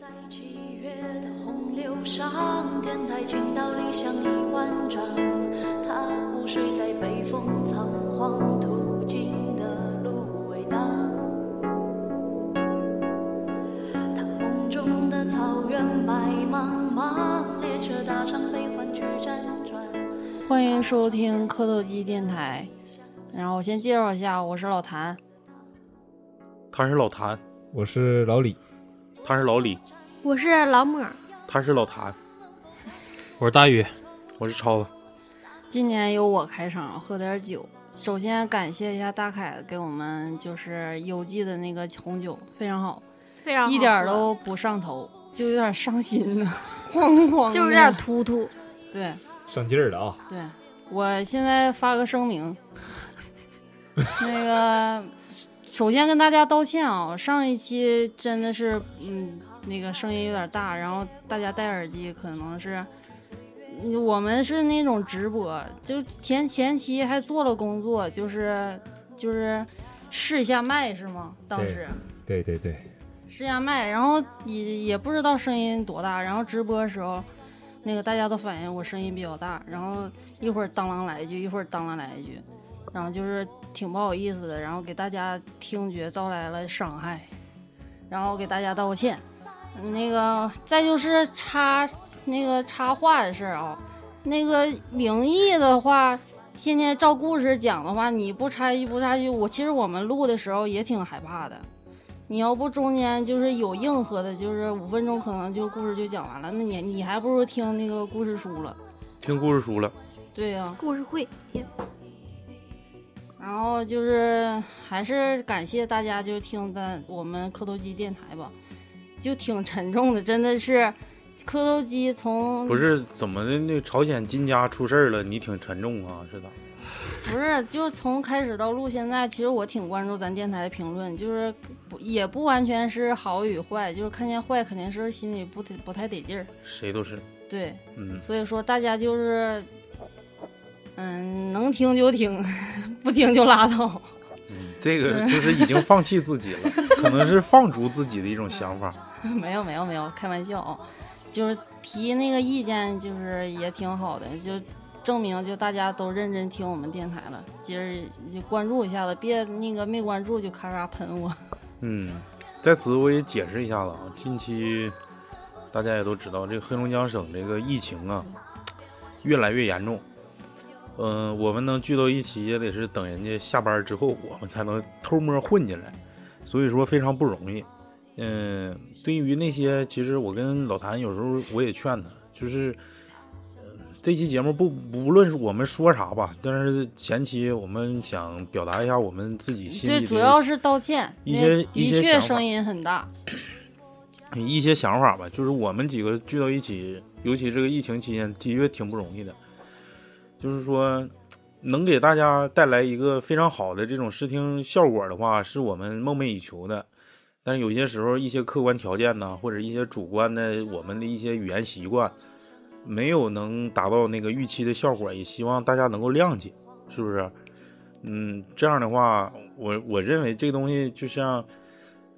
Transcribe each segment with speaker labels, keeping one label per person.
Speaker 1: 在七月的洪流上，天台倾倒理想一万丈，它午睡在北风仓皇途经的芦苇荡。他梦中的草原白茫茫，列车搭上北环去辗转。
Speaker 2: 欢迎收听磕头机电台。然后我先介绍一下，我是老谭。
Speaker 3: 他是老谭，
Speaker 4: 我是老李，
Speaker 3: 他是老李，
Speaker 5: 我是老莫，
Speaker 3: 他是老谭，
Speaker 6: 我是大宇，
Speaker 3: 我是超子。
Speaker 2: 今年由我开场，喝点酒。首先感谢一下大凯给我们就是邮寄的那个红酒，非常好，
Speaker 5: 非常好
Speaker 2: 一点儿都不上头，就有点伤心呢， 慌慌的，
Speaker 5: 就是有点突突。
Speaker 2: 对
Speaker 4: 上劲儿了啊！
Speaker 2: 对。我现在发个声明，那个首先跟大家道歉啊，上一期真的是嗯那个声音有点大，然后大家戴耳机可能是。嗯我们是那种直播，就前前期还做了工作，就是就是试一下麦是吗？当时
Speaker 4: 对对对，
Speaker 2: 试下麦，然后也也不知道声音多大，然后直播的时候，那个大家都反映我声音比较大，然后一会儿当啷来一句，一会儿当啷来一句，然后就是挺不好意思的，然后给大家听觉招来了伤害，然后给大家道个歉。那个再就是插那个插话的事儿啊，那个灵异的话。天天照故事讲的话，你不插一句不插一句，我其实我们录的时候也挺害怕的，你要不中间就是有硬核的，就是五分钟可能就故事就讲完了，那你你还不如听那个故事书了。
Speaker 3: 听故事书了，
Speaker 2: 对呀、
Speaker 5: 故事会，
Speaker 2: 然后就是还是感谢大家就听咱我们磕头机电台吧，就挺沉重的，真的是磕头机从
Speaker 3: 不是怎么的？那朝鲜金家出事儿了，你挺沉重啊，是咋？
Speaker 2: 不是，就是从开始到录现在，其实我挺关注咱电台的评论，就是不也不完全是好与坏，就是看见坏肯定是心里不得不太得劲儿，
Speaker 3: 谁都是，
Speaker 2: 对。
Speaker 3: 嗯，
Speaker 2: 所以说大家就是，嗯，能听就听， 不听就拉倒。
Speaker 3: 嗯这个就是已经放弃自己了，可能是放逐自己的一种想法。
Speaker 2: 没有没有没有，开玩笑啊，就是提那个意见，就是也挺好的，就证明就大家都认真听我们电台了。今儿就关注一下子，别那个没关注就咔咔喷我。
Speaker 3: 嗯，在此我也解释一下子啊，近期大家也都知道，这个黑龙江省这个疫情啊，越来越严重。嗯、我们能聚到一起，也得是等人家下班之后，我们才能偷摸混进来，所以说非常不容易。嗯，对于那些，其实我跟老谭有时候我也劝他，就是，呃，这期节目不无论是我们说啥吧，但是前期我们想表达一下我们自己心里的
Speaker 2: 这主要是道歉，
Speaker 3: 一
Speaker 2: 那
Speaker 3: 些一
Speaker 2: 的确
Speaker 3: 些想法
Speaker 2: 声音很大，
Speaker 3: 一些想法吧，就是我们几个聚到一起，尤其这个疫情期间，的确挺不容易的。就是说，能给大家带来一个非常好的这种视听效果的话，是我们梦寐以求的。但是有些时候，一些客观条件呢，或者一些主观的我们的一些语言习惯，没有能达到那个预期的效果，也希望大家能够谅解，是不是？嗯，这样的话，我我认为这东西就像。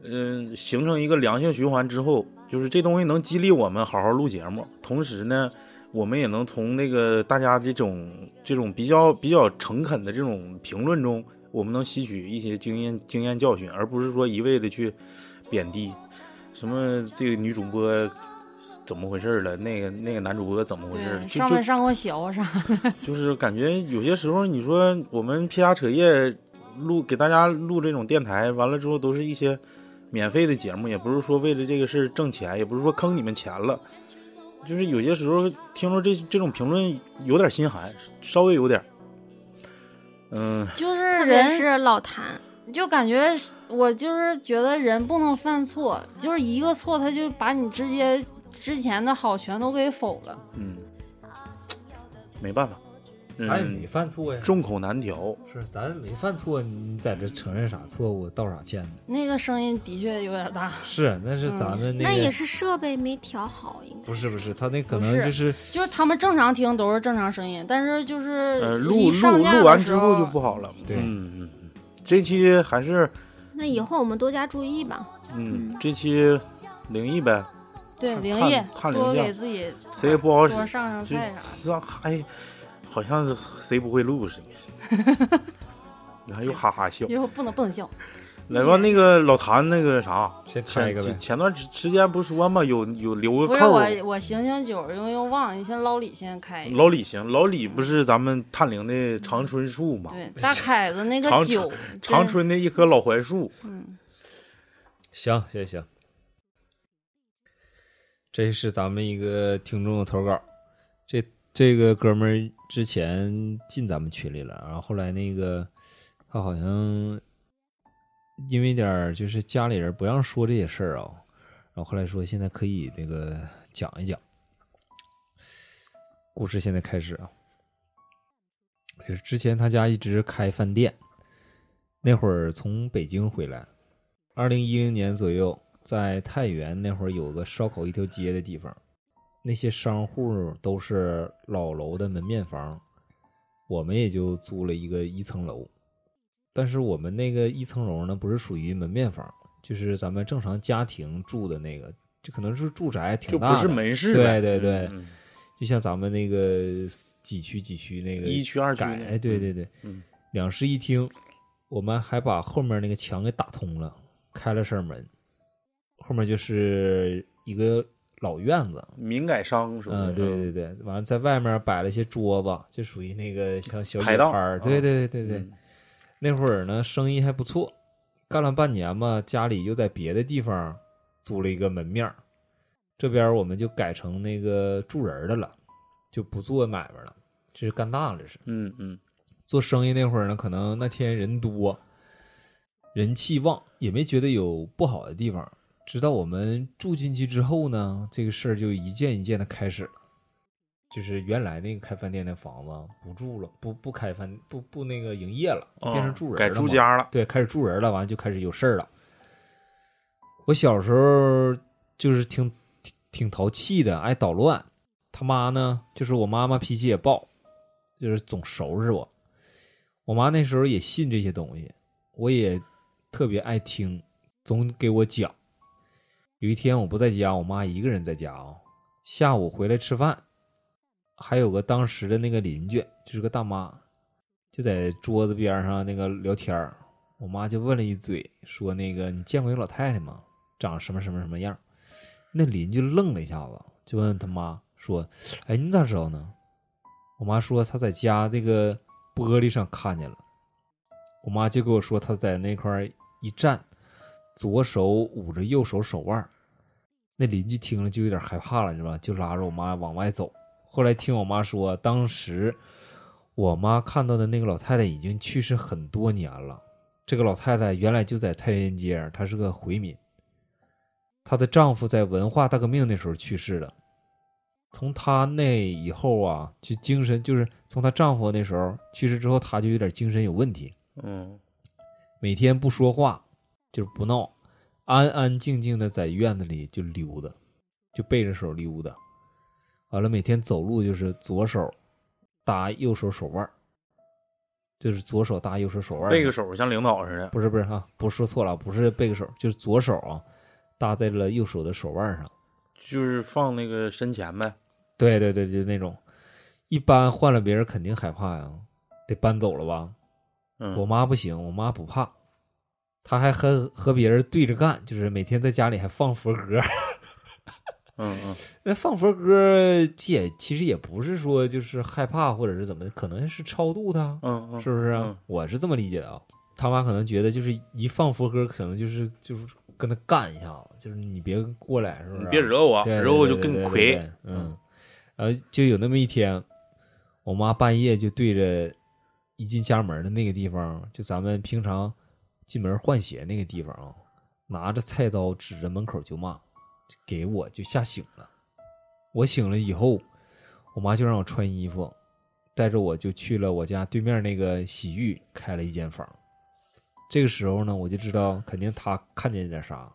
Speaker 3: 嗯，形成一个良性循环之后，就是这东西能激励我们好好录节目，同时呢，我们也能从那个大家这种这种比较比较诚恳的这种评论中，我们能吸取一些经验经验教训，而不是说一味的去贬低什么这个女主播怎么回事了，那个那个男主播怎么回事，
Speaker 2: 对，
Speaker 3: 就
Speaker 2: 上
Speaker 3: 就
Speaker 2: 没上过学啥
Speaker 3: 就是感觉有些时候，你说我们撇家扯业录给大家录这种电台，完了之后都是一些免费的节目，也不是说为了这个事儿挣钱，也不是说坑你们钱了，就是有些时候听着这这种评论有点心寒，稍微有点儿。嗯，
Speaker 2: 就是
Speaker 5: 特别
Speaker 2: 人
Speaker 5: 是老谭，
Speaker 2: 就感觉是我就是觉得人不能犯错，就是一个错他就把你直接之前的好全都给否了。
Speaker 3: 嗯，没办法，
Speaker 4: 咱也哎没
Speaker 3: 嗯，
Speaker 4: 犯错呀，
Speaker 3: 众口难调。
Speaker 4: 是咱没犯错，你在这承认啥错误，道啥歉呢？
Speaker 2: 那个声音的确有点大，
Speaker 4: 是，啊那是咱们
Speaker 5: 嗯那
Speaker 4: 个，
Speaker 5: 也是设备没调好，应该
Speaker 4: 不是不是，他那可
Speaker 2: 不
Speaker 4: 能
Speaker 2: 是
Speaker 4: 就是
Speaker 2: 就是他们正常听都是正常声音，但是就是
Speaker 3: 呃，
Speaker 2: 一
Speaker 3: 录录
Speaker 2: 上架的
Speaker 3: 录完
Speaker 2: 时
Speaker 3: 之
Speaker 2: 候
Speaker 3: 后就不好了。
Speaker 4: 对
Speaker 3: 嗯嗯，嗯这期还是
Speaker 5: 那以后我们多加注意吧。
Speaker 3: 嗯
Speaker 5: 嗯，
Speaker 3: 这期灵异呗，
Speaker 2: 对
Speaker 3: 看
Speaker 2: 灵
Speaker 3: 看
Speaker 2: 液
Speaker 3: 看灵啊
Speaker 2: 多
Speaker 3: 验
Speaker 2: 给自己
Speaker 3: 谁也不好使
Speaker 2: 多，啊上上
Speaker 3: 就
Speaker 2: 菜啥的。
Speaker 3: 上还好像是谁不会录似 的，你还又哈哈笑。
Speaker 2: 以后不能不能笑，
Speaker 3: 来吧，那个老谭那个啥，
Speaker 4: 先开
Speaker 3: 前
Speaker 4: 一个呗
Speaker 3: 前。前段时时间不说嘛，有有留
Speaker 2: 不
Speaker 3: 个
Speaker 2: 是
Speaker 3: 扣
Speaker 2: 我
Speaker 3: 儿。
Speaker 2: 我醒醒酒用用忘，你先老李先开一个。
Speaker 3: 老李行，老李不是咱们探灵的长春树嘛？
Speaker 2: 对，大凯子那
Speaker 3: 长
Speaker 2: 个酒，
Speaker 3: 长
Speaker 2: 真
Speaker 3: 春的一棵老槐树，
Speaker 2: 嗯，
Speaker 4: 行行行，这是咱们一个听众的投稿，这这个哥们儿之前进咱们群里了，然后后来那个他好像因为点儿就是家里人不让说这些事儿啊，然后后来说现在可以那个讲一讲，故事现在开始啊，就是之前他家一直开饭店，那会儿从北京回来。二零一零年左右，在太原那会儿有个烧烤一条街的地方，那些商户都是老楼的门面房，我们也就租了一个一层楼，但是我们那个一层楼呢，不是属于门面房，就是咱们正常家庭住的那个，这可能是住宅，挺
Speaker 3: 就
Speaker 4: 大的，
Speaker 3: 不是门市
Speaker 4: 对
Speaker 3: 呗。
Speaker 4: 对对
Speaker 3: 嗯
Speaker 4: 就像咱们那个几区几区那个
Speaker 3: 一区二区
Speaker 4: 改
Speaker 3: 那
Speaker 4: 哎，对对对，
Speaker 3: 嗯
Speaker 4: 两室一厅，我们还把后面那个墙给打通了，开了扇门，后面就是一个老院子，
Speaker 3: 民改商是不是？
Speaker 4: 嗯，对对对，完了在外面摆了一些桌子，就属于那个像小
Speaker 3: 排
Speaker 4: 野
Speaker 3: 档
Speaker 4: 摊儿，
Speaker 3: 啊
Speaker 4: 对对对对对，
Speaker 3: 嗯
Speaker 4: 那会儿呢生意还不错，干了半年吧，家里又在别的地方租了一个门面儿，这边儿我们就改成那个住人儿的了，就不做买卖了，这是干大了这是。
Speaker 3: 嗯嗯，
Speaker 4: 做生意那会儿呢，可能那天人多，人气旺，也没觉得有不好的地方。直到我们住进去之后呢，这个事儿就一件一件的开始了。就是原来那个开饭店的房子啊不住了，不不开饭不不那个营业了，就
Speaker 3: 嗯
Speaker 4: 变成住人
Speaker 3: 改
Speaker 4: 了
Speaker 3: 住
Speaker 4: 嘛
Speaker 3: 家了。
Speaker 4: 对，开始住人了，完了就开始有事儿了。我小时候就是挺挺挺淘气的，爱捣乱。他妈呢，就是我妈妈脾气也暴，就是总收拾我。我妈那时候也信这些东西，我也特别爱听，总给我讲。有一天我不在家，我妈一个人在家啊、下午回来吃饭，还有个当时的那个邻居，就是个大妈，就在桌子边上那个聊天儿。我妈就问了一嘴，说那个你见过一个老太太吗？长什么什么什么样？那邻居愣了一下子，就问他妈说：“哎，你咋知道呢？”我妈说她在家这个玻璃上看见了。我妈就跟我说她在那块儿一站，左手捂着右手手腕儿。那邻居听了就有点害怕了，你知道吧？就拉着我妈往外走。后来听我妈说，当时我妈看到的那个老太太已经去世很多年了。这个老太太原来就在太原街，她是个回民。她的丈夫在文化大革命那时候去世的。从她那以后啊，就精神就是从她丈夫那时候去世之后，她就有点精神有问题。
Speaker 3: 嗯，
Speaker 4: 每天不说话，就是不闹，安安静静的在院子里就溜达，就背着手溜达。完了，每天走路就是左手搭右手手腕儿就是左手搭右手手腕儿
Speaker 3: 背个手像领导似的。
Speaker 4: 不是不是哈、不是说错了，不是背个手，就是左手啊搭在了右手的手腕上。
Speaker 3: 就是放那个身前呗。
Speaker 4: 对对对，就是那种，一般换了别人肯定害怕呀，得搬走了吧？
Speaker 3: 嗯，
Speaker 4: 我妈不行，我妈不怕，她还和和别人对着干，就是每天在家里还放佛歌。
Speaker 3: 嗯嗯，
Speaker 4: 那放佛歌也其实也不是说就是害怕或者是怎么的，可能是超度她，
Speaker 3: 嗯嗯，
Speaker 4: 是不是啊、
Speaker 3: 嗯
Speaker 4: 我是这么理解的啊。他妈可能觉得就是一放佛歌，可能就是就是跟他干一下子，就是你别过来，是不是？
Speaker 3: 你别惹我，
Speaker 4: 啊对，
Speaker 3: 惹我就跟你
Speaker 4: 亏。
Speaker 3: 亏
Speaker 4: 对对。嗯，然后就有那么一天，我妈半夜就对着一进家门的那个地方，就咱们平常进门换鞋那个地方啊，拿着菜刀指着门口就骂，就给我就吓醒了。我醒了以后，我妈就让我穿衣服，带着我就去了我家对面那个洗浴开了一间房。这个时候呢，我就知道肯定她看见点啥，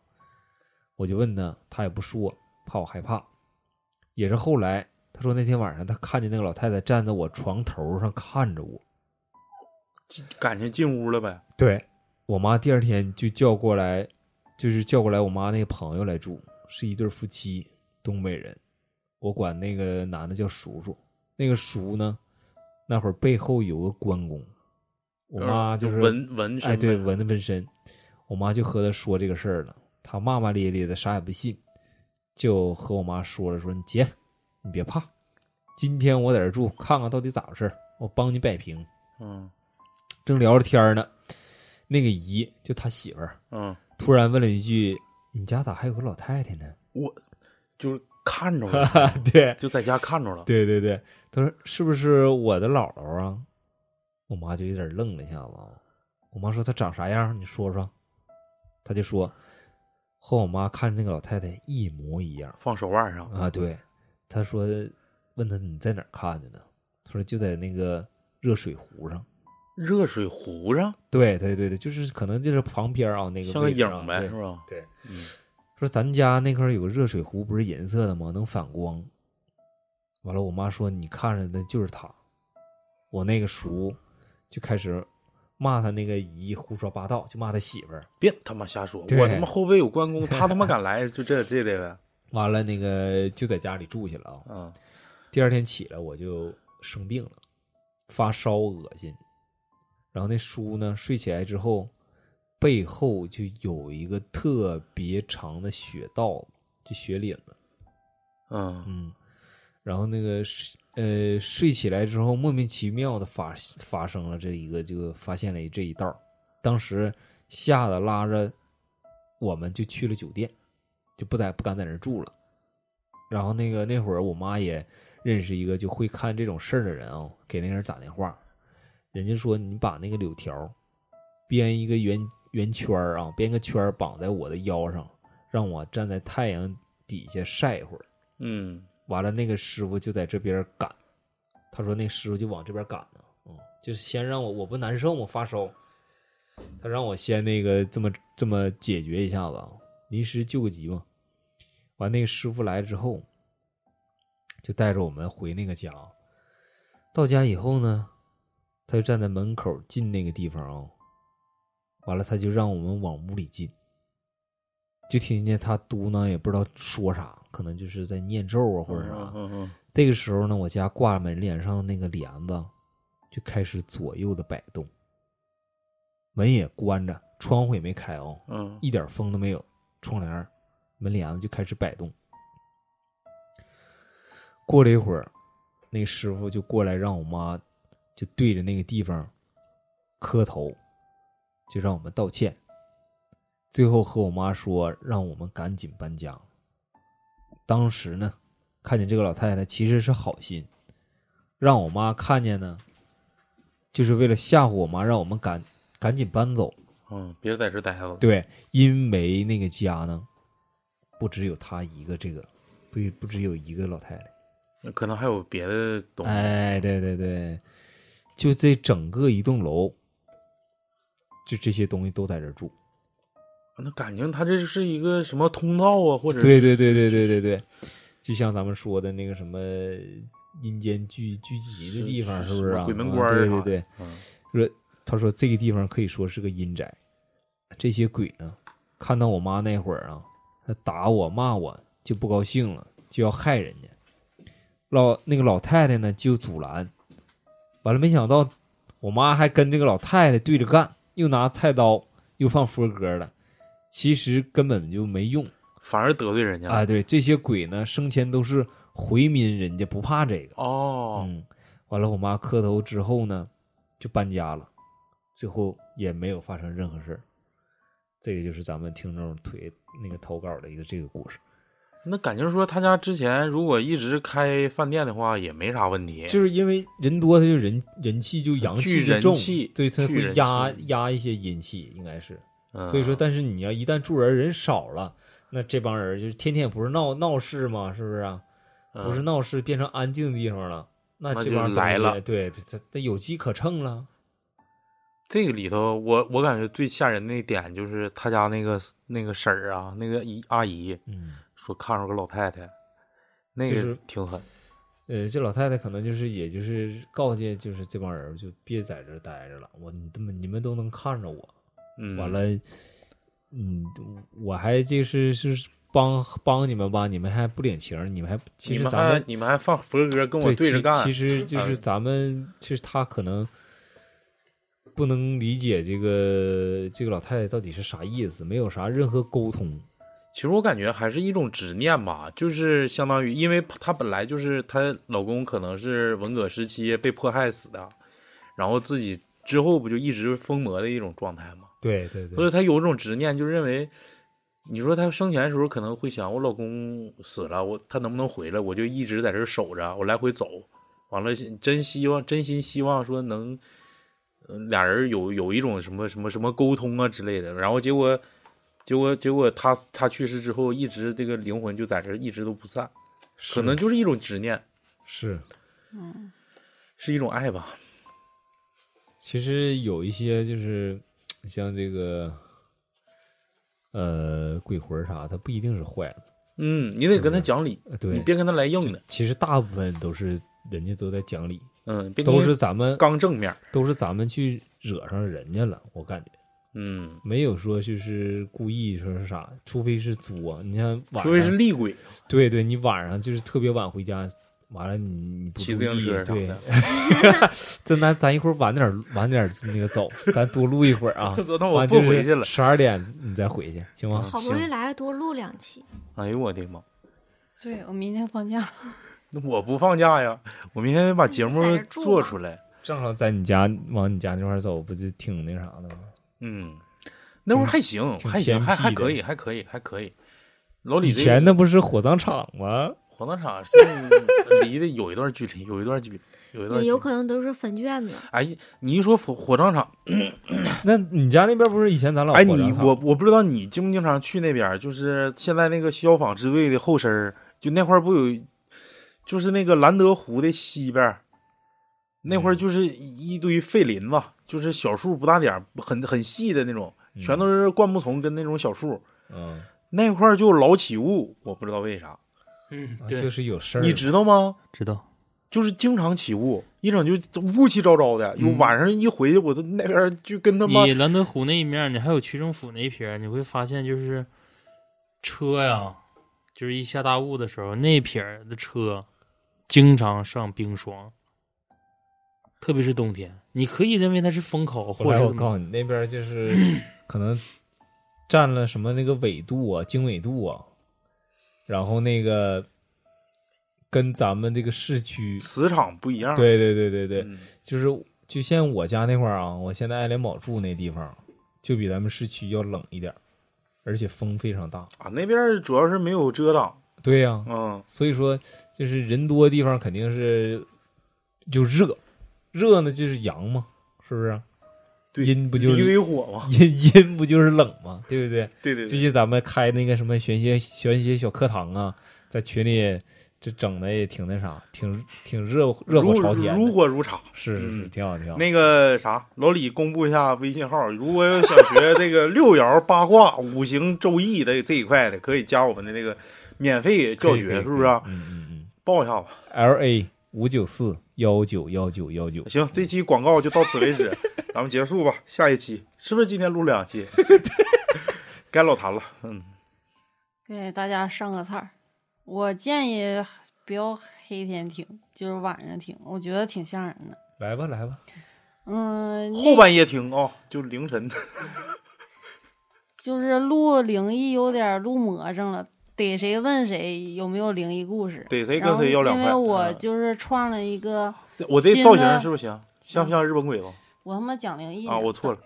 Speaker 4: 我就问她，她也不说，怕我害怕。也是后来，她说那天晚上她看见那个老太太站在我床头上看着我。
Speaker 3: 感情进屋了呗。
Speaker 4: 对我妈第二天就叫过来，就是叫过来我妈那个朋友来住，是一对夫妻，东北人，我管那个男的叫叔叔，那个叔呢，那会儿背后有个关公，我妈
Speaker 3: 就是纹纹身
Speaker 4: 哎，对，
Speaker 3: 呗
Speaker 4: 纹的纹身。我妈就和他说这个事儿了，他骂骂咧咧的，啥也不信，就和我妈说了，说你姐，你别怕，今天我在这儿住，看看到底咋回事儿，我帮你摆平。
Speaker 3: 嗯
Speaker 4: 正聊着天儿呢，那个姨就他媳妇儿
Speaker 3: 嗯，
Speaker 4: 突然问了一句：“你家咋还有个老太太呢
Speaker 3: 我就是看着了，？”
Speaker 4: 对，
Speaker 3: 就在家看着了。
Speaker 4: 对对对，他说是不是我的姥姥啊？我妈就有点愣了一下子啊。我妈说她长啥样？你说说。她就说和我妈看着那个老太太一模一样
Speaker 3: 放手腕上，
Speaker 4: 啊。对，她说问她你在哪儿看见的？她说就在那个热水壶上。
Speaker 3: 热水壶上
Speaker 4: 对对对对，就是可能就是旁边啊那个
Speaker 3: 像个
Speaker 4: 位置
Speaker 3: 影
Speaker 4: 啊
Speaker 3: 儿呗，
Speaker 4: 对
Speaker 3: 是吧？
Speaker 4: 对，
Speaker 3: 嗯
Speaker 4: 说咱家那块儿有个热水壶，不是银色的吗？能反光。完了，我妈说你看着的就是他。我那个叔就开始骂他那个姨胡说八道，就骂他媳妇儿。
Speaker 3: 别他妈瞎说，
Speaker 4: 对
Speaker 3: 我他妈后背有关公，他他妈敢来，就这 这类呗。
Speaker 4: 完了，那个就在家里住去了啊。
Speaker 3: 嗯，
Speaker 4: 第二天起来我就生病了，发烧、恶心。然后那叔呢，睡起来之后，背后就有一个特别长的血道子，就血淋子。
Speaker 3: 嗯，
Speaker 4: 嗯，然后那个睡呃睡起来之后，莫名其妙的发发生了这一个，就发现了这一道儿。当时吓得拉着我们就去了酒店，就不在不敢在那儿住了。然后那个那会儿我妈也认识一个就会看这种事儿的人啊、给那个人打电话，人家说你把那个柳条儿编一个圆圆圈儿啊，编个圈儿绑在我的腰上，让我站在太阳底下晒一会儿。
Speaker 3: 嗯，
Speaker 4: 完了，那个师傅就在这边赶，他说那师傅就往这边赶呢，嗯，就是先让我我不难受吗？发烧，他让我先那个这么这么解决一下子，啊，临时救个急嘛。完，那个师傅来之后，就带着我们回那个家。到家以后呢，他就站在门口进那个地方啊、完了他就让我们往屋里进。就听见他嘟囔，也不知道说啥，可能就是在念咒啊或者啥。
Speaker 3: 嗯嗯嗯，
Speaker 4: 这个时候呢，我家挂门帘上那个帘子就开始左右的摆动，门也关着，窗户也没开哦，
Speaker 3: 嗯，
Speaker 4: 一点风都没有，窗帘儿、门帘子就开始摆动。过了一会儿，那师傅就过来让我妈就对着那个地方磕头，就让我们道歉，最后和我妈说让我们赶紧搬家。当时呢，看见这个老太太其实是好心，让我妈看见呢，就是为了吓唬我妈，让我们赶赶紧搬走。
Speaker 3: 嗯，别在这待着了。
Speaker 4: 对，因为那个家呢，不只有她一个这个，不不只有一个老太太。
Speaker 3: 对，可能还有别的东西。
Speaker 4: 哎，对对对，就这整个一栋楼，就这些东西都在这儿住。
Speaker 3: 那感情他这是一个什么通道啊，或者
Speaker 4: 对对对对对对对，就像咱们说的那个什么阴间聚聚集的地方，
Speaker 3: 是
Speaker 4: 是不是、
Speaker 3: 什
Speaker 4: 啊？
Speaker 3: 么鬼门
Speaker 4: 啊
Speaker 3: 关儿
Speaker 4: 对
Speaker 3: 啥
Speaker 4: 对
Speaker 3: 的
Speaker 4: 对，
Speaker 3: 嗯
Speaker 4: 说他说这个地方可以说是个阴宅，这些鬼呢，看到我妈那会儿啊，他打我骂我就不高兴了，就要害人家。老那个老太太呢就阻拦，完了没想到我妈还跟这个老太太对着干，又拿菜刀又放佛歌了，其实根本就没用。
Speaker 3: 反而得罪人家了
Speaker 4: 啊，对，这些鬼呢，生前都是回民人家，不怕这个。
Speaker 3: 哦，
Speaker 4: 嗯，完了，我妈磕头之后呢，就搬家了，最后也没有发生任何事儿。这个就是咱们听众腿那个投稿的一个这个故事，
Speaker 3: 那感情说他家之前如果一直开饭店的话，也没啥问题。
Speaker 4: 就是因为人多，他就人人气就阳
Speaker 3: 聚
Speaker 4: 气就
Speaker 3: 人
Speaker 4: 重
Speaker 3: 气，
Speaker 4: 对，他
Speaker 3: 聚
Speaker 4: 会
Speaker 3: 人
Speaker 4: 压
Speaker 3: 气
Speaker 4: 压一些阴气，应该是。
Speaker 3: 嗯
Speaker 4: 所以说，但是你要一旦住人人少了，那这帮人就是天天也不是闹闹事嘛，是不是啊？不是
Speaker 3: 嗯
Speaker 4: 闹市变成安静的地方了，那
Speaker 3: 那
Speaker 4: 这
Speaker 3: 就
Speaker 4: 帮东
Speaker 3: 来
Speaker 4: 西
Speaker 3: 了
Speaker 4: 对，这这这有机可乘了。
Speaker 3: 这个里头，我我感觉最吓人的一点就是他家那个那个婶儿啊，那个姨阿姨
Speaker 4: 嗯，
Speaker 3: 说看着个老太太，那
Speaker 4: 就是
Speaker 3: 个挺狠。
Speaker 4: 呃，这老太太可能就是，也就是告诫，就是这帮人就别在这儿待着了，我你们你们都能看着我，
Speaker 3: 嗯，
Speaker 4: 完了，嗯，我还就是是帮帮你们吧，你们还不领情儿，你们还其
Speaker 3: 你
Speaker 4: 实
Speaker 3: 们
Speaker 4: 咱
Speaker 3: 还
Speaker 4: 们
Speaker 3: 你们还放佛歌跟我
Speaker 4: 对
Speaker 3: 对着
Speaker 4: 其
Speaker 3: 干，啊
Speaker 4: 其 实就是咱们，其实他可能不能理解这个这个老太太到底是啥意思，没有啥任何沟通。
Speaker 3: 其实我感觉还是一种执念吧，就是相当于，因为她本来就是她老公可能是文革时期被迫害死的，然后自己之后不就一直疯魔的一种状态嘛，
Speaker 4: 对对对
Speaker 3: 所以她有一种执念，就认为，你说她生前的时候可能会想，我老公死了，我他能不能回来，我就一直在这儿守着，我来回走，完了真希望真心希望说能，呃俩人有有一种什么什么什么沟通啊之类的，然后结果。结果结果他他去世之后，一直这个灵魂就在这儿一直都不散，可能就是一种执念，
Speaker 4: 是，
Speaker 3: 是一种爱吧。
Speaker 4: 其实有一些就是像这个呃鬼魂儿啥，他不一定是坏的。
Speaker 3: 嗯，你得跟他讲理，
Speaker 4: 呃对，
Speaker 3: 你别跟他来硬的，
Speaker 4: 其实大部分都是人家都在讲理，
Speaker 3: 嗯，别跟
Speaker 4: 都
Speaker 3: 他
Speaker 4: 是咱们
Speaker 3: 刚正面，
Speaker 4: 都是咱们去惹上人家了，我感觉
Speaker 3: 嗯，
Speaker 4: 没有说就是故意说是啥，除非是作。你像晚上，
Speaker 3: 除非是厉鬼
Speaker 4: 对对，你晚上就是特别晚回家，完了你你不
Speaker 3: 骑
Speaker 4: 注
Speaker 3: 自行
Speaker 4: 意
Speaker 3: 车啥
Speaker 4: 对
Speaker 3: 的，。。
Speaker 4: 真咱咱一会儿晚点儿晚点儿那个走，咱多录一会儿啊
Speaker 3: 说那我
Speaker 4: 完
Speaker 3: 不回去了。
Speaker 4: 十二点你再回去行吗？
Speaker 5: 好不容易
Speaker 4: 嗯行
Speaker 5: 来多录两期，
Speaker 3: 哎呦我的妈！
Speaker 2: 对我明天放假，
Speaker 3: 那我不放假呀，我明天得把节目
Speaker 5: 你就在这住吧
Speaker 3: 做出来。
Speaker 4: 正好在你家往你家那块儿走，不就挺那啥的吗？
Speaker 3: 嗯，那会儿还行，
Speaker 4: 挺
Speaker 3: 还行，
Speaker 4: 偏
Speaker 3: 还
Speaker 4: 僻
Speaker 3: 还
Speaker 4: 的
Speaker 3: 可以，还可以，还可以。老李
Speaker 4: 以
Speaker 3: 这
Speaker 4: 前那不是火葬场吗？
Speaker 3: 火葬场是离的有一段距离，有一段距离，有一段距
Speaker 5: 也
Speaker 3: 离。
Speaker 5: 有可能都是坟圈子。
Speaker 3: 哎，你一说火火葬场，
Speaker 4: 那你家那边不是以前咱老
Speaker 3: 哎，
Speaker 4: 火
Speaker 3: 你
Speaker 4: 葬场
Speaker 3: 我我不知道你经不经常去那边儿，就是现在那个消防支队的后身儿，就那块儿不有，就是那个兰德湖的西边儿，那块儿就是一一堆废林子，就是小树不大点儿，很很细的那种，全都是灌木丛跟那种小树，
Speaker 4: 嗯，
Speaker 3: 那块儿就老起雾，我不知道为啥，
Speaker 6: 嗯
Speaker 4: 啊就是有事儿，
Speaker 3: 你知道吗？
Speaker 6: 知道。
Speaker 3: 就是经常起雾，一整就乌气昭昭的。有
Speaker 6: 嗯
Speaker 3: 晚上一回去，我都那边儿就跟他妈
Speaker 6: 你兰德湖那一面，你还有区政府那一撇儿，你会发现就是车呀，就是一下大雾的时候，那撇儿的车经常上冰霜，特别是冬天，你可以认为它是风口
Speaker 4: 后
Speaker 6: 或
Speaker 4: 来
Speaker 6: 者
Speaker 4: 我
Speaker 6: 怎么
Speaker 4: 告诉你，那边就是 可能占了什么那个纬度啊、经纬度啊，然后那个跟咱们这个市区，
Speaker 3: 磁场不一样。
Speaker 4: 对对对对对，
Speaker 3: 嗯，
Speaker 4: 就是就像我家那块儿啊，我现在爱莲堡住那地方，就比咱们市区要冷一点儿，而且风非常大。
Speaker 3: 啊，那边儿主要是没有遮挡，
Speaker 4: 对呀、
Speaker 3: 嗯，
Speaker 4: 所以说就是人多的地方肯定是就热，热呢就是阳嘛，是不是？
Speaker 3: 对
Speaker 4: 阴不就是
Speaker 3: 离为火嘛？
Speaker 4: 阴阴不就是冷吗？对不对？
Speaker 3: 对对
Speaker 4: 最
Speaker 3: 对，
Speaker 4: 近咱们开那个什么玄学玄学小课堂啊，在群里这整的也挺那啥，挺挺热热火
Speaker 3: 如
Speaker 4: 朝天的，
Speaker 3: 如火如茶。
Speaker 4: 是是是，
Speaker 3: 嗯
Speaker 4: 挺好挺好。
Speaker 3: 那个啥，老李公布一下微信号，如果要想学这个六爻、八卦、五行、周易的这一块的，可以加我们的那个免费教
Speaker 4: 可以可
Speaker 3: 学，
Speaker 4: 以
Speaker 3: 是不是啊？
Speaker 4: 可以嗯嗯嗯。
Speaker 3: 报一下吧。
Speaker 4: L A 五九四幺九幺九幺九，
Speaker 3: 行，这期广告就到此为 止，咱们结束吧。下一期是不是今天录两期？该老谭了，嗯，
Speaker 2: 给大家上个菜儿。我建议不要黑天听，就是晚上听，我觉得挺吓人的。
Speaker 4: 来吧来吧，
Speaker 2: 嗯，那
Speaker 3: 后半夜听啊、就凌晨。
Speaker 2: 就是录灵异有点儿录魔怔了，逮谁问谁有没有灵异故事。
Speaker 3: 逮谁
Speaker 2: 然
Speaker 3: 跟
Speaker 2: 后
Speaker 3: 谁要两
Speaker 2: 因
Speaker 3: 块。
Speaker 2: 为我
Speaker 3: 嗯
Speaker 2: 就是创了一个，
Speaker 3: 我这
Speaker 2: 新
Speaker 3: 造型
Speaker 2: 的
Speaker 3: 是不是行？像不像日本鬼子？
Speaker 2: 我他妈讲灵异
Speaker 3: 啊，
Speaker 2: 呢
Speaker 3: 我错了，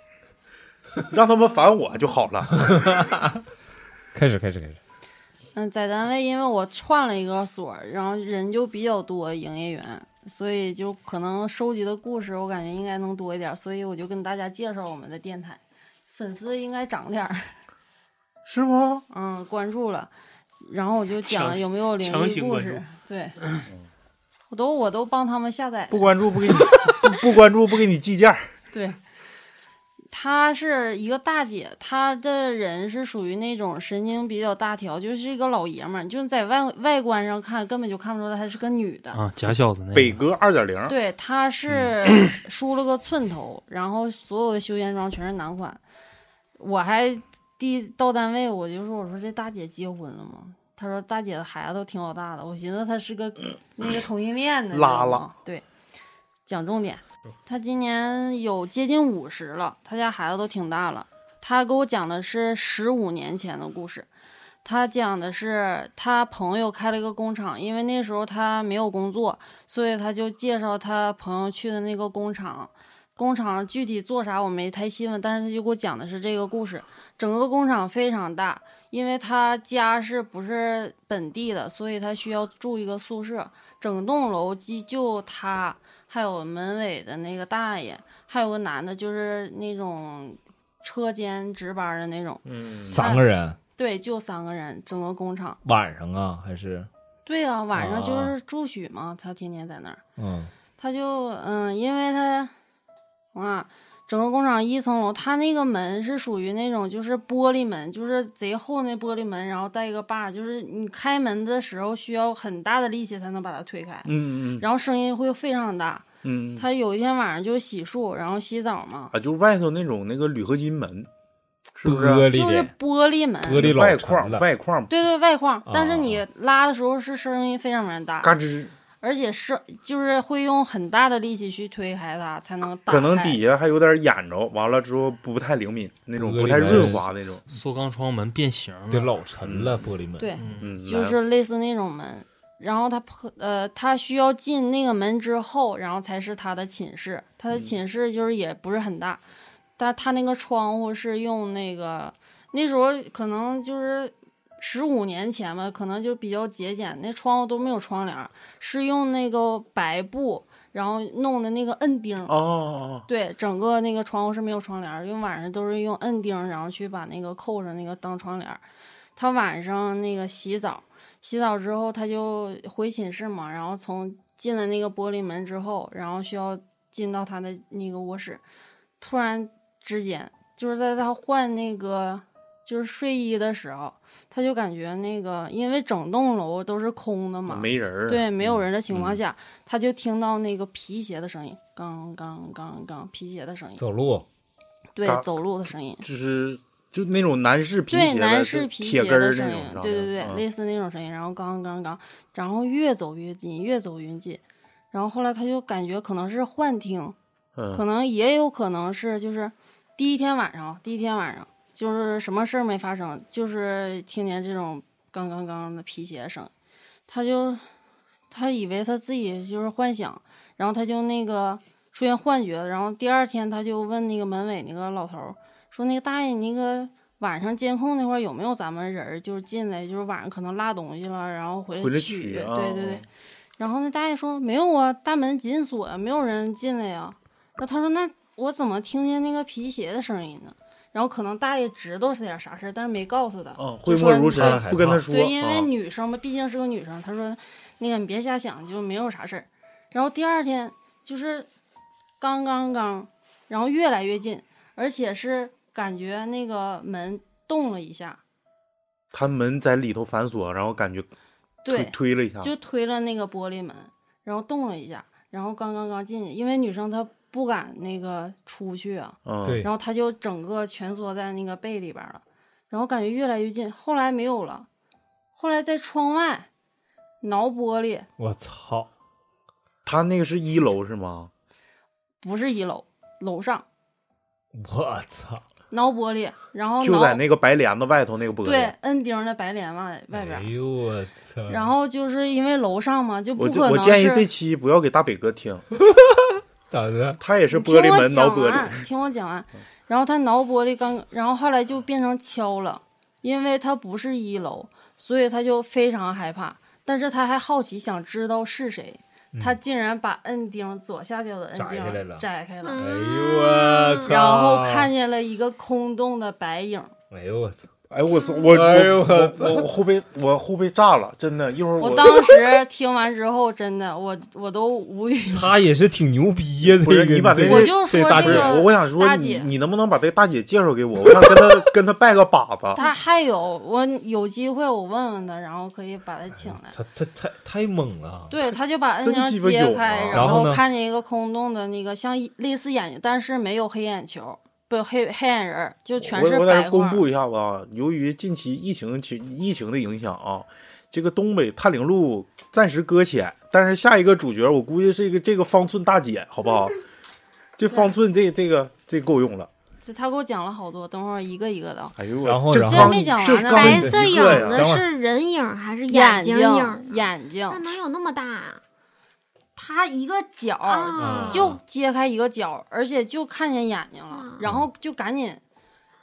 Speaker 3: 让他们烦我就好了。
Speaker 4: 开始开始开始，
Speaker 2: 嗯，在单位，因为我串了一个所儿，然后人就比较多，营业员，所以就可能收集的故事，我感觉应该能多一点儿，所以我就跟大家介绍我们的电台，粉丝应该涨点儿，
Speaker 3: 是吗？
Speaker 2: 嗯，关注了，然后我就讲
Speaker 6: 强
Speaker 2: 有没有灵
Speaker 6: 强
Speaker 2: 异
Speaker 6: 行
Speaker 2: 故
Speaker 6: 关
Speaker 2: 事
Speaker 6: 注，
Speaker 2: 对，我都我都帮他们下载，
Speaker 3: 不关注不给你不不关注不给你计件儿。
Speaker 2: 对，她是一个大姐，她的人是属于那种神经比较大条，就是一个老爷们儿，就是在外外观上看根本就看不出来她是个女的。
Speaker 6: 啊，假小子
Speaker 3: 嗯
Speaker 6: 那
Speaker 3: 北
Speaker 6: 个，
Speaker 3: 哥二点零，
Speaker 2: 对，她是梳了个寸头，然后所有的修剪霜全是男款。我还第一到单位我就说我说这大姐结婚了吗？她说大姐的孩子都挺老大的，我寻思她是 个那个同性恋呢。你
Speaker 3: 拉
Speaker 2: 知道
Speaker 3: 拉
Speaker 2: 吗对，讲重点，她今年有接近五十了，她家孩子都挺大了。她给我讲的是十五年前的故事，她讲的是她朋友开了一个工厂，因为那时候她没有工作，所以她就介绍她朋友去的那个工厂。工厂具体做啥我没太细问，但是她就给我讲的是这个故事。整个工厂非常大，因为他家是不是本地的，所以他需要住一个宿舍。整栋楼基就他，还有门卫的那个大爷，还有个男的，就是那种车间值班的那种。
Speaker 3: 嗯
Speaker 4: 三个人
Speaker 2: 对，就三个人，整个工厂。
Speaker 4: 晚上啊，还是
Speaker 2: 对呀、晚上就
Speaker 4: 啊
Speaker 2: 是住宿嘛，他天天在那儿。
Speaker 4: 嗯
Speaker 2: 他就嗯，因为他啊，整个工厂一层楼，他那个门是属于那种就是玻璃门，就是贼厚那玻璃门，然后带一个把儿，就是你开门的时候需要很大的力气才能把它推开，
Speaker 3: 嗯嗯
Speaker 2: 然后声音会非常大。
Speaker 3: 嗯，
Speaker 2: 他有一天晚上就洗漱，然后洗澡嘛，
Speaker 3: 啊，就是外头那种那个铝合金门，是不是啊？
Speaker 4: 玻璃
Speaker 2: 就是
Speaker 4: 的
Speaker 2: 玻璃门，
Speaker 4: 玻璃老
Speaker 3: 外
Speaker 4: 长
Speaker 3: 框
Speaker 4: 了
Speaker 3: 外框，
Speaker 2: 对对外框，但
Speaker 4: 啊
Speaker 2: 是你拉的时候是声音非常非常大，
Speaker 3: 嘎吱，
Speaker 2: 而且是就是会用很大的力气去推开它才能打开。
Speaker 3: 可能底下还有点眼着，完了之后不太灵敏，那种
Speaker 4: 玻璃
Speaker 3: 不太
Speaker 4: 门
Speaker 3: 润滑那种。
Speaker 6: 塑钢窗门变形
Speaker 4: 得
Speaker 6: 了，
Speaker 4: 老沉了，玻璃门。
Speaker 2: 对，
Speaker 6: 嗯，
Speaker 3: 嗯，
Speaker 2: 就
Speaker 3: 来
Speaker 2: 是类似那种门。然后他破呃，他需要进那个门之后，然后才是他的寝室。他
Speaker 3: 嗯
Speaker 2: 的寝室就是也不是很大，但他那个窗户是用那个那时候可能就是十五年前吧，可能就比较节俭，那窗户都没有窗帘儿，是用那个白布，然后弄的那个摁钉儿。
Speaker 3: 哦哦
Speaker 2: 对，整个那个窗户是没有窗帘儿，因为晚上都是用摁钉儿，然后去把那个扣上那个当窗帘儿。他晚上那个洗澡，洗澡之后他就回寝室嘛，然后从进了那个玻璃门之后，然后需要进到他的那个卧室，突然之间就是在他换那个就是睡衣的时候，他就感觉那个因为整栋楼都是空的
Speaker 3: 哦，
Speaker 2: 嘛，
Speaker 3: 没人儿。
Speaker 2: 对，没有人的情
Speaker 3: 嗯
Speaker 2: 况下，他就听到那个皮鞋的声音，刚刚刚刚皮鞋的声音，
Speaker 4: 走路
Speaker 2: 对
Speaker 3: 嘎，
Speaker 2: 走路的声音，
Speaker 3: 就是就那种男士皮
Speaker 2: 对，
Speaker 3: 鞋呗，
Speaker 2: 男
Speaker 3: 就
Speaker 2: 士皮
Speaker 3: 铁
Speaker 2: 鞋
Speaker 3: 跟儿
Speaker 2: 的
Speaker 3: 那
Speaker 2: 声音
Speaker 3: 种啥的，，
Speaker 2: 对对对，
Speaker 3: 嗯
Speaker 2: 类似那种声音，然后刚刚刚，然后越走越近，越走越近，然后后来他就感觉可能是幻听，
Speaker 3: 嗯，
Speaker 2: 可能也有可能是就是第一天晚上，第一天晚上就是什么事儿没发生，就是听见这种刚刚刚的皮鞋声，他就他以为他自己就是幻想，然后他就那个出现幻觉了，然后第二天他就问那个门卫那个老头儿说那个大爷你那个。晚上监控那块儿有没有咱们人儿？就是进来，就是晚上可能落东西了，然后回
Speaker 3: 回来
Speaker 2: 取。
Speaker 3: 取啊
Speaker 2: 对对对，然后那大爷说没有啊，大门紧锁啊呀，没有人进来呀。然后他说那我怎么听见那个皮鞋的声音呢？然后可能大爷知道是点啥事儿，但是没告诉他。
Speaker 3: 嗯，讳
Speaker 2: 就
Speaker 3: 莫
Speaker 2: 说
Speaker 3: 如
Speaker 2: 你
Speaker 3: 深，
Speaker 4: 害
Speaker 3: 不跟
Speaker 4: 怕
Speaker 3: 他说。
Speaker 2: 对，因为
Speaker 3: 啊
Speaker 2: 女生嘛，毕竟是个女生。他说那个你别瞎想，就没有啥事儿。然后第二天就是刚刚刚，然后越来越近，而且是感觉那个门动了一下，
Speaker 3: 他门在里头反锁，然后感觉推
Speaker 2: 对，
Speaker 3: 推了一下，
Speaker 2: 就推了那个玻璃门，然后动了一下，然后刚刚刚进去，因为女生她不敢那个出去啊，
Speaker 3: 嗯，
Speaker 4: 对
Speaker 2: 然后她就整个蜷缩在那个被里边儿了，然后感觉越来越近，后来没有了，后来在窗外挠玻璃，
Speaker 4: 我操！
Speaker 3: 他那个是一楼是吗？
Speaker 2: 不是一楼，楼上
Speaker 4: 我操！
Speaker 2: 挠玻璃，哦然后
Speaker 3: 就
Speaker 2: 挠
Speaker 3: 在那个白帘子外头那个玻璃。
Speaker 2: 对摁钉儿的白帘外外边
Speaker 4: 哎
Speaker 2: 儿，
Speaker 4: 呦我操！
Speaker 2: 然后就是因为楼上嘛，就
Speaker 3: 我
Speaker 2: 不
Speaker 3: 就
Speaker 2: 可
Speaker 3: 我
Speaker 2: 能
Speaker 3: 建议这
Speaker 2: 是。
Speaker 3: 期不要给大北哥听，
Speaker 4: 咋的？
Speaker 3: 他也是
Speaker 2: 你
Speaker 3: 玻璃
Speaker 2: 听我
Speaker 3: 门挠
Speaker 2: 讲啊
Speaker 3: 玻璃。
Speaker 2: 完，听我讲完。然后他挠玻璃刚，然后后来就变成敲了，因为他不是一楼，所以他就非常害怕。但是他还好奇，想知道是谁。他竟然把摁钉左下角的摁
Speaker 4: 嗯摘下来
Speaker 2: 钉
Speaker 4: 了
Speaker 2: 摘开了，
Speaker 4: 哎
Speaker 5: 嗯
Speaker 4: 呦我操！
Speaker 2: 嗯然后看，见了一个空洞的白影。
Speaker 4: 哎呦我操！
Speaker 3: 哎我操我
Speaker 4: 哎呦
Speaker 3: 我
Speaker 4: 我
Speaker 3: 我我后背我后背炸了，真的，一会儿
Speaker 2: 我当时听完之后，真的我我都无语了。
Speaker 4: 他也是挺牛逼呀，这
Speaker 3: 不是
Speaker 4: 个
Speaker 3: 你把
Speaker 4: 这
Speaker 3: 这
Speaker 4: 个
Speaker 3: 个
Speaker 2: 我就说
Speaker 4: 大
Speaker 2: 这
Speaker 3: 不是
Speaker 2: 个
Speaker 3: 我我想说
Speaker 2: 大
Speaker 3: 你
Speaker 2: 姐
Speaker 3: 你能不能把这个大姐介绍给我，我想跟她跟她拜个把子。
Speaker 2: 他还有我有机会我问问他，然后可以把他请来。
Speaker 4: 他他太太猛了，
Speaker 2: 对，他就把摁
Speaker 3: 真
Speaker 2: 钉儿
Speaker 3: 鸡巴
Speaker 2: 揭
Speaker 3: 有
Speaker 2: 开，
Speaker 3: 啊
Speaker 4: 然后
Speaker 2: 后
Speaker 4: 呢
Speaker 2: 看见一个空洞的那个像一类似眼睛，但是没有黑眼球，不黑黑眼仁儿，就全
Speaker 3: 我
Speaker 2: 是
Speaker 3: 我在
Speaker 2: 白
Speaker 3: 这公
Speaker 2: 块。
Speaker 3: 布一下子啊，由于近期疫情情疫情的影响啊，这个东北探灵路暂时搁浅，但是下一个主角我估计是一个这个方寸大姐，好不好？这方寸这这个这够用了。
Speaker 2: 这他给我讲了好多，等会儿一个一个的。
Speaker 3: 哎呦，
Speaker 4: 然后
Speaker 3: 这
Speaker 4: 然后
Speaker 3: 刚
Speaker 2: 这没讲完
Speaker 3: 这
Speaker 2: 呢
Speaker 3: 刚
Speaker 5: 白色
Speaker 3: 一
Speaker 5: 影
Speaker 3: 个呀
Speaker 5: 的
Speaker 4: 等会儿
Speaker 5: 是人影还是睛
Speaker 2: 睛
Speaker 5: 影？
Speaker 2: 眼睛
Speaker 5: 那，能有那么大啊？
Speaker 2: 他一个角儿
Speaker 5: 啊
Speaker 2: 就揭开一个角，而且就看见眼睛了
Speaker 5: 啊，
Speaker 2: 然后就赶紧，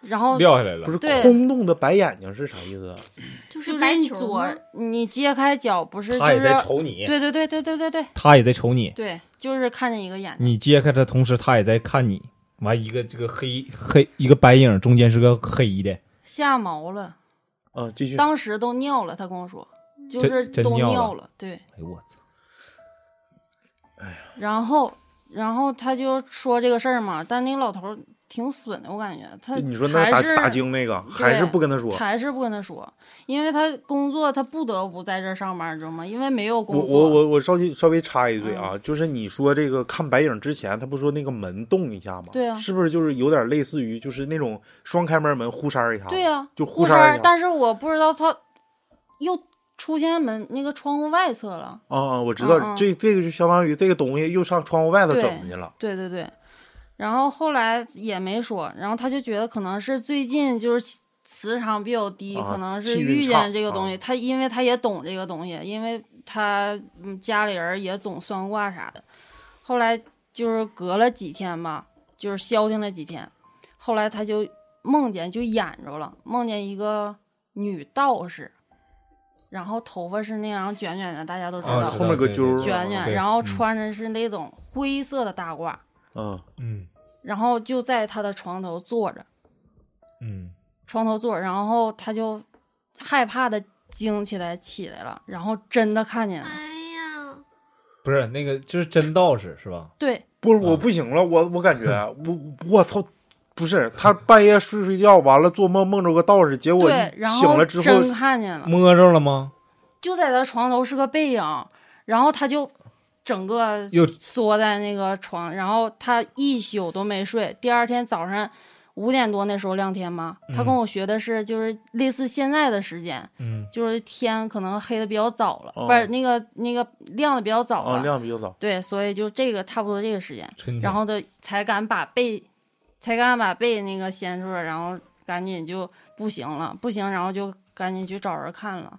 Speaker 2: 然后
Speaker 4: 撂下来了
Speaker 3: 不，是
Speaker 2: 对
Speaker 3: 空洞的白眼睛是啥意思啊？
Speaker 2: 就
Speaker 5: 就
Speaker 2: 是是
Speaker 5: 白
Speaker 2: 你
Speaker 5: 球
Speaker 2: 左
Speaker 5: 吗
Speaker 2: 你揭开角不是就
Speaker 4: 他也
Speaker 2: 是
Speaker 4: 在瞅你，
Speaker 2: 对对对对对对对
Speaker 4: 他也在瞅你，
Speaker 2: 对，就是看见一个眼睛，
Speaker 4: 你揭开的同时，他也在看你。完一个这个黑黑一个白影，中间是个黑的，哎
Speaker 2: 吓毛了，
Speaker 3: 啊，继续。
Speaker 2: 当时都尿了，他跟我说，
Speaker 3: 嗯
Speaker 2: 就
Speaker 4: 真
Speaker 2: 是
Speaker 4: 真
Speaker 2: 都
Speaker 4: 尿了
Speaker 2: 尿了，对，
Speaker 4: 哎呦我操！
Speaker 2: 然后然后他就说这个事儿嘛，但那个老头儿挺损的，我感觉他
Speaker 3: 你说那
Speaker 2: 还
Speaker 3: 打
Speaker 2: 是
Speaker 3: 打精那个还是不跟他说，
Speaker 2: 还是不跟他说，因为他工作他不得不在这儿上班，你知道吗？因为没有工
Speaker 3: 我
Speaker 2: 作，
Speaker 3: 我我我稍微稍微插一嘴啊，
Speaker 2: 嗯
Speaker 3: 就是你说这个看白影之前，他不说那个门动一下吗？
Speaker 2: 对啊
Speaker 3: 是不是就是有点类似于就是那种双开门门呼扇儿一下？
Speaker 2: 对呀、
Speaker 3: 就
Speaker 2: 互
Speaker 3: 互
Speaker 2: 扇
Speaker 3: 扇一
Speaker 2: 儿
Speaker 3: 下，
Speaker 2: 但是我不知道他又出现门那个窗户外侧了。
Speaker 3: 啊啊，我知道，
Speaker 2: 嗯嗯
Speaker 3: 这这个就相当于这个东西又上窗户外头
Speaker 2: 对
Speaker 3: 整去了。
Speaker 2: 对对对，然后后来也没说，然后他就觉得可能是最近就是气磁场比较低，
Speaker 3: 啊
Speaker 2: 可能是
Speaker 3: 气运
Speaker 2: 遇
Speaker 3: 差
Speaker 2: 见这个东西。
Speaker 3: 啊
Speaker 2: 他因为他也懂这个东西，因为他嗯家里人也总算卦啥的。后来就是隔了几天吧，就是消停了几天，后来他就梦见就演着了，梦见一个女道士，然后头发是那样卷卷的，大家都知
Speaker 4: 啊
Speaker 2: 道
Speaker 4: 知，
Speaker 3: 后面个
Speaker 4: 对
Speaker 3: 揪儿
Speaker 4: 对
Speaker 2: 卷
Speaker 4: 对
Speaker 2: 卷，然后
Speaker 4: 嗯
Speaker 2: 穿着是那种灰色的大褂。
Speaker 3: 嗯，
Speaker 4: 嗯
Speaker 2: 然后就在他的床头坐着，
Speaker 4: 嗯，
Speaker 2: 床头坐着，然后他就害怕的惊起来，起来了，然后真的看见了，
Speaker 5: 哎呀，
Speaker 4: 不是那个就是真道士是吧？
Speaker 2: 对，
Speaker 3: 不是
Speaker 4: 嗯
Speaker 3: 我不行了，我我感觉我我操，不是他半夜睡睡觉完了做梦梦着个道士，结果
Speaker 2: 对，
Speaker 3: 一
Speaker 2: 然
Speaker 3: 醒
Speaker 2: 后
Speaker 3: 了之后
Speaker 2: 真看见了，
Speaker 4: 摸着了吗？
Speaker 2: 就在他床头是个背影，然后他就整个
Speaker 4: 又
Speaker 2: 缩在那个床，然后他一宿都没睡。第二天早上五点多那时候亮天嘛，他
Speaker 3: 嗯
Speaker 2: 跟我学的是就是类似现在的时间，
Speaker 4: 嗯
Speaker 2: 就是天可能黑的比较早了，
Speaker 3: 哦
Speaker 2: 不是那个那个亮的比较早了，
Speaker 3: 啊亮比较早，
Speaker 2: 对，所以就这个差不多这个时间，
Speaker 4: 春天
Speaker 2: 然后的才敢把被，才敢把被那个掀出来，然后赶紧就不行了，不行，然后就赶紧去找人看了。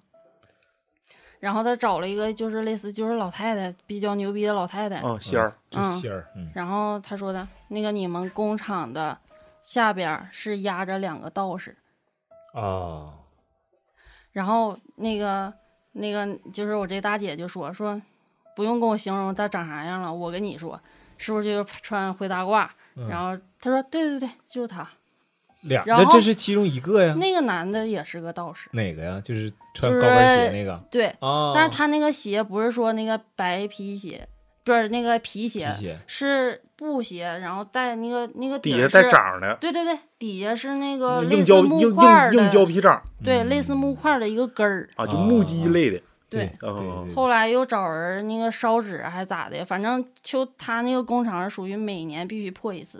Speaker 2: 然后他找了一个就是类似就是老太太比较牛逼的老太太，
Speaker 3: 啊仙儿
Speaker 4: 就
Speaker 2: 嗯
Speaker 4: 仙儿，嗯
Speaker 2: 然后他说的那个你们工厂的下边儿是压着两个道士，
Speaker 4: 啊，
Speaker 2: 然后那个那个就是我这大姐就说说，不用跟我形容她长啥样了，我跟你说，是不是就是穿灰大褂？
Speaker 4: 嗯
Speaker 2: 然后她说对对对，就是她。
Speaker 4: 俩，
Speaker 2: 然后
Speaker 4: 那这是其中一个
Speaker 3: 嗯
Speaker 4: 呀？
Speaker 2: 那个男的也是个道士，
Speaker 4: 哪个呀？就是穿
Speaker 2: 就
Speaker 4: 高
Speaker 2: 是
Speaker 4: 跟鞋那个
Speaker 2: 对，
Speaker 3: 哦
Speaker 4: 啊？
Speaker 2: 但是他那个鞋不是说那个白皮鞋，不是那个皮鞋，
Speaker 4: 皮鞋
Speaker 2: 是布鞋，然后带那个那个底
Speaker 3: 底
Speaker 2: 儿
Speaker 3: 下带
Speaker 2: 是。
Speaker 3: 掌的，
Speaker 2: 对对对，底下是那个呃类似
Speaker 3: 硬胶
Speaker 2: 木
Speaker 3: 硬
Speaker 2: 块儿
Speaker 3: 硬
Speaker 2: 的，
Speaker 3: 硬胶皮掌
Speaker 2: 对，
Speaker 4: 嗯
Speaker 2: 类似木块儿的一个根儿，
Speaker 3: 啊，就木
Speaker 6: 哦
Speaker 3: 屐类的，嗯
Speaker 2: 对
Speaker 4: 对对对
Speaker 2: 后来又找人那个烧纸还咋的，反正就他那个工厂属于每年必须破一次，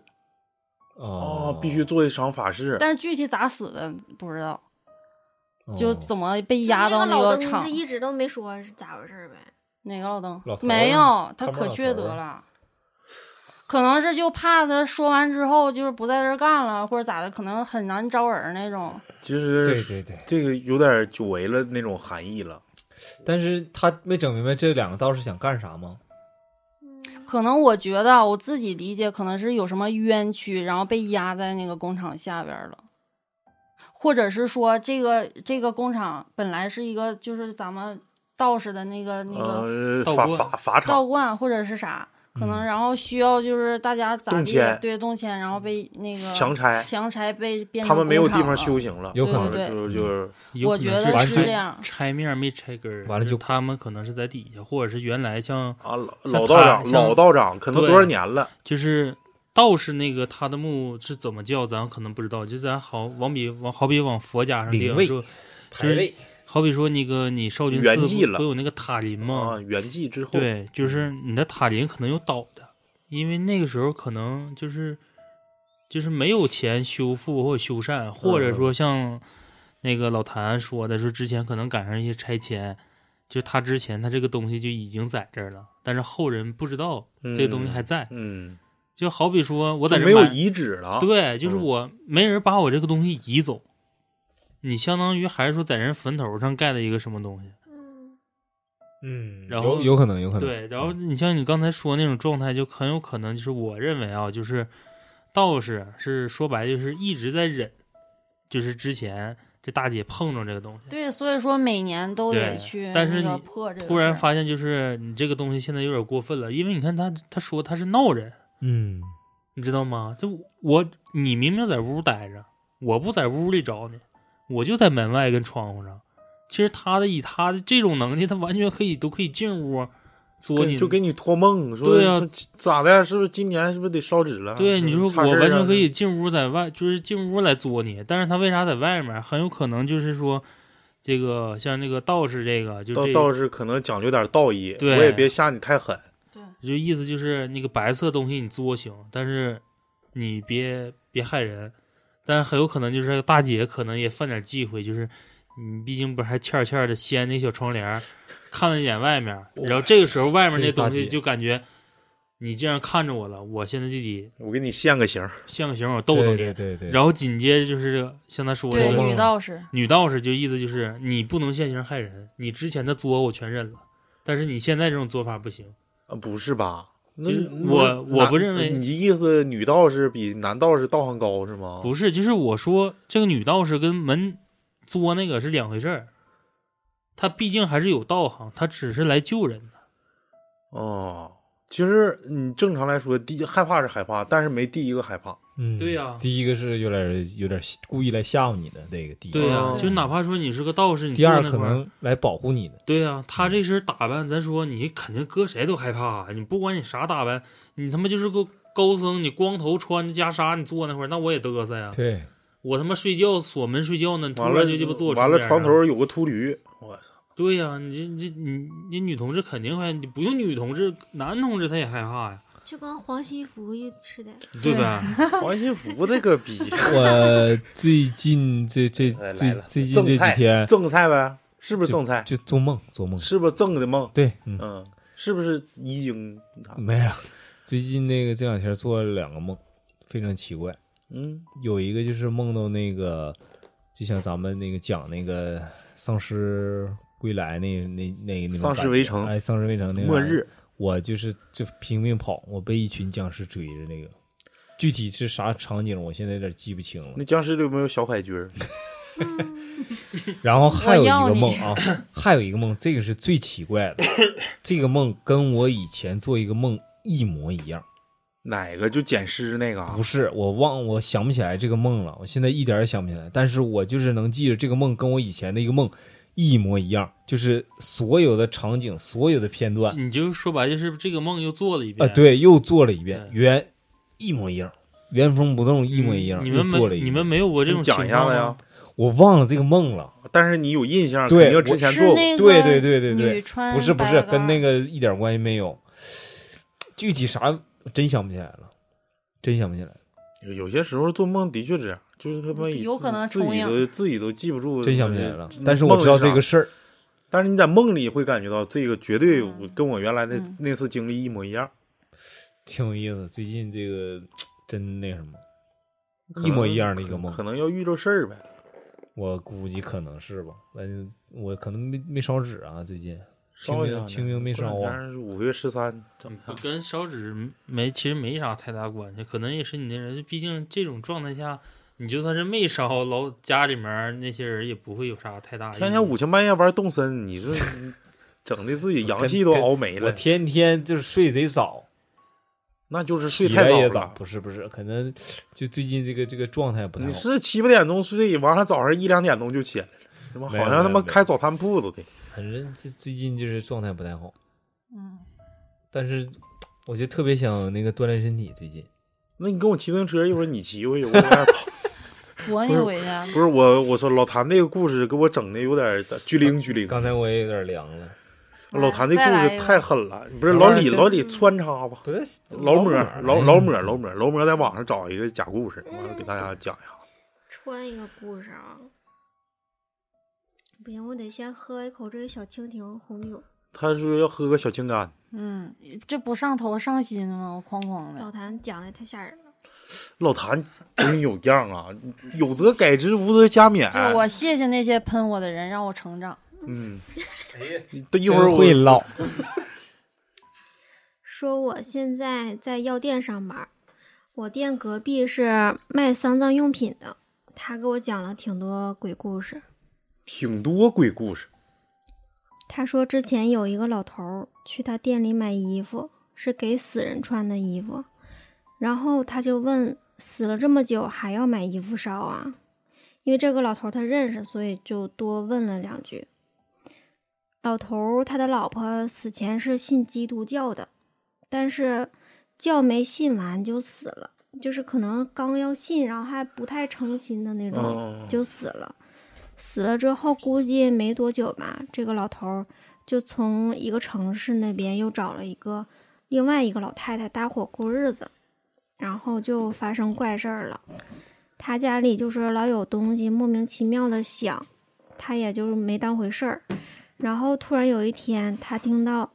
Speaker 3: 啊
Speaker 4: 哦，，
Speaker 3: 必须做一场法事。
Speaker 2: 但是具体咋死的不知道，就
Speaker 4: 哦
Speaker 2: 怎么被
Speaker 5: 就
Speaker 2: 压
Speaker 5: 那
Speaker 2: 到
Speaker 5: 个老
Speaker 2: 个
Speaker 5: 灯
Speaker 2: 厂
Speaker 5: 他。一直都没说是咋回事儿呗。
Speaker 2: 哪个老登
Speaker 4: 老头儿
Speaker 2: 没有，他
Speaker 4: 看门
Speaker 2: 可
Speaker 4: 老头
Speaker 2: 缺德
Speaker 4: 儿啊
Speaker 2: 了。可能是就怕他说完之后就是不在这儿干了，或者咋的，可能很难招人儿那种。
Speaker 3: 其实
Speaker 4: 对对对
Speaker 3: 这个有点久违了那种含义了。
Speaker 4: 但是他没整明白这两个道士想干啥吗？
Speaker 5: 嗯
Speaker 2: 可能我觉得啊我自己理解，可能是有什么冤屈，然后被压在那个工厂下边儿了，或者是说这个这个工厂本来是一个就是咱们道士的那个那个
Speaker 3: 呃，
Speaker 6: 道
Speaker 3: 法
Speaker 6: 观
Speaker 3: 法法
Speaker 2: 道
Speaker 3: 场
Speaker 2: 观或者是啥，可能
Speaker 4: 嗯
Speaker 2: 然后需要就是大家咋
Speaker 3: 动
Speaker 2: 地
Speaker 3: 迁嗯
Speaker 2: 对动迁，然后被那个
Speaker 3: 强拆，
Speaker 2: 强拆被变
Speaker 3: 他们没有地方
Speaker 2: 修。
Speaker 3: 修行了，
Speaker 4: 有可能
Speaker 2: 对
Speaker 3: 就
Speaker 4: 对
Speaker 6: 嗯
Speaker 3: 是就是
Speaker 6: 有
Speaker 2: 我
Speaker 6: 可
Speaker 2: 觉
Speaker 6: 能
Speaker 2: 得
Speaker 4: 完
Speaker 2: 是
Speaker 4: 全
Speaker 2: 这样，
Speaker 6: 拆面没拆根儿，
Speaker 4: 完了就是
Speaker 6: 他们可能是在底下，或者是原来像
Speaker 3: 啊，老
Speaker 6: 像
Speaker 3: 老道
Speaker 6: 他
Speaker 3: 长，
Speaker 6: 像
Speaker 3: 老道长可能
Speaker 6: 对
Speaker 3: 多少年了，
Speaker 6: 就是道士那个他的墓是怎么叫，咱可能不知道，就咱好往比往好比往佛家上
Speaker 4: 灵
Speaker 6: 顶
Speaker 4: 位
Speaker 6: 说，
Speaker 4: 排
Speaker 6: 是
Speaker 4: 位嗯
Speaker 6: 好比说那个你少林寺
Speaker 3: 圆寂
Speaker 6: 不
Speaker 3: 了
Speaker 6: 不有那个塔林
Speaker 3: 啊，
Speaker 6: 吗？
Speaker 3: 圆寂之后，
Speaker 6: 嗯
Speaker 3: 嗯
Speaker 6: 对，就是你的塔林可能有倒的，因为那个时候可能就是就是没有钱修复或者修缮，或
Speaker 3: 嗯
Speaker 6: 者说像那个老谭说的，说之前可能赶上一些拆迁，就他之前他这个东西就已经在这儿了，但是后人不知道
Speaker 3: 嗯
Speaker 6: 这个东西还在。
Speaker 3: 嗯，
Speaker 6: 就好比说我
Speaker 3: 我
Speaker 6: 在这
Speaker 3: 没有
Speaker 6: 买
Speaker 3: 遗址
Speaker 4: 啊
Speaker 3: 了，，
Speaker 6: 对，就是
Speaker 3: 嗯
Speaker 6: 我没人把我这个东西移走，你相当于还是说在人坟头上盖了一个什么东西。
Speaker 5: 嗯，
Speaker 4: 嗯
Speaker 6: 然后
Speaker 4: 有有可能，有可能，
Speaker 6: 对，然后
Speaker 4: 嗯
Speaker 6: 你像你刚才说那种状态，就很有可能就是我认为啊，就是道士是说白了就是一直在忍，就是之前这大姐碰着这个东西，
Speaker 2: 对，所以说每年都
Speaker 6: 对
Speaker 2: 得去
Speaker 6: 但是
Speaker 2: 那个
Speaker 6: 你
Speaker 2: 破这个事儿。
Speaker 6: 突然发现就是你这个东西现在有点过分了，因为你看他他说他是闹人，
Speaker 4: 嗯，
Speaker 6: 你知道吗？就我你明明在屋待着，我不在屋里找你，我就在门外跟窗户上。其实他的以他的这种能力，他完全可以都可以进屋作你，
Speaker 3: 就给你托梦说，
Speaker 6: 对呀
Speaker 3: 咋的？是不是今年是不是得烧纸了？
Speaker 6: 对，你说
Speaker 3: 差事
Speaker 6: 我
Speaker 3: 儿啊
Speaker 6: 完全可以，进屋在外，就是进屋来作你，但是他为啥在外面？很有可能就是说，这个像那个道士这个，就
Speaker 3: 倒
Speaker 6: 这
Speaker 3: 倒是可能讲究点道义，
Speaker 6: 对
Speaker 3: 我也别吓你太狠。
Speaker 2: 对，
Speaker 6: 就意思就是那个白色东西你作行，但是你别别害人，但是很有可能就是大姐可能也犯点忌讳，就是你毕竟不是还欠儿欠儿的掀那小窗帘儿，看了一眼外面，然后这个时候外面
Speaker 4: 这
Speaker 6: 那
Speaker 4: 个大
Speaker 6: 东西
Speaker 4: 姐
Speaker 6: 就感觉你竟然看着我了，我现在就得
Speaker 3: 我给你现个形儿，
Speaker 6: 像个形儿我逗
Speaker 4: 对
Speaker 6: 逗你，
Speaker 4: 对对对，
Speaker 6: 然后紧接着就是像他说的
Speaker 2: 对
Speaker 6: 这个
Speaker 2: 女道士，
Speaker 6: 女道士，就意思就是你不能现行害人，你之前的作我全认了，但是你现在这种做法不行。
Speaker 3: 啊，不是吧？那
Speaker 6: 就是
Speaker 3: 那
Speaker 6: 我我
Speaker 3: 男
Speaker 6: 不认为
Speaker 3: 你意思女道士比男道士道行高是吗？
Speaker 6: 不是，就是我说这个女道士跟门作那个是两回事儿，她毕竟还是有道行，她只是来救人的。
Speaker 3: 哦，其实你正常来说，第一害怕是害怕，但是没第一个害怕。
Speaker 4: 嗯，
Speaker 6: 对呀
Speaker 4: 第一个是有点有点故意来吓唬你的那个第一个，
Speaker 6: 对呀、
Speaker 3: 哦
Speaker 6: 就哪怕说你是个道士，你
Speaker 4: 第
Speaker 6: 坐
Speaker 4: 二
Speaker 6: 那
Speaker 4: 可
Speaker 6: 块儿，
Speaker 4: 能来保护你的，
Speaker 6: 对呀、她这身打扮，咱说你肯定搁谁都害怕、啊你不管你啥打扮，你他妈就是个高僧，你光头穿着袈裟，你坐那块儿，那我也嘚瑟呀。
Speaker 4: 对，
Speaker 6: 我他妈睡觉锁门睡觉呢，突
Speaker 3: 完了
Speaker 6: 然就鸡巴坐我
Speaker 3: 完了，
Speaker 6: 边
Speaker 3: 床
Speaker 6: 上
Speaker 3: 头有个秃驴，我操！
Speaker 6: 对呀、你这你这你你女同志肯定会，你不用女同志，男同志他也害怕呀，
Speaker 5: 就跟黄西服一似的。
Speaker 6: 对吧？
Speaker 3: 王心福这个 逼，
Speaker 4: 我最近这 这
Speaker 3: 哎来
Speaker 4: 最
Speaker 3: 了
Speaker 4: 最近
Speaker 3: 赠
Speaker 4: 这
Speaker 3: 菜
Speaker 4: 几天
Speaker 3: 赠菜呗，是不是赠菜？
Speaker 4: 就做梦做梦，
Speaker 3: 是不是赠的梦？
Speaker 4: 对，嗯，
Speaker 3: 嗯，是不是遗精？嗯
Speaker 4: 没有，最近那个这两天做了两个梦，非常奇怪，
Speaker 3: 嗯
Speaker 4: 有一个就是梦到那个，就像咱们那个讲那个丧尸归来那那那那种
Speaker 3: 丧尸
Speaker 4: 感觉
Speaker 3: 围城
Speaker 4: 哎，丧尸围城那个
Speaker 3: 末
Speaker 4: 感觉
Speaker 3: 日，
Speaker 4: 我就是就拼命跑，我被一群僵尸追着那个。具体是啥场景，我现在有点记不清了
Speaker 3: 那。僵尸里有没有小海军儿？
Speaker 4: 然后还有一
Speaker 2: 我要
Speaker 4: 个
Speaker 2: 你
Speaker 4: 梦啊，还有一个梦，这个是最奇怪 的，这个梦跟我以前做一个梦一模一样。
Speaker 3: 哪个就捡尸那个啊？
Speaker 4: 不是，我忘，我想不起来这个梦了，我现在一点儿也想不起来。但是我就是能记着这个梦跟我以前的一个梦一模一样，就是所有的场景、所有的片段啊、
Speaker 6: 你就说白就是这个梦又做了一遍，
Speaker 4: 对，又做了一遍，
Speaker 6: 对
Speaker 4: 原一模一样，原封不动，
Speaker 6: 嗯，
Speaker 4: 一模一样，
Speaker 6: 你
Speaker 4: 又
Speaker 6: 们
Speaker 4: 做了
Speaker 6: 没
Speaker 4: 一遍。
Speaker 6: 你们没有过这种
Speaker 3: 你讲一下
Speaker 6: 情
Speaker 3: 子
Speaker 6: 况
Speaker 3: 呀
Speaker 6: 吗？。
Speaker 4: 我忘了这个梦了，
Speaker 3: 但是你有印象，肯
Speaker 4: 对
Speaker 3: 定之前
Speaker 2: 是
Speaker 3: 做过。
Speaker 2: 那个
Speaker 4: 对对对对对
Speaker 2: 女穿
Speaker 4: 不是不是，
Speaker 2: 白
Speaker 4: 跟那
Speaker 2: 个
Speaker 4: 个一点关系没有。具体啥真想不起来了，真想不起来了，
Speaker 3: 有有些时候做梦的确这样，就是他妈以
Speaker 2: 有
Speaker 3: 自
Speaker 2: 可能
Speaker 3: 自
Speaker 2: 重
Speaker 3: 己
Speaker 2: 影
Speaker 3: 都自己都记不住，
Speaker 4: 真想不起来了
Speaker 3: 嗯。
Speaker 4: 但是我知道这个，
Speaker 3: 梦啥
Speaker 4: 事儿，
Speaker 3: 但是你在梦里会感觉到这个绝对
Speaker 2: 嗯
Speaker 3: 我跟我原来那
Speaker 2: 嗯
Speaker 3: 那次经历一模一样，
Speaker 4: 挺有意思。最近这个真那什么。
Speaker 3: 可能
Speaker 4: 一模一样的一个梦
Speaker 3: 可能要遇着事儿呗。
Speaker 4: 我估计可能是吧，反正我可能没没烧纸啊，最近清
Speaker 3: 烧一
Speaker 4: 明
Speaker 3: 下
Speaker 4: 清明没烧啊
Speaker 3: 但是五月十三怎么样？
Speaker 6: 跟烧纸没其实没啥太大关系，可能也是你那人，毕竟这种状态下，你就算是没烧，老家里面那些人也不会有啥太大。
Speaker 3: 天天五，更半夜玩动身，你 说你整的自己阳气都熬没
Speaker 4: 我
Speaker 3: 了，
Speaker 4: 天天就是睡贼早，
Speaker 3: 那就是
Speaker 4: 起
Speaker 3: 睡太
Speaker 4: 来也
Speaker 3: 早了。
Speaker 4: 不是不是，可能就最近这个这个状态不太
Speaker 3: 你
Speaker 4: 好。
Speaker 3: 是七八点钟睡，完了早上一两点钟就起来了，他妈
Speaker 4: 没有
Speaker 3: 好像他
Speaker 4: 没有
Speaker 3: 妈
Speaker 4: 没有
Speaker 3: 开早餐铺子的。
Speaker 4: 反正这最近就是状态不太好，
Speaker 2: 嗯，
Speaker 4: 但是我就特别想那个锻炼身体。最近
Speaker 3: 那你跟我骑自行车，一会儿你骑回去，我往外跑。
Speaker 2: 驮你
Speaker 3: 不是
Speaker 2: 回去，
Speaker 3: 不是我，我说老谭那个故事给我整的有点儿拘灵拘灵。
Speaker 4: 刚才我也有点凉了，
Speaker 3: 老谭这
Speaker 2: 再来
Speaker 3: 故
Speaker 2: 一
Speaker 3: 事
Speaker 2: 个
Speaker 3: 太狠了，不是
Speaker 4: 嗯老
Speaker 3: 老
Speaker 4: 谭
Speaker 3: 李
Speaker 4: 先
Speaker 3: 老李穿插吧，
Speaker 4: 不是
Speaker 3: 老
Speaker 4: 母
Speaker 3: 抹
Speaker 4: 儿
Speaker 3: 老
Speaker 4: 哎
Speaker 3: 老抹老抹老抹在网上找一个假故事，完了给大家讲一下。
Speaker 5: 穿一个故事啊。不行，我得先喝一口这个小蜻蜓红酒。
Speaker 3: 他说要喝个小青柑，
Speaker 2: 嗯，这不上头上心吗？我哐哐
Speaker 5: 老
Speaker 2: 的，
Speaker 5: 谭讲的太吓人了，
Speaker 3: 老谭真有样啊，有则改之，无则加
Speaker 4: 啊
Speaker 3: 勉。
Speaker 2: 就是我谢谢那些喷我的人，让我成长。
Speaker 3: 嗯，
Speaker 4: 呀
Speaker 3: 一会儿
Speaker 4: 真
Speaker 3: 我
Speaker 4: 会唠，
Speaker 5: 说我现在在药店上班，我店隔壁是卖丧葬用品的，他给我讲了挺多鬼故事。
Speaker 3: 挺多鬼故事，
Speaker 5: 他说之前有一个老头儿去他店里买衣服，是给死人穿的衣服，然后他就问死了这么久还要买衣服烧啊？因为这个老头儿他认识，所以就多问了两句。老头儿他的老婆死前是信基督教的，但是教没信完就死了，就是可能刚要信，然后还不太诚心的那种。
Speaker 3: 嗯，
Speaker 5: 就死了。死了之后，估计没多久吧，这个老头儿就从一个城市那边又找了一个另外一个老太太搭伙过日子，然后就发生怪事儿了。他家里就是老有东西莫名其妙的响，他也就是没当回事儿。然后突然有一天，他听到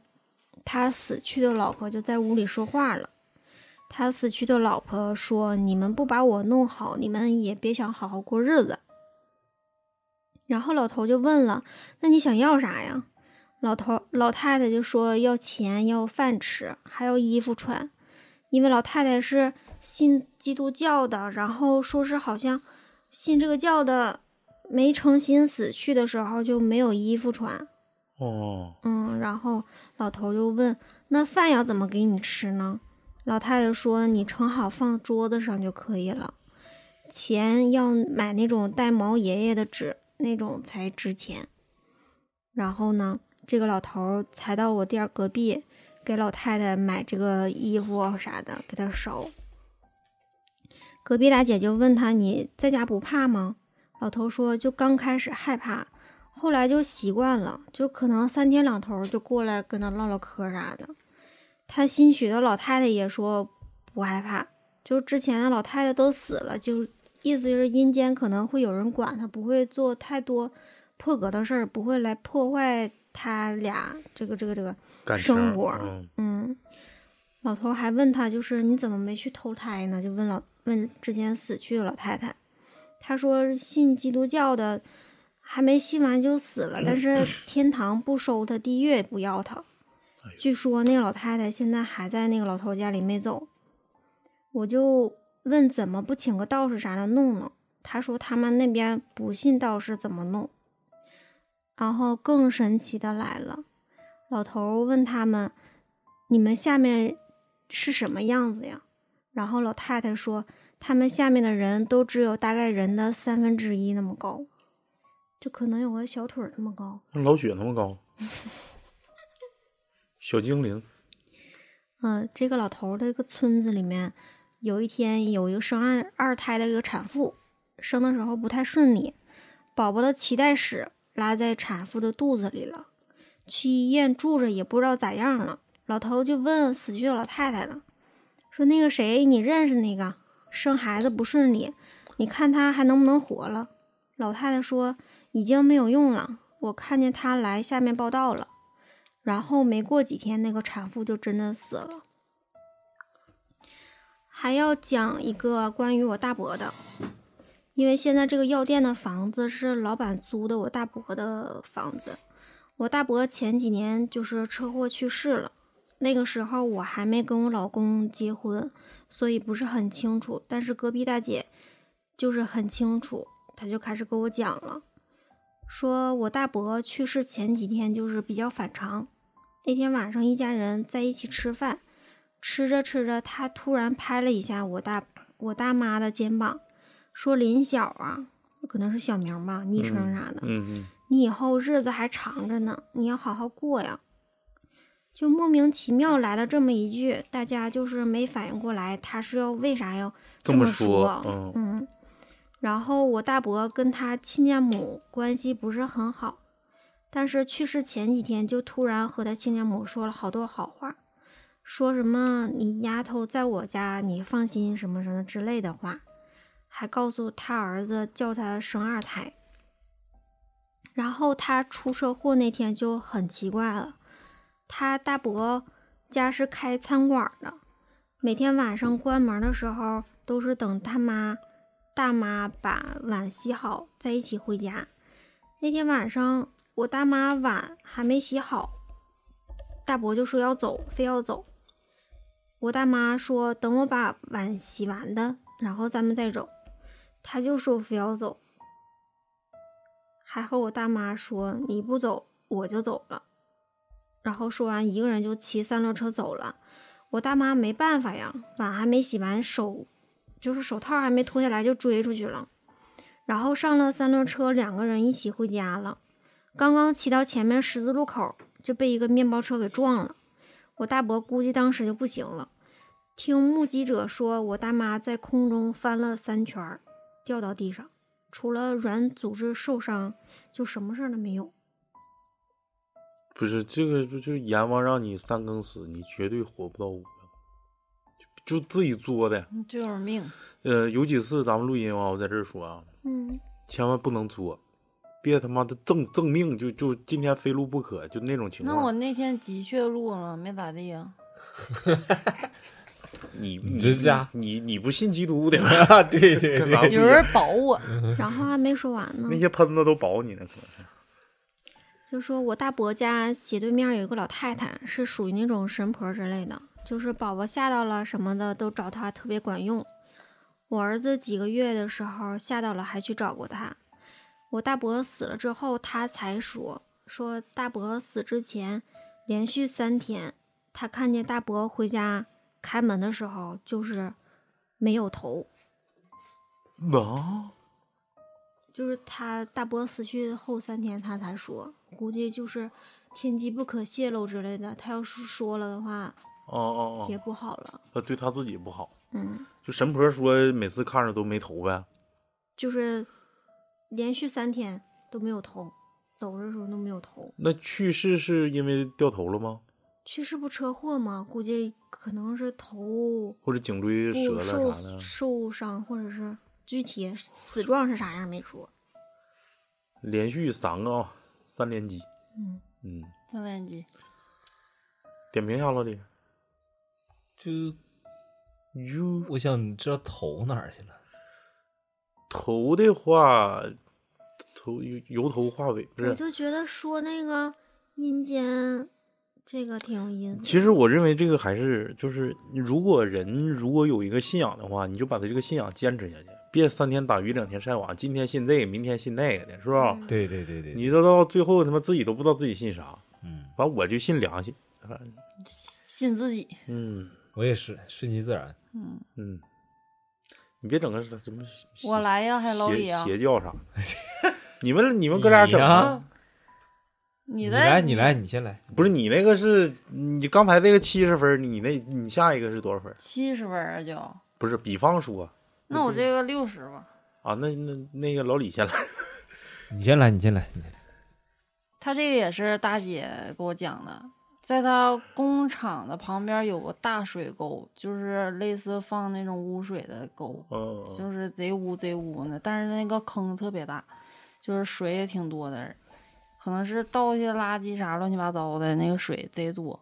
Speaker 5: 他死去的老婆就在屋里说话了。他死去的老婆说：“你们不把我弄好，你们也别想好好过日子。”然后老头就问了：“那你想要啥呀？”老头老太太就说：“要钱，要饭吃，还要衣服穿。”因为老太太是信基督教的，然后说是好像信这个教的没诚心死去的时候就没有衣服穿，
Speaker 3: 哦，
Speaker 5: 嗯，然后老头就问：“那饭要怎么给你吃呢？”老太太说：“你盛好放桌子上就可以了。钱要买那种带毛爷爷的纸，那种才值钱。”然后呢，这个老头儿才到我店儿隔壁，给老太太买这个衣服啊啥的，给她烧。隔壁大姐就问他：“你在家不怕吗？”老头说：“就刚开始害怕，后来就习惯了，就可能三天两头就过来跟他唠唠嗑啥的。他新娶的老太太也说不害怕，就之前的老太太都死了，就意思就是阴间可能会有人管他，不会做太多破格的事儿，不会来破坏他俩这个这个这个
Speaker 3: 感情
Speaker 5: 生活
Speaker 3: 嗯，
Speaker 5: 嗯，老头儿还问他，就是你怎么没去投胎呢？就问老问之前死去的老太太，他说信基督教的还没信完就死了，但是天堂不收他，地狱也不要他。据说那个老太太现在还在那个老头儿家里没走。我就问怎么不请个道士啥的弄呢？他说他们那边不信道士怎么弄。然后更神奇的来了，老头儿问他们：“你们下面是什么样子呀？”然后老太太说：“他们下面的人都只有大概人的三分之一那么高，就可能有个小腿儿那么高。
Speaker 3: 那老雪那么高，小精灵，
Speaker 5: 嗯，这个老头儿的一个村子里面，有一天有一个生二二胎的一个产妇，生的时候不太顺利，宝宝的脐带屎拉在产妇的肚子里了，去医院住着也不知道咋样了。老头就问死去的老太太了，说那个谁你认识那个生孩子不顺利，你看他还能不能活了？老太太说已经没有用了，我看见他来下面报道了。然后没过几天，那个产妇就真的死了。还要讲一个关于我大伯的，因为现在这个药店的房子是老板租的我大伯的房子。我大伯前几年就是车祸去世了，那个时候我还没跟我老公结婚，所以不是很清楚。但是隔壁大姐就是很清楚，她就开始跟我讲了。说我大伯去世前几天就是比较反常。那天晚上一家人在一起吃饭，吃着吃着，他突然拍了一下我大我大妈的肩膀，说：“林晓啊，可能是小名吧，昵称啥的，
Speaker 3: 嗯嗯，
Speaker 5: 你以后日子还长着呢，你要好好过呀。”就莫名其妙来了这么一句，大家就是没反应过来，他是要为啥要
Speaker 3: 这
Speaker 5: 么
Speaker 3: 么说，
Speaker 5: 说
Speaker 3: 嗯，
Speaker 5: 嗯，然后我大伯跟他亲家母关系不是很好，但是去世前几天就突然和他亲家母说了好多好话，说什么你丫头在我家，你放心什么什么之类的话，还告诉他儿子叫他生二胎。然后他出车祸那天就很奇怪了，他大伯家是开餐馆的，每天晚上关门的时候都是等他妈大妈把碗洗好再一起回家。那天晚上我大妈碗还没洗好，大伯就说要走，非要走。我大妈说等我把碗洗完的，然后咱们再走。他就说非要走，还和我大妈说你不走我就走了。然后说完一个人就骑三轮车走了。我大妈没办法呀，碗还没洗完，手就是手套还没脱下来就追出去了。然后上了三轮车，两个人一起回家了。刚刚骑到前面十字路口，就被一个面包车给撞了。我大伯估计当时就不行了。听目击者说，我大妈在空中翻了三圈儿，掉到地上，除了软组织受伤，就什么事儿都没有。
Speaker 3: 不是这个，不就是阎王让你三更死，你绝对活不到五更，就就自己作的。
Speaker 2: 嗯就有命。
Speaker 3: 呃，有几次咱们录音啊，我在这儿说啊，
Speaker 5: 嗯，
Speaker 3: 千万不能作，别他妈的赠赠命就就今天非录不可，就那种情
Speaker 2: 那
Speaker 3: 况。
Speaker 2: 我那天的确录了，没咋地啊 呀、
Speaker 3: 你
Speaker 4: 你这家
Speaker 3: 你你不信基督 的吗？
Speaker 4: 啊， 对对
Speaker 3: 干啥不一
Speaker 2: 有
Speaker 3: 样？
Speaker 2: 人保我，
Speaker 5: 然后还没说完 呢
Speaker 3: 那，些喷子都保你呢，可能
Speaker 5: 就说我大伯家斜对面有一个老太太，是属于那种神婆之类的，就是宝宝吓到了什么的都找她，特别管用。我儿子几个月的时候吓到了，还去找过她。我大伯死了之后，他才说说大伯死之前连续三天，他看见大伯回家开门的时候就是没有头，
Speaker 3: 能哦
Speaker 5: 就是他大伯死去后三天，他才说，估计就是天机不可泄露之类的。他要是说了的话，
Speaker 3: 哦哦
Speaker 5: 也不好了。
Speaker 3: 哦，对他自己不好。
Speaker 5: 嗯，
Speaker 3: 就神婆说每次看着都没头呗，
Speaker 5: 就是连续三天都没有头，走的时候都没有头。
Speaker 3: 那去世是因为掉头了吗？
Speaker 5: 去世不车祸吗？估计可能是头
Speaker 3: 或者颈椎折
Speaker 5: 部
Speaker 3: 了啥的
Speaker 5: 受？受伤，或者是具体死状是啥样没说。
Speaker 3: 连续三个啊，三连击。
Speaker 5: 嗯，
Speaker 3: 嗯，
Speaker 2: 三连击。
Speaker 3: 点评一下老李。
Speaker 4: 就我想知道头哪儿去了。
Speaker 3: 头的话，头由由头化尾不
Speaker 5: 我
Speaker 3: 是？
Speaker 5: 就觉得说那个阴间这个挺有意思的。
Speaker 3: 其实我认为这个还是就是，如果人如果有一个信仰的话，你就把他这个信仰坚持下去，别三天打鱼两天晒网，今天信这个，明天信那个的，是吧？
Speaker 5: 嗯
Speaker 4: 对对对对，
Speaker 3: 你都到最后他妈自己都不知道自己信啥，
Speaker 4: 嗯，
Speaker 3: 反正我就信良心。
Speaker 2: 信自己，
Speaker 3: 嗯
Speaker 4: 我也是顺其自然。
Speaker 3: 嗯，你别整个什么邪
Speaker 2: 我来呀，还啊老李
Speaker 3: 邪
Speaker 2: 呀，
Speaker 3: 邪教啥？你们你们哥俩整啊
Speaker 4: 呀
Speaker 3: 的？
Speaker 2: 你
Speaker 4: 你
Speaker 2: 在
Speaker 4: 来，你来，你先来。
Speaker 3: 不是你那个是你刚才那个七十分，你那你下一个是多少分？
Speaker 2: 七十分儿啊就，
Speaker 4: 嗯
Speaker 3: 不是，比方说
Speaker 2: 那我这个六十吧。
Speaker 3: 啊，那那那个老李先来，
Speaker 4: 你先来，你先来，你先来。
Speaker 2: 他这个也是大姐给我讲的，在他工厂的旁边有个大水沟，就是类似放那种污水的沟，
Speaker 3: 嗯，嗯
Speaker 2: 就是贼污贼污的，但是那个坑特别大，就是水也挺多的，可能是倒一些垃圾啥乱七八糟的，那个水贼多。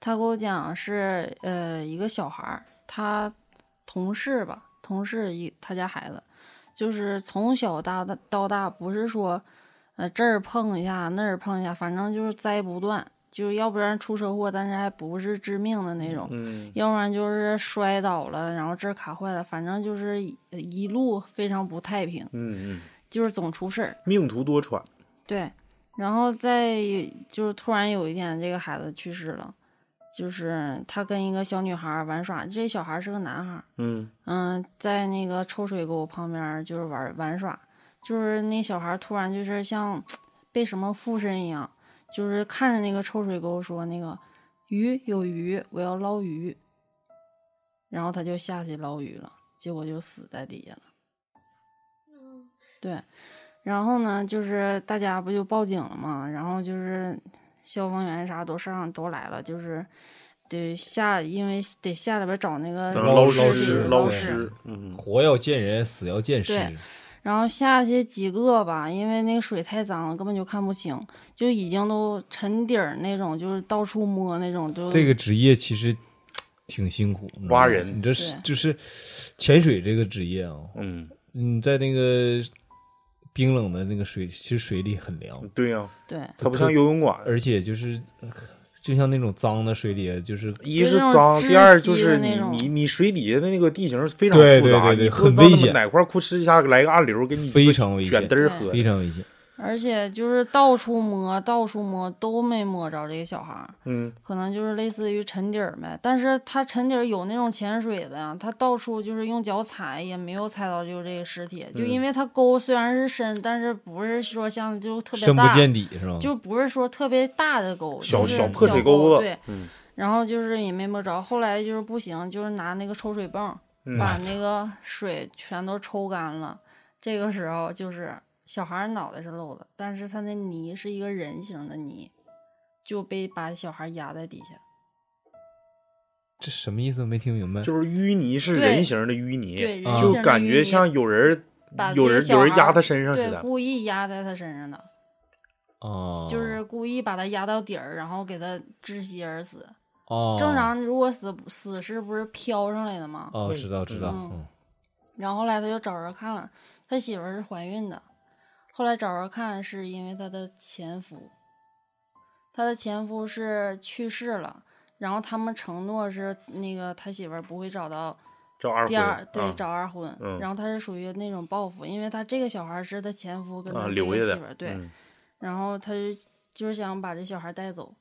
Speaker 2: 他给我讲是呃一个小孩儿，他同事吧，同事一他家孩子，就是从小到大到大，不是说呃这儿碰一下那儿碰一下，反正就是栽不断，就是要不然出车祸，但是还不是致命的那种，
Speaker 3: 嗯，
Speaker 2: 要不然就是摔倒了，然后这儿卡坏了，反正就是一呃一路非常不太平，
Speaker 3: 嗯嗯，
Speaker 2: 就是总出事儿。
Speaker 3: 命途多舛，
Speaker 2: 对，然后再就是突然有一天，这个孩子去世了，就是他跟一个小女孩玩耍，这小孩是个男孩儿，
Speaker 3: 嗯
Speaker 2: 嗯，在那个抽水沟旁边儿就是玩玩耍，就是那小孩突然就是像被什么附身一样，就是看着那个抽水沟说那个鱼有鱼，我要捞鱼，然后他就下去捞鱼了，结果就死在底下了。对，然后呢，就是大家不就报警了嘛，然后就是消防员啥都上都来了，就是得下，因为得下里边找那个
Speaker 4: 捞
Speaker 3: 捞
Speaker 4: 尸
Speaker 3: 尸，
Speaker 2: 捞
Speaker 3: 捞
Speaker 2: 尸
Speaker 3: 尸，嗯，
Speaker 4: 活要见人，死要见尸。
Speaker 2: 对然后下去几个吧，因为那个水太脏了，根本就看不清，就已经都沉底儿那种，就是到处摸那种，就
Speaker 4: 这个职业其实挺辛苦，你知道吗
Speaker 3: 挖人
Speaker 4: 你这是
Speaker 2: 对
Speaker 4: 就是潜水这个职业啊，
Speaker 3: 嗯，
Speaker 4: 你在那个冰冷的那个水，其实水里很凉，
Speaker 3: 对呀、
Speaker 2: 对，
Speaker 3: 它不像游泳馆，
Speaker 4: 而且就是呃就像那种脏的水里，啊就是
Speaker 3: 一是脏，第二就
Speaker 2: 就是
Speaker 3: 是
Speaker 2: 那
Speaker 3: 你
Speaker 2: 种
Speaker 3: 你你水底下的那个地形非常
Speaker 4: 对
Speaker 3: 复杂，
Speaker 4: 对对对
Speaker 3: 你
Speaker 4: 很
Speaker 3: 不知道
Speaker 4: 危险
Speaker 3: 哪块儿哭哧一下来个暗流，给你
Speaker 4: 非常危险
Speaker 3: 卷嘚儿喝
Speaker 4: 非。常危险。
Speaker 2: 而且就是到处摸，到处摸都没摸着这个小孩儿，
Speaker 3: 嗯，
Speaker 2: 可能就是类似于沉底儿呗。但是他沉底儿有那种潜水的呀，他到处就是用脚踩，也没有踩到就是这个尸体，
Speaker 4: 嗯
Speaker 2: 就因为他沟虽然是深，但是不是说像就特别
Speaker 4: 深不
Speaker 2: 大，
Speaker 4: 见底是吧？
Speaker 2: 就不是说特别大的沟，
Speaker 3: 小
Speaker 4: 嗯
Speaker 2: 就是
Speaker 3: 小
Speaker 2: 小
Speaker 3: 破水沟
Speaker 2: 沟
Speaker 3: 子
Speaker 2: 对，
Speaker 3: 嗯
Speaker 2: 然后就是也没摸着，后来就是不行，就是拿那个抽水泵
Speaker 3: 嗯
Speaker 2: 把那个水全都抽干了。这个时候就是小孩儿脑袋是露的，但是他那泥是一个人形的泥，就被把小孩压在底下。
Speaker 4: 这什么意思？没听明白。
Speaker 3: 就是淤泥是
Speaker 2: 对
Speaker 3: 人形儿的淤
Speaker 2: 对，
Speaker 3: 泥，
Speaker 2: 人
Speaker 4: 啊
Speaker 2: 形
Speaker 3: 就
Speaker 2: 的
Speaker 3: 感
Speaker 2: 淤
Speaker 3: 觉
Speaker 2: 泥
Speaker 3: 像有人
Speaker 2: 把
Speaker 3: 有
Speaker 2: 这个
Speaker 3: 人
Speaker 2: 小
Speaker 3: 有人
Speaker 2: 孩
Speaker 3: 压
Speaker 2: 儿
Speaker 3: 他身上似
Speaker 2: 对
Speaker 3: 的，
Speaker 2: 故意压在他身上的，
Speaker 4: 哦，
Speaker 2: 就是故意把他压到底儿，然后给他窒息而死。
Speaker 4: 哦，
Speaker 2: 正常如果死死尸不是飘上来的吗？
Speaker 4: 哦，知道知道，
Speaker 2: 嗯
Speaker 4: 嗯
Speaker 2: 然后后来他就找人看了，他媳妇儿是怀孕的，后来找人看是因为他的前夫，他的前夫是去世了，然后他们承诺是那个他媳妇儿不会找到
Speaker 3: 叫二
Speaker 2: 第
Speaker 3: 婚
Speaker 2: 二，对、
Speaker 3: 啊
Speaker 2: 找二婚，
Speaker 3: 嗯
Speaker 2: 然后他是属于那种报复，因为他这个小孩儿是他前夫跟
Speaker 3: 啊
Speaker 2: 他这
Speaker 3: 留
Speaker 2: 个媳
Speaker 3: 下
Speaker 2: 妇儿、
Speaker 3: 的，
Speaker 2: 对，
Speaker 3: 嗯
Speaker 2: 然后他就就是想把这小孩儿带走，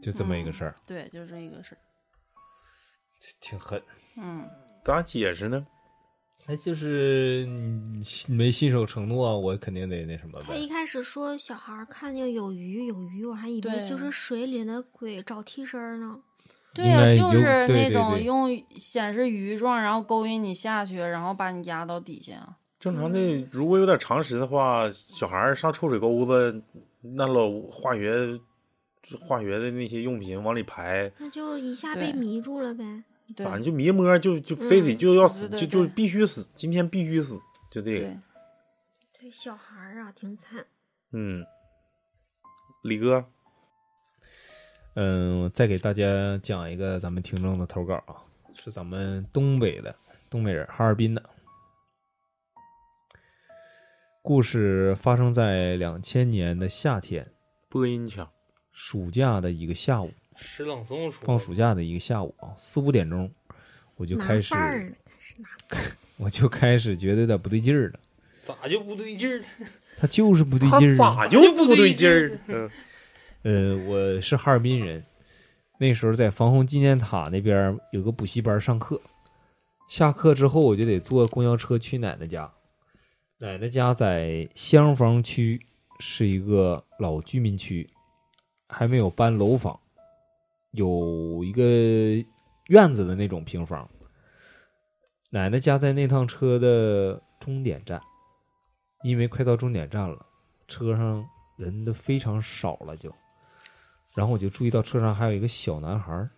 Speaker 4: 就这么一个事儿，
Speaker 3: 嗯
Speaker 2: 对，就是这一个事儿，
Speaker 4: 挺狠。
Speaker 2: 嗯，
Speaker 3: 咋解释呢？
Speaker 4: 那就是你信没信守承诺，啊我肯定得那什么
Speaker 5: 他一
Speaker 4: 呗。
Speaker 5: 开始说小孩儿看见有鱼有鱼，我还以为
Speaker 2: 对
Speaker 5: 就是水里的鬼找替身儿呢。
Speaker 2: 对
Speaker 4: 应
Speaker 2: 呀、
Speaker 4: 该
Speaker 2: 就
Speaker 4: 有
Speaker 2: 是
Speaker 4: 对
Speaker 2: 那
Speaker 4: 对
Speaker 2: 种
Speaker 4: 对
Speaker 2: 用显示鱼状，然后勾引你下去，然后把你压到底下啊。
Speaker 3: 正常的，如果有点常识的话，小孩儿上臭水沟子，那老化学化学的那些用品往里排，
Speaker 5: 那就一下
Speaker 2: 对
Speaker 5: 被迷住了呗。
Speaker 2: 对
Speaker 3: 反正就迷摸，就就非得
Speaker 5: 嗯
Speaker 3: 就要死，
Speaker 2: 对
Speaker 3: 就
Speaker 2: 对
Speaker 3: 就
Speaker 2: 对
Speaker 3: 必须死，今天必须死，就这个
Speaker 2: 对。，
Speaker 5: 对，小孩儿啊，挺惨。
Speaker 3: 嗯，李哥，
Speaker 4: 嗯，我再给大家讲一个咱们听众的投稿啊，是咱们东北的东北人，哈尔滨的。故事发生在两千年的夏天，
Speaker 3: 播音腔，
Speaker 4: 暑假的一个下午，
Speaker 6: 诗朗诵书
Speaker 4: 放暑假的一个下午啊，四五点钟，我就
Speaker 5: 拿
Speaker 4: 开始
Speaker 5: 范，儿呢，开始拿范儿。
Speaker 4: 我就开始觉得有点不对劲儿了。
Speaker 6: 咋就不对劲儿呢？
Speaker 4: 他就是不对
Speaker 3: 他
Speaker 4: 劲儿啊，
Speaker 3: 咋就不对劲儿？嗯，
Speaker 4: 呃，我是哈尔滨人，那时候在防洪纪念塔那边有个补习班上课，下课之后我就得坐公交车去奶奶家。奶奶家在厢房区，是一个老居民区，还没有搬楼房，有一个院子的那种平房。奶奶家在那趟车的终点站，因为快到终点站了，车上人都非常少了就。然后我就注意到车上还有一个小男孩儿，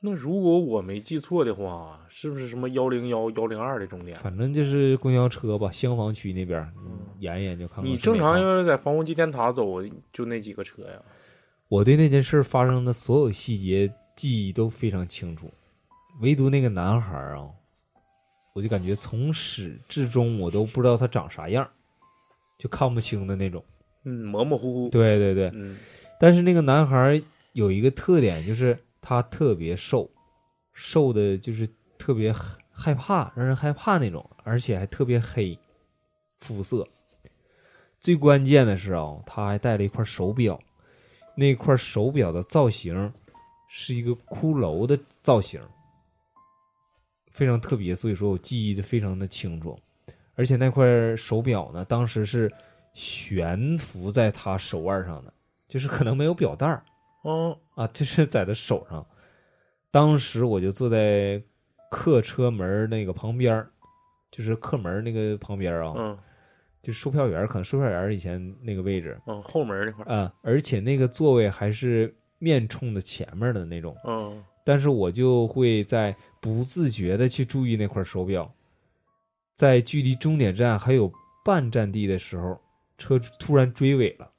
Speaker 3: 那如果我没记错的话，是不是什么幺零幺幺零二的终点？
Speaker 4: 反正就是公交车吧，厢房区那边儿，你研一研就看看
Speaker 3: 嗯你
Speaker 4: 是哪
Speaker 3: 正常
Speaker 4: 趟
Speaker 3: 要是在防洪纪念塔走，就那几个车呀。
Speaker 4: 我对那件事发生的所有细节记忆都非常清楚，唯独那个男孩儿啊，我就感觉从始至终我都不知道他长啥样儿，就看不清的那种。
Speaker 3: 嗯，模模糊糊。
Speaker 4: 对对对，
Speaker 3: 嗯，
Speaker 4: 但是那个男孩儿有一个特点，就是他特别瘦，瘦的就是特别害害怕，让人害怕那种，而且还特别黑，肤色。最关键的是啊、他还戴了一块手表，那块手表的造型是一个骷髅的造型，非常特别，所以说我记忆的非常的清楚。而且那块手表呢，当时是悬浮在他手腕上的，就是可能没有表带儿
Speaker 3: 哦，
Speaker 4: 啊，就是在他手上。当时我就坐在客车门儿那个旁边儿，就是客门儿那个旁边儿啊，
Speaker 3: 嗯，
Speaker 4: 就是售票员儿，可能售票员儿以前那个位置，
Speaker 3: 嗯，后门那块儿，
Speaker 4: 啊，而且那个座位还是面冲着前面的那种，
Speaker 3: 嗯，
Speaker 4: 但是我就会在不自觉的去注意那块手表，在距离终点站还有半站地的时候，车突然追尾了，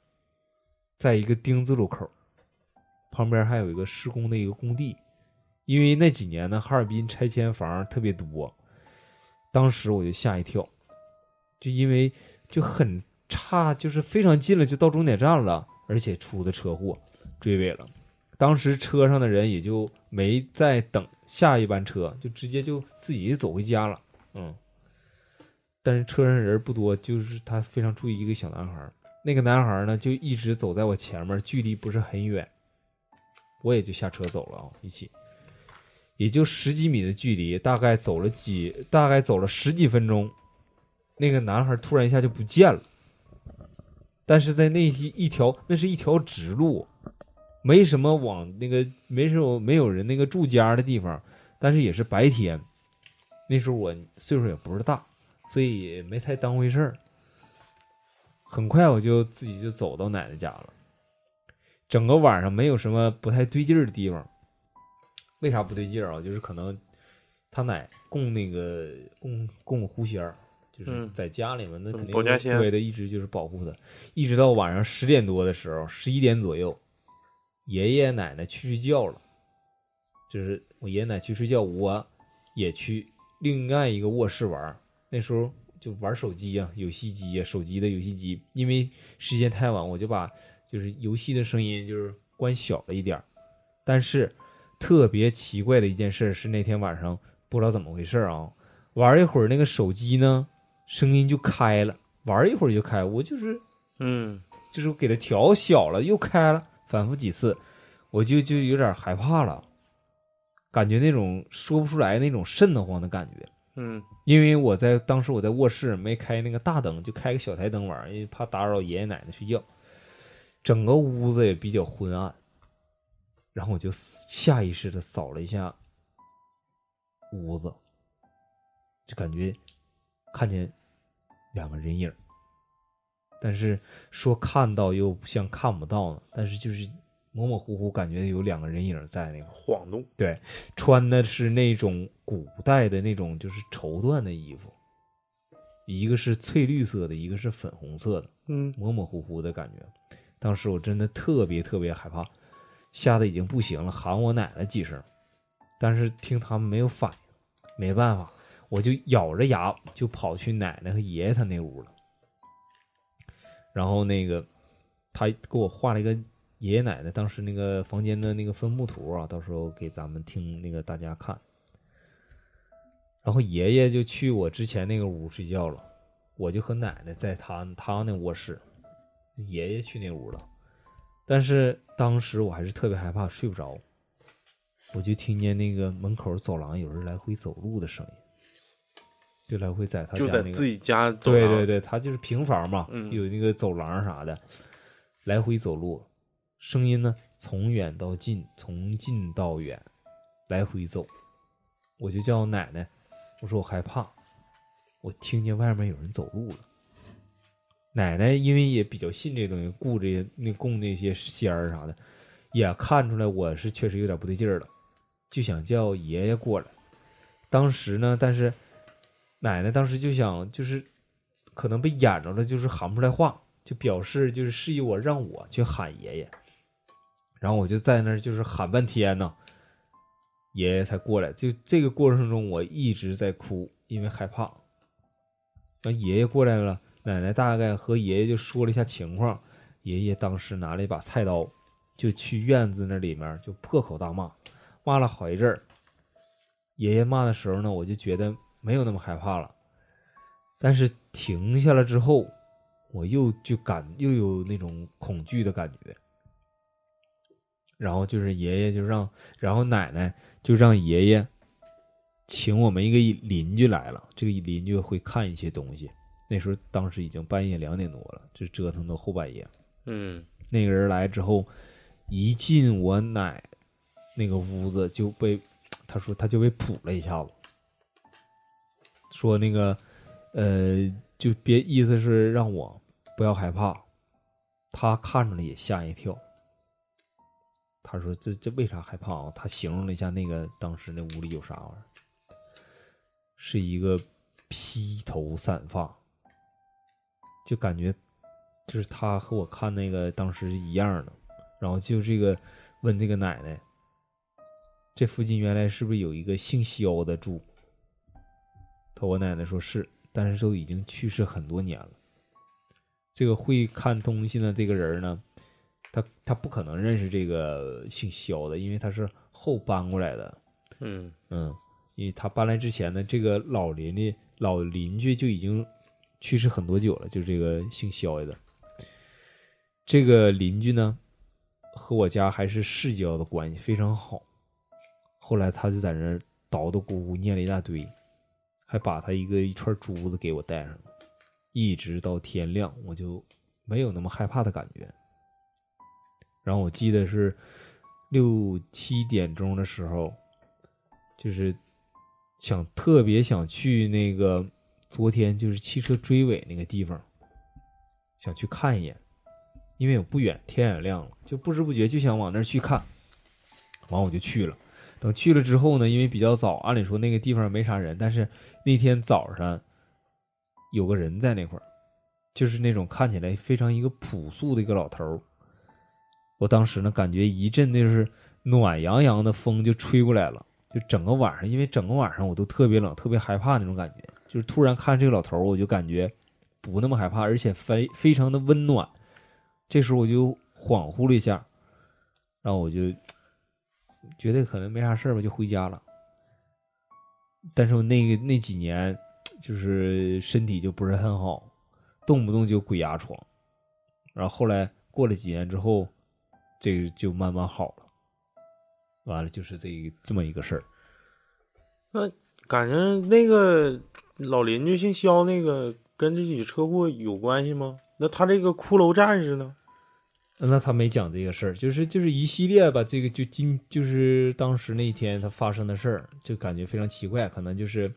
Speaker 4: 在一个丁字路口，旁边还有一个施工的一个工地，因为那几年呢，哈尔滨拆迁房特别多，当时我就吓一跳，就因为就很差，就是非常近了，就到终点站了，而且出的车祸，追尾了。当时车上的人也就没再等下一班车，就直接就自己走回家了。嗯，但是车上人不多，就是他非常注意一个小男孩儿。那个男孩儿呢，就一直走在我前面，距离不是很远，我也就下车走了啊，一起，也就十几米的距离，大概走了几，大概走了十几分钟，那个男孩突然一下就不见了。但是在那一一条，那是一条直路，没什么往那个没什么没有人那个住家的地方，但是也是白天。那时候我岁数也不是大，所以也没太当回事儿。很快我就自己就走到奶奶家了，整个晚上没有什么不太对劲儿的地方。为啥不对劲儿啊？就是可能他奶供那个供供狐仙儿，就是
Speaker 3: 嗯
Speaker 4: 在家里面那肯定
Speaker 3: 保家仙
Speaker 4: 对的，一直就是保护他，一直到晚上十点多的时候，十一点左右，爷爷奶奶去睡觉了，就是我爷爷奶奶去睡觉，我也去另外一个卧室玩儿。那时候就玩手机呀、游戏机呀、手机的游戏机，因为时间太晚，我就把就是游戏的声音就是关小了一点儿。但是特别奇怪的一件事是那天晚上不知道怎么回事儿啊，玩一会儿那个手机呢声音就开了，玩一会儿就开，我就是
Speaker 3: 嗯，
Speaker 4: 就是给它调小了，又开了，反复几次，我就就有点害怕了，感觉那种说不出来那种瘆得慌的感觉。
Speaker 3: 嗯，
Speaker 4: 因为我在当时我在卧室没开那个大灯，就开个小台灯玩儿，因为怕打扰爷爷奶奶睡觉。整个屋子也比较昏暗，然后我就下意识的扫了一下屋子，就感觉看见两个人影儿，但是说看到又像看不到呢，但是就是模模糊糊感觉有两个人影儿在那块儿。
Speaker 3: 晃动，
Speaker 4: 对，穿的是那种古代的那种就是绸缎的衣服，一个是翠绿色的，一个是粉红色的，
Speaker 3: 嗯
Speaker 4: 模模糊糊的感觉。当时我真的特别特别害怕，吓得已经不行了，喊我奶奶几声，但是听他们没有反应，没办法，我就咬着牙就跑去奶奶和爷爷他那屋了。然后那个他给我画了一个爷爷奶奶当时那个房间的那个分布图啊，到时候给咱们听那个大家看。然后爷爷就去我之前那个屋睡觉了，我就和奶奶在他他那卧室，爷爷去那屋了。但是当时我还是特别害怕，睡不着，我就听见那个门口走廊有人来回走路的声音，就来回在他家
Speaker 3: 就
Speaker 4: 那个
Speaker 3: 在自己家走
Speaker 4: 对
Speaker 3: 廊
Speaker 4: 对，对，它就是平房嘛，
Speaker 3: 嗯
Speaker 4: 有那个走廊啥的，来回走路，声音呢从远到近，从近到远，来回走。我就叫我奶奶，我说我害怕，我听见外面有人走路了。奶奶因为也比较信这东西，顾这那供这些仙儿啥的，也看出来我是确实有点不对劲儿了，就想叫爷爷过来。当时呢，但是奶奶当时就想，就是可能被演着了，就是喊不出来话，就表示就是示意我让我去喊爷爷。然后我就在那儿就是喊半天呢，爷爷才过来。就这个过程中，我一直在哭，因为害怕。那爷爷过来了，奶奶大概和爷爷就说了一下情况。爷爷当时拿了一把菜刀，就去院子那里面就破口大骂，骂了好一阵儿。爷爷骂的时候呢，我就觉得没有那么害怕了。但是停下来之后，我又就感又有那种恐惧的感觉。然后就是爷爷就让，然后奶奶就让爷爷请我们一个邻居来了。这个邻居会看一些东西。那时候当时已经半夜两点多了，这折腾到后半夜。
Speaker 3: 嗯，
Speaker 4: 那个人来之后，一进我奶那个屋子就被他说他就被扑了一下子，说那个呃就别意思是让我不要害怕，他看着了也吓一跳。他说这这为啥害怕啊？他形容了一下那个当时那屋里有啥玩意儿，是一个披头散发，就感觉就是他和我看那个当时是一样的。然后就这个问这个奶奶，这附近原来是不是有一个姓肖的住？他我奶奶说是，但是都已经去世很多年了。这个会看东西呢，这个人呢，他他不可能认识这个姓肖的，因为他是后搬过来的。
Speaker 3: 嗯
Speaker 4: 嗯，因为他搬来之前呢，这个老邻居老邻居就已经去世很多久了，就这个姓肖的。这个邻居呢，和我家还是世交的关系非常好。后来他就在那儿叨叨咕咕念了一大堆，还把他一个一串珠子给我戴上了，一直到天亮，我就没有那么害怕的感觉。然后我记得是六七点钟的时候，就是想特别想去那个昨天就是汽车追尾那个地方，想去看一眼，因为我不远，天也亮了，就不知不觉就想往那儿去看。完我就去了，等去了之后呢，因为比较早，按理说那个地方没啥人，但是那天早上有个人在那块儿，就是那种看起来非常一个朴素的一个老头儿。我当时呢，感觉一阵就是暖洋洋的风就吹过来了，就整个晚上，因为整个晚上我都特别冷，特别害怕那种感觉。就是突然看这个老头儿，我就感觉不那么害怕，而且非非常的温暖。这时候我就恍惚了一下，然后我就觉得可能没啥事儿吧，就回家了。但是我那个那几年，就是身体就不是很好，动不动就鬼压床。然后后来过了几年之后，这个就慢慢好了。完了就是这一这么一个事儿。
Speaker 3: 感觉那个老邻居姓肖那个跟这起车祸有关系吗？那他这个骷髅战士呢？
Speaker 4: 那他没讲这个事儿，就是就是一系列吧，这个就今就是当时那一天他发生的事儿，就感觉非常奇怪，可能就是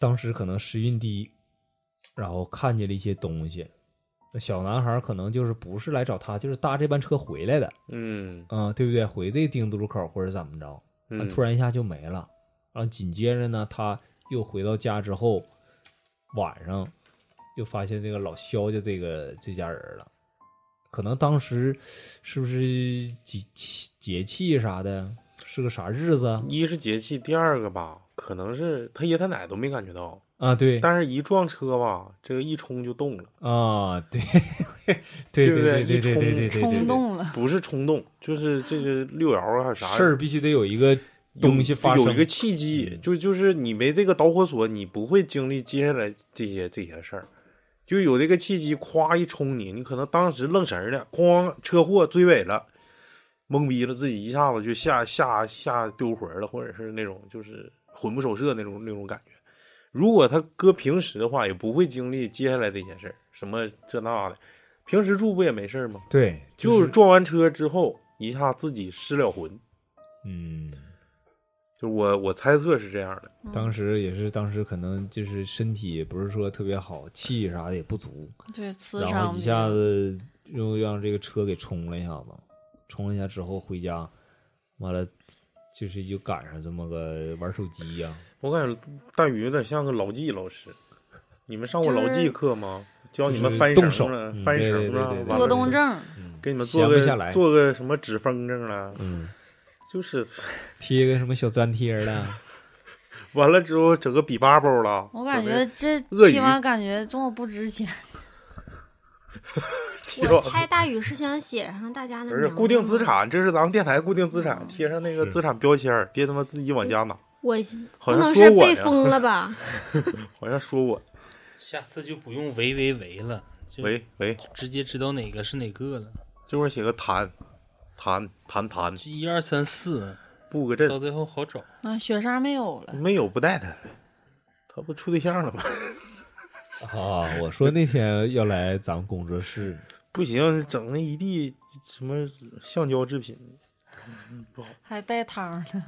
Speaker 4: 当时可能时运低，然后看见了一些东西。那小男孩可能就是不是来找他，就是搭这班车回来的，
Speaker 3: 嗯，
Speaker 4: 啊、对不对？回这个丁字路口或者怎么着，啊
Speaker 3: 嗯
Speaker 4: 突然一下就没了。然后紧接着呢，他又回到家之后，晚上又发现这个老肖家这个这家人了。可能当时是不是节气节气啥的，是个啥日子啊？
Speaker 3: 一是节气，第二个吧，可能是他爷他奶都没感觉到，
Speaker 4: 啊，对
Speaker 3: 但是一撞车吧，这个一冲就动了，
Speaker 4: 啊，对，
Speaker 3: 对
Speaker 4: 对
Speaker 3: 不对
Speaker 4: 对对对对对对对，
Speaker 2: 冲动了，
Speaker 3: 不是冲动，就是这个六爻啊还是啥
Speaker 4: 事儿必须得有一个东西发生，嗯
Speaker 3: 有一个契机，就就是你没这个导火索，你不会经历接下来这些这些事儿。就有这个契机，咵一冲你，你可能当时愣神儿了，哐，车祸追尾了，懵逼了，自己一下子就吓吓吓丢魂儿了，或者是那种就是魂不守舍那种那种感觉。如果他搁平时的话，也不会经历接下来这些事儿，什么这那的，平时住不也没事儿吗？
Speaker 4: 对，
Speaker 3: 就是是撞完车之后，一下自己失了魂，
Speaker 4: 嗯。
Speaker 3: 就我我猜测是这样的。
Speaker 4: 当时也是，当时可能就是身体也不是说特别好，气啥的也不足，
Speaker 2: 对，磁
Speaker 4: 然
Speaker 2: 场
Speaker 4: 后一
Speaker 2: 比
Speaker 4: 下
Speaker 2: 较
Speaker 4: 子又让这个车给冲了一下子，冲了一下之后回家，完了就是又赶上这么个玩手机呀、
Speaker 3: 我感觉大宇有点像个劳技老师，你们上过劳技课吗？教你们
Speaker 4: 就是
Speaker 3: 翻
Speaker 4: 动
Speaker 3: 绳
Speaker 4: 手
Speaker 3: 啊
Speaker 4: 嗯，
Speaker 3: 翻
Speaker 4: 对对
Speaker 3: 绳啊
Speaker 4: 对对，
Speaker 2: 多
Speaker 3: 完
Speaker 4: 多
Speaker 3: 了
Speaker 2: 动症，
Speaker 3: 嗯给你们
Speaker 4: 闲
Speaker 3: 做
Speaker 4: 不下
Speaker 3: 个
Speaker 4: 来
Speaker 3: 做个什么纸风筝啦，
Speaker 4: 嗯，
Speaker 3: 就是
Speaker 4: 贴个什么小粘贴儿了，
Speaker 3: 完了之后整个比巴包了。
Speaker 2: 我感
Speaker 3: 整
Speaker 2: 觉
Speaker 3: 个
Speaker 2: 这
Speaker 3: 鳄鱼
Speaker 2: 踢完感觉这么不值 钱，
Speaker 3: 贴
Speaker 5: 我
Speaker 3: 上
Speaker 5: 猜大宇是想写上大家的
Speaker 3: 不是
Speaker 5: 名字
Speaker 3: 固定资
Speaker 5: 吗。
Speaker 3: 产，这是咱们电台固定资
Speaker 5: 嗯
Speaker 3: 产，贴上那个
Speaker 4: 是
Speaker 3: 资产标签儿，别他妈自己往家拿，
Speaker 5: 我
Speaker 3: 好
Speaker 5: 嗯
Speaker 3: 像
Speaker 5: 不能
Speaker 3: 说
Speaker 5: 是
Speaker 3: 我
Speaker 5: 被
Speaker 3: 呀
Speaker 5: 封 了吧？
Speaker 3: 好像说我
Speaker 6: 下次就不用喂喂喂了，就
Speaker 3: 喂喂，
Speaker 6: 直接知道哪个是哪个了。
Speaker 3: 这块儿写个谈谈谈谈，
Speaker 6: 就一二三四，
Speaker 3: 布个
Speaker 6: 到
Speaker 3: 阵，
Speaker 6: 最后好找。
Speaker 2: 啊，雪莎没有了，
Speaker 3: 没有不带他了，他不处对象了吗？
Speaker 4: 啊！我说那天要来咱们工作室，
Speaker 3: 不行，整那一地什么橡胶制品，嗯不好。
Speaker 2: 还带汤呢，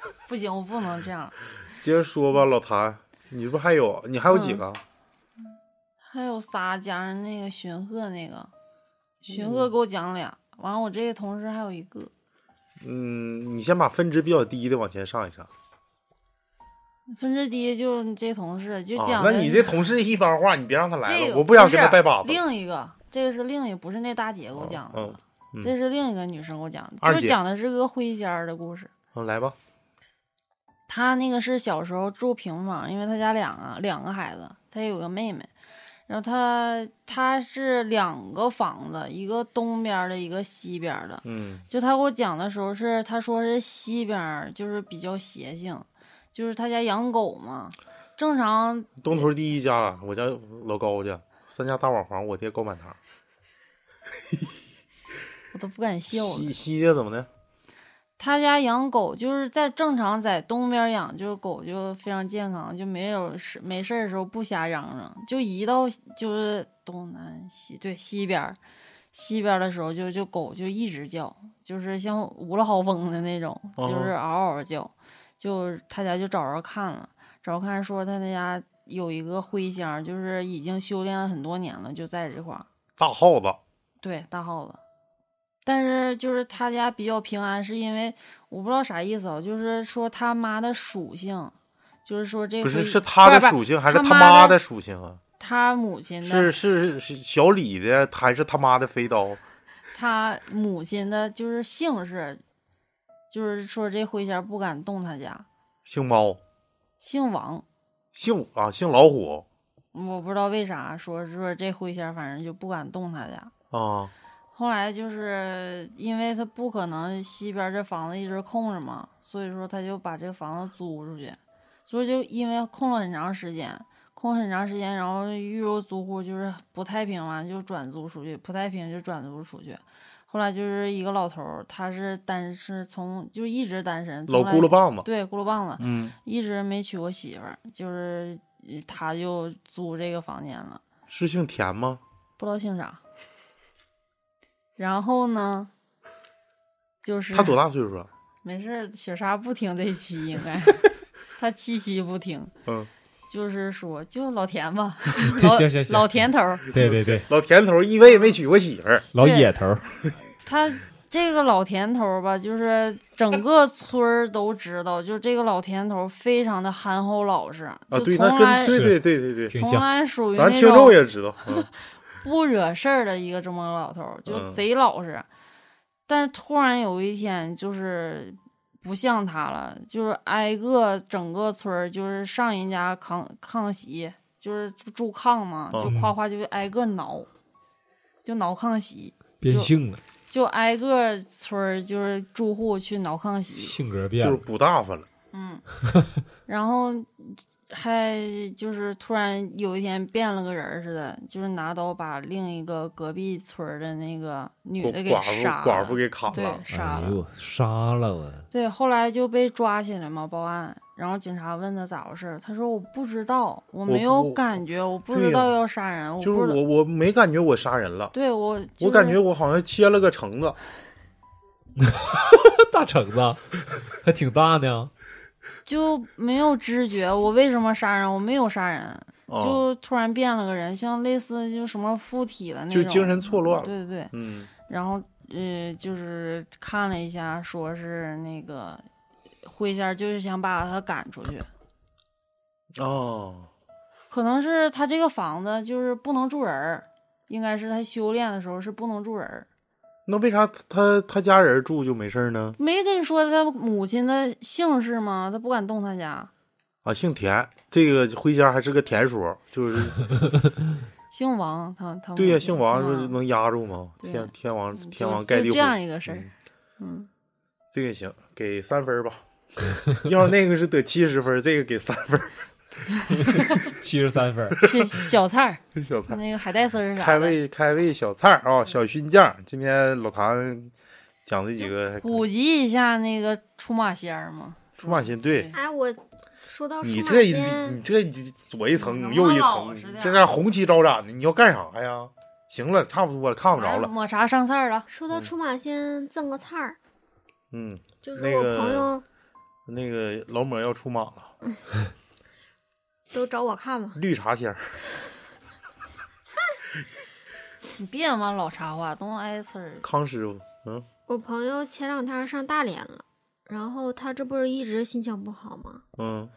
Speaker 2: 不行，我不能这样。嗯
Speaker 3: 接着说吧，老谭，你不还有你还有几个？
Speaker 2: 还有仨加上那个荀鹤那个，荀鹤给我讲俩，完了我这个同事还有一个，
Speaker 3: 嗯，你先把分值比较低的往前上一上。
Speaker 2: 分支低就是你这同事就
Speaker 3: 啊
Speaker 2: 讲、，
Speaker 3: 那你这同事一般话，你别让他来
Speaker 2: 这
Speaker 3: 了，
Speaker 2: 个
Speaker 3: 我不想跟他
Speaker 2: 是
Speaker 3: 拜把子。
Speaker 2: 另一个，这个是另一个，不是那大姐给我讲的，
Speaker 3: 嗯嗯
Speaker 2: 这是另一个女生给我讲的，
Speaker 3: 二
Speaker 2: 就是
Speaker 3: 姐
Speaker 2: 讲的是个灰仙儿的故事。
Speaker 3: 嗯，来吧。
Speaker 2: 她那个是小时候住平房，因为她家两个两个孩子，她有个妹妹，然后她她是两个房子，一个东边儿的，一个西边儿的。
Speaker 3: 嗯
Speaker 2: 就他给我讲的时候是，他说是西边儿就是比较邪性，就是他家养狗嘛，正常，
Speaker 3: 东头第一家了，我家老高家，三家大瓦房，我爹高满堂。
Speaker 2: 我都不敢笑了。
Speaker 3: 西西家怎么的？
Speaker 2: 他家养狗就是在正常在东边养，就是狗就非常健康，就没有事没事儿的时候不瞎嚷嚷，就一到就是东南西对西边儿西边儿的时候就就狗就一直叫，就是像无了豪风的那种，
Speaker 3: 嗯
Speaker 2: 就是嗷嗷叫，就他家就找着看了，找着看说他那家有一个灰箱儿，就是已经修炼了很多年了，就在这块儿。
Speaker 3: 大耗子。
Speaker 2: 对，大耗子。但是就是他家比较平安，是因为我不知道啥意思啊，就是说他妈的属性，就是说这
Speaker 3: 不是
Speaker 2: 回
Speaker 3: 是他的
Speaker 2: 不是
Speaker 3: 属性还是
Speaker 2: 他
Speaker 3: 他
Speaker 2: 妈
Speaker 3: 妈
Speaker 2: 的
Speaker 3: 的属性啊？
Speaker 2: 他母亲
Speaker 3: 是
Speaker 2: 的，
Speaker 3: 是是小李的还是他妈的飞刀？
Speaker 2: 他母亲的就是姓氏，就是说这灰仙儿不敢动他家，
Speaker 3: 姓猫，
Speaker 2: 姓王，
Speaker 3: 姓啊姓老虎
Speaker 2: 我不知道为啥说说这灰仙儿反正就不敢动他家。
Speaker 3: 啊，
Speaker 2: 后来就是因为他不可能西边这房子一直空着嘛，所以说他就把这个房子租出去，所以就因为空了很长时间，空很长时间，然后预售租户就是不太平完就转租出去，不太平就转租出去。后来就是一个老头儿，他是单身，从就一直单身，
Speaker 3: 老
Speaker 2: 从来
Speaker 3: 轱辘棒子。
Speaker 2: 对，轱辘棒子，
Speaker 3: 嗯，
Speaker 2: 一直没娶过媳妇儿，就是呃他就租这个房间了。
Speaker 3: 是姓田吗？
Speaker 2: 不知道姓啥。然后呢，就是
Speaker 3: 他多？大岁数啊？
Speaker 2: 没事儿，雪莎不听这期，应该他七七不听。
Speaker 3: 嗯，
Speaker 2: 就是说，就老田吧，
Speaker 4: 行
Speaker 2: 老
Speaker 4: 行行行
Speaker 2: 老田头儿，
Speaker 4: 对对对，
Speaker 3: 老田头一辈没娶过媳妇儿。
Speaker 4: 老
Speaker 2: 对
Speaker 4: 野头儿，
Speaker 2: 他这个老田头儿吧，就是整个村儿都知道，就这个老田头儿非常的憨厚老实，
Speaker 3: 啊，
Speaker 2: 就
Speaker 3: 对，
Speaker 2: 从
Speaker 3: 那跟
Speaker 2: 来
Speaker 3: 对
Speaker 4: 是
Speaker 3: 对对对对，
Speaker 4: 挺
Speaker 2: 从
Speaker 4: 像
Speaker 2: 来属于
Speaker 3: 咱
Speaker 2: 那
Speaker 3: 听
Speaker 2: 种
Speaker 3: 众也知道。嗯
Speaker 2: 不惹事儿的一个这么个老头儿，就
Speaker 3: 嗯
Speaker 2: 贼老实。但是突然有一天，就是不像他了，就是挨个整个村儿，就是上人家扛炕席，就是住炕嘛，
Speaker 3: 嗯
Speaker 2: 就夸夸就挨个挠，就挠炕席，
Speaker 4: 变
Speaker 2: 就
Speaker 4: 性了，
Speaker 2: 就挨个村儿就是住户去挠炕席，
Speaker 4: 性格变
Speaker 3: 就是
Speaker 4: 了，
Speaker 3: 不大发了。
Speaker 2: 嗯， 然后还就是突然有一天变了个人儿似的，就是拿刀把另一个隔壁村儿的那个女的
Speaker 3: 寡
Speaker 2: 给
Speaker 3: 寡妇
Speaker 2: 杀了，
Speaker 3: 寡妇给砍
Speaker 2: 对
Speaker 3: 了，
Speaker 2: 杀
Speaker 4: 哎
Speaker 2: 了，
Speaker 4: 呦，杀 了我，
Speaker 2: 对，后来就被抓起来嘛，报案。然后警察问他咋回事儿，他说我不知道，我没有
Speaker 3: 不
Speaker 2: 感觉，我不
Speaker 3: 对
Speaker 2: 知道
Speaker 3: 呀
Speaker 2: 要杀人，我
Speaker 3: 就是
Speaker 2: 不知道
Speaker 3: 我，我没感觉我杀人了，
Speaker 2: 对我、
Speaker 3: 我感觉我好像切了个橙子，
Speaker 4: 大橙子还挺大呢，
Speaker 2: 就没有知觉，我为什么杀人？我没有杀人，
Speaker 3: 啊
Speaker 2: 就突然变了个人，像类似就什么附体了那
Speaker 3: 就
Speaker 2: 种，
Speaker 3: 精神错乱了。
Speaker 2: 对对对，
Speaker 3: 嗯，
Speaker 2: 然后呃，就是看了一下，说是那个灰仙儿就是想把他赶出去，
Speaker 3: 哦，
Speaker 2: 可能是他这个房子就是不能住人儿，应该是他修炼的时候是不能住人儿。
Speaker 3: 那为啥他他他家人住就没事儿呢？
Speaker 2: 没跟你说他母亲的姓氏吗？他不敢动他家，
Speaker 3: 啊，姓田，这个灰仙还是个田叔，就是
Speaker 2: 姓王，他他
Speaker 3: 对呀、
Speaker 2: 母亲
Speaker 3: 姓
Speaker 2: 嗯
Speaker 3: 王说能压住吗？
Speaker 2: 对嗯
Speaker 3: 天天王
Speaker 2: 就
Speaker 3: 天王盖地
Speaker 2: 就
Speaker 3: 虎
Speaker 2: 这，样一个事儿
Speaker 3: 嗯，
Speaker 2: 嗯，
Speaker 3: 这个行，给三分 儿吧。要是那个是得七十分儿，这个给三分儿。
Speaker 4: 七十三分儿，
Speaker 2: 小嗯小菜儿，
Speaker 3: 小菜儿，
Speaker 2: 那个海带丝儿啥
Speaker 3: 开
Speaker 2: 的，
Speaker 3: 胃开胃小菜儿啊、
Speaker 2: 嗯
Speaker 3: 小熏酱。今天老谭讲这几个
Speaker 2: 普及一下那个出马仙儿嘛。
Speaker 3: 出马仙，对
Speaker 5: 哎，我说到
Speaker 3: 你
Speaker 5: 数
Speaker 3: 这
Speaker 5: 码
Speaker 3: 一
Speaker 5: 间
Speaker 3: 你这一左一层
Speaker 2: 能不
Speaker 3: 右
Speaker 2: 嗯能
Speaker 3: 一
Speaker 2: 老
Speaker 3: 层
Speaker 2: 实，点
Speaker 3: 这
Speaker 2: 儿
Speaker 3: 样红旗招展的，你要干啥呀？行了，差不多了，看不着
Speaker 2: 哎
Speaker 3: 了。
Speaker 2: 抹茶上菜儿了。
Speaker 5: 说到出马仙赠个菜儿，
Speaker 3: 嗯，
Speaker 5: 就是
Speaker 3: 那
Speaker 5: 我
Speaker 3: 个
Speaker 5: 朋友
Speaker 3: 那个劳模要出马了，
Speaker 5: 都找我看嘛，
Speaker 3: 绿茶仙儿。
Speaker 2: 你别往老插话，都挨刺儿。
Speaker 3: 康师傅，嗯，
Speaker 5: 我朋友前两天上大连了，然后他这不是一直心情不好吗？
Speaker 3: 嗯，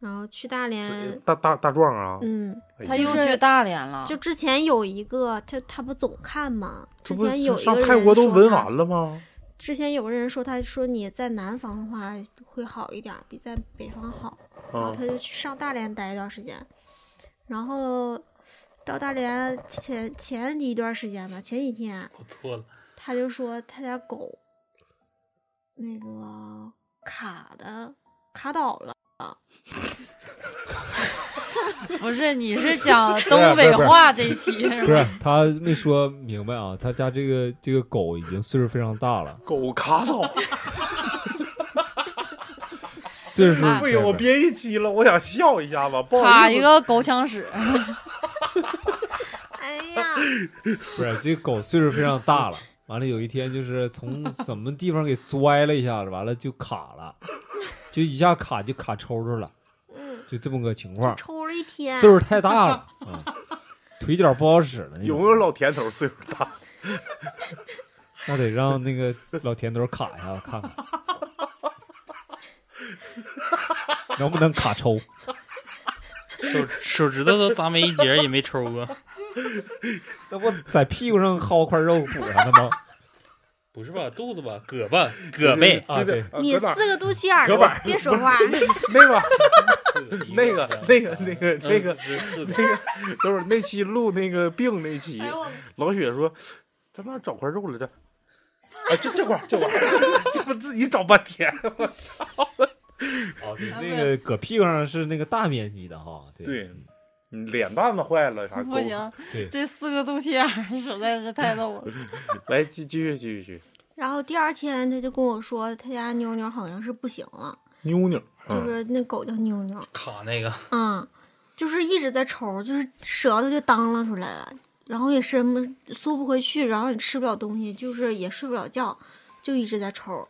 Speaker 5: 然后去大
Speaker 3: 是
Speaker 5: 连，
Speaker 3: 大大大壮啊，
Speaker 5: 嗯，
Speaker 3: 哎
Speaker 2: 他
Speaker 3: 呀
Speaker 2: 又
Speaker 5: 就是
Speaker 2: 去大连
Speaker 3: 啊
Speaker 2: 了，
Speaker 5: 就之前有一个，他他不总看吗？
Speaker 3: 这
Speaker 5: 之
Speaker 3: 不
Speaker 5: 前
Speaker 3: 是
Speaker 5: 有一
Speaker 3: 上
Speaker 5: 个
Speaker 3: 泰
Speaker 5: 人
Speaker 3: 国都
Speaker 5: 说
Speaker 3: 纹
Speaker 5: 他
Speaker 3: 完了吗？
Speaker 5: 之前有个人说，他说你在南方的话会好一点儿，比在北方好。然后
Speaker 3: 啊
Speaker 5: 他就去上大连待一段时间，然后到大连前前一段时间吧，前几天
Speaker 6: 我错了，
Speaker 5: 他就说他家狗那个卡的卡倒了，
Speaker 2: 不是你是讲东北话这期是
Speaker 4: 不
Speaker 2: 吧？
Speaker 4: 是他没说明白啊，他家这个这个狗已经岁数非常大了，
Speaker 3: 狗卡倒，
Speaker 4: 岁数
Speaker 3: 不行，我憋一期了，我想笑一下吧，不好意思
Speaker 2: 卡一个狗抢屎，
Speaker 5: 哎 呀，
Speaker 4: 不是这个狗岁数非常大了。完了有一天就是从什么地方给拽了一下子，完了就卡了，就一下卡就卡抽抽了，就这么个情况。
Speaker 5: 嗯抽了一天，
Speaker 4: 岁数太大了，啊，腿脚不好使了。
Speaker 3: 哎
Speaker 4: 那种
Speaker 3: 有没有老甜头岁数大？
Speaker 4: 那得让那个老田头卡一下看看，能不能卡抽？
Speaker 6: 手手指头都扎没一节，也没抽过。
Speaker 4: 那不在屁股上薅块肉补上了吗？
Speaker 6: 不是吧？肚子吧？胳膊，胳膊。
Speaker 4: 啊，对，
Speaker 5: 你
Speaker 3: 搁哪儿啊
Speaker 5: 四个肚脐眼儿
Speaker 3: 呃隔板儿
Speaker 5: 别说 话，
Speaker 3: 那个那
Speaker 6: 那
Speaker 3: 个那个那个那个
Speaker 6: 这嗯四
Speaker 3: 那
Speaker 6: 个，
Speaker 3: 个，等会儿那期录那个病那
Speaker 5: 哎
Speaker 3: 期，
Speaker 2: 我
Speaker 3: 老雪说在哪儿找块肉来着？啊，这这块儿这块儿， 这不自己找半天。
Speaker 4: 哦，对那个搁屁股上是那个大面积的哈，对
Speaker 3: 对，你脸蛋子坏了啥？
Speaker 2: 不行，
Speaker 4: 对
Speaker 2: 这四个肚脐眼儿 实在是太逗了。
Speaker 3: 来继继续继续继续，
Speaker 5: 然后第二天他就跟我说，他家妞妞好像是不行了，
Speaker 3: 妞妞，
Speaker 5: 就
Speaker 3: 嗯，
Speaker 5: 是那狗叫妞妞，
Speaker 6: 卡那个，
Speaker 5: 嗯，就是一直在抽，就是舌头就当啷出来了，然后也伸不缩不回去，然后也吃不了东西，就是也睡不了觉，就一直在抽，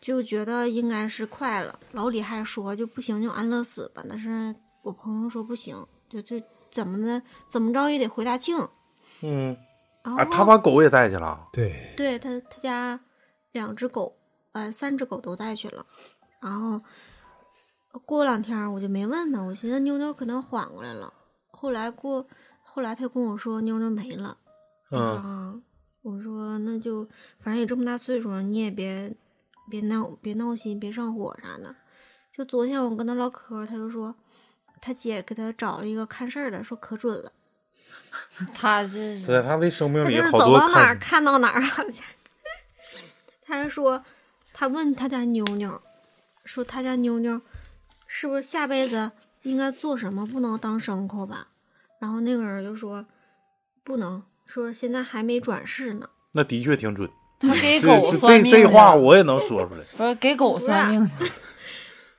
Speaker 5: 就觉得应该是快了。老李还说就不行就安乐死吧，但是我朋友说不行，就就怎么的怎么着也得回大庆。
Speaker 3: 嗯，
Speaker 5: 然后、
Speaker 3: 啊，他把狗也带去了，
Speaker 4: 对，
Speaker 5: 对他他家两只狗，呃，三只狗都带去了。然后过两天我就没问他，我寻思妞妞可能缓过来了。后来过，后来他跟我说妞妞没了。我说
Speaker 3: 嗯，
Speaker 5: 啊，我说那就反正也这么大岁数了，你也别别闹别闹心，别上火啥的。就昨天我跟他唠嗑，他就说他姐给他找了一个看事儿的，说可准了，
Speaker 2: 他这
Speaker 3: 在他的生命
Speaker 5: 他
Speaker 3: 里
Speaker 5: 就是
Speaker 3: 好
Speaker 5: 走
Speaker 3: 多
Speaker 5: 到哪儿
Speaker 3: 看，
Speaker 5: 看到哪儿，好像。他还说，他问他家妞妞，说他家妞妞是不是下辈子应该做什么，不能当牲口吧？然后那个人就说，不能，说现在还没转世呢。
Speaker 3: 那的确挺准。
Speaker 2: 他给
Speaker 3: 这
Speaker 2: 狗
Speaker 3: 这
Speaker 2: 算
Speaker 3: 这
Speaker 2: 命
Speaker 3: 这
Speaker 2: 去
Speaker 3: 话
Speaker 2: 了
Speaker 3: 我也能说出来，
Speaker 2: 不是给狗算命去了，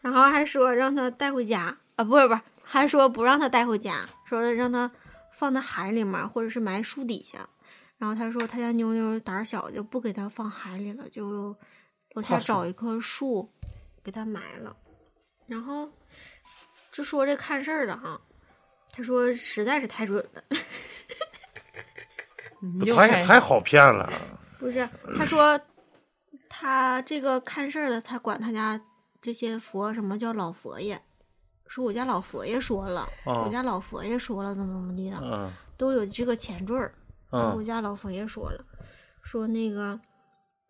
Speaker 5: 然后还说让他带回家啊，不是不是，还说不让他带回家，说是让他放在海里面，或者是埋树底下。然后他说他家妞妞胆儿小，就不给他放海里了，就楼下
Speaker 3: 怕水
Speaker 5: 找一棵树给他埋了。然后就说这看事儿的哈，他说实在是太准了，
Speaker 2: 你
Speaker 3: 不
Speaker 2: 就
Speaker 3: 太
Speaker 2: 开
Speaker 3: 太好骗了。
Speaker 5: 不是，他说他这个看事儿的，他管他家这些佛什么叫老佛爷，说我家老佛爷说了，我
Speaker 3: 嗯
Speaker 5: 家老佛爷说了怎么怎么地的，
Speaker 3: 嗯
Speaker 5: 都有这个前缀儿。我
Speaker 3: 嗯
Speaker 5: 家老佛爷说了，说那个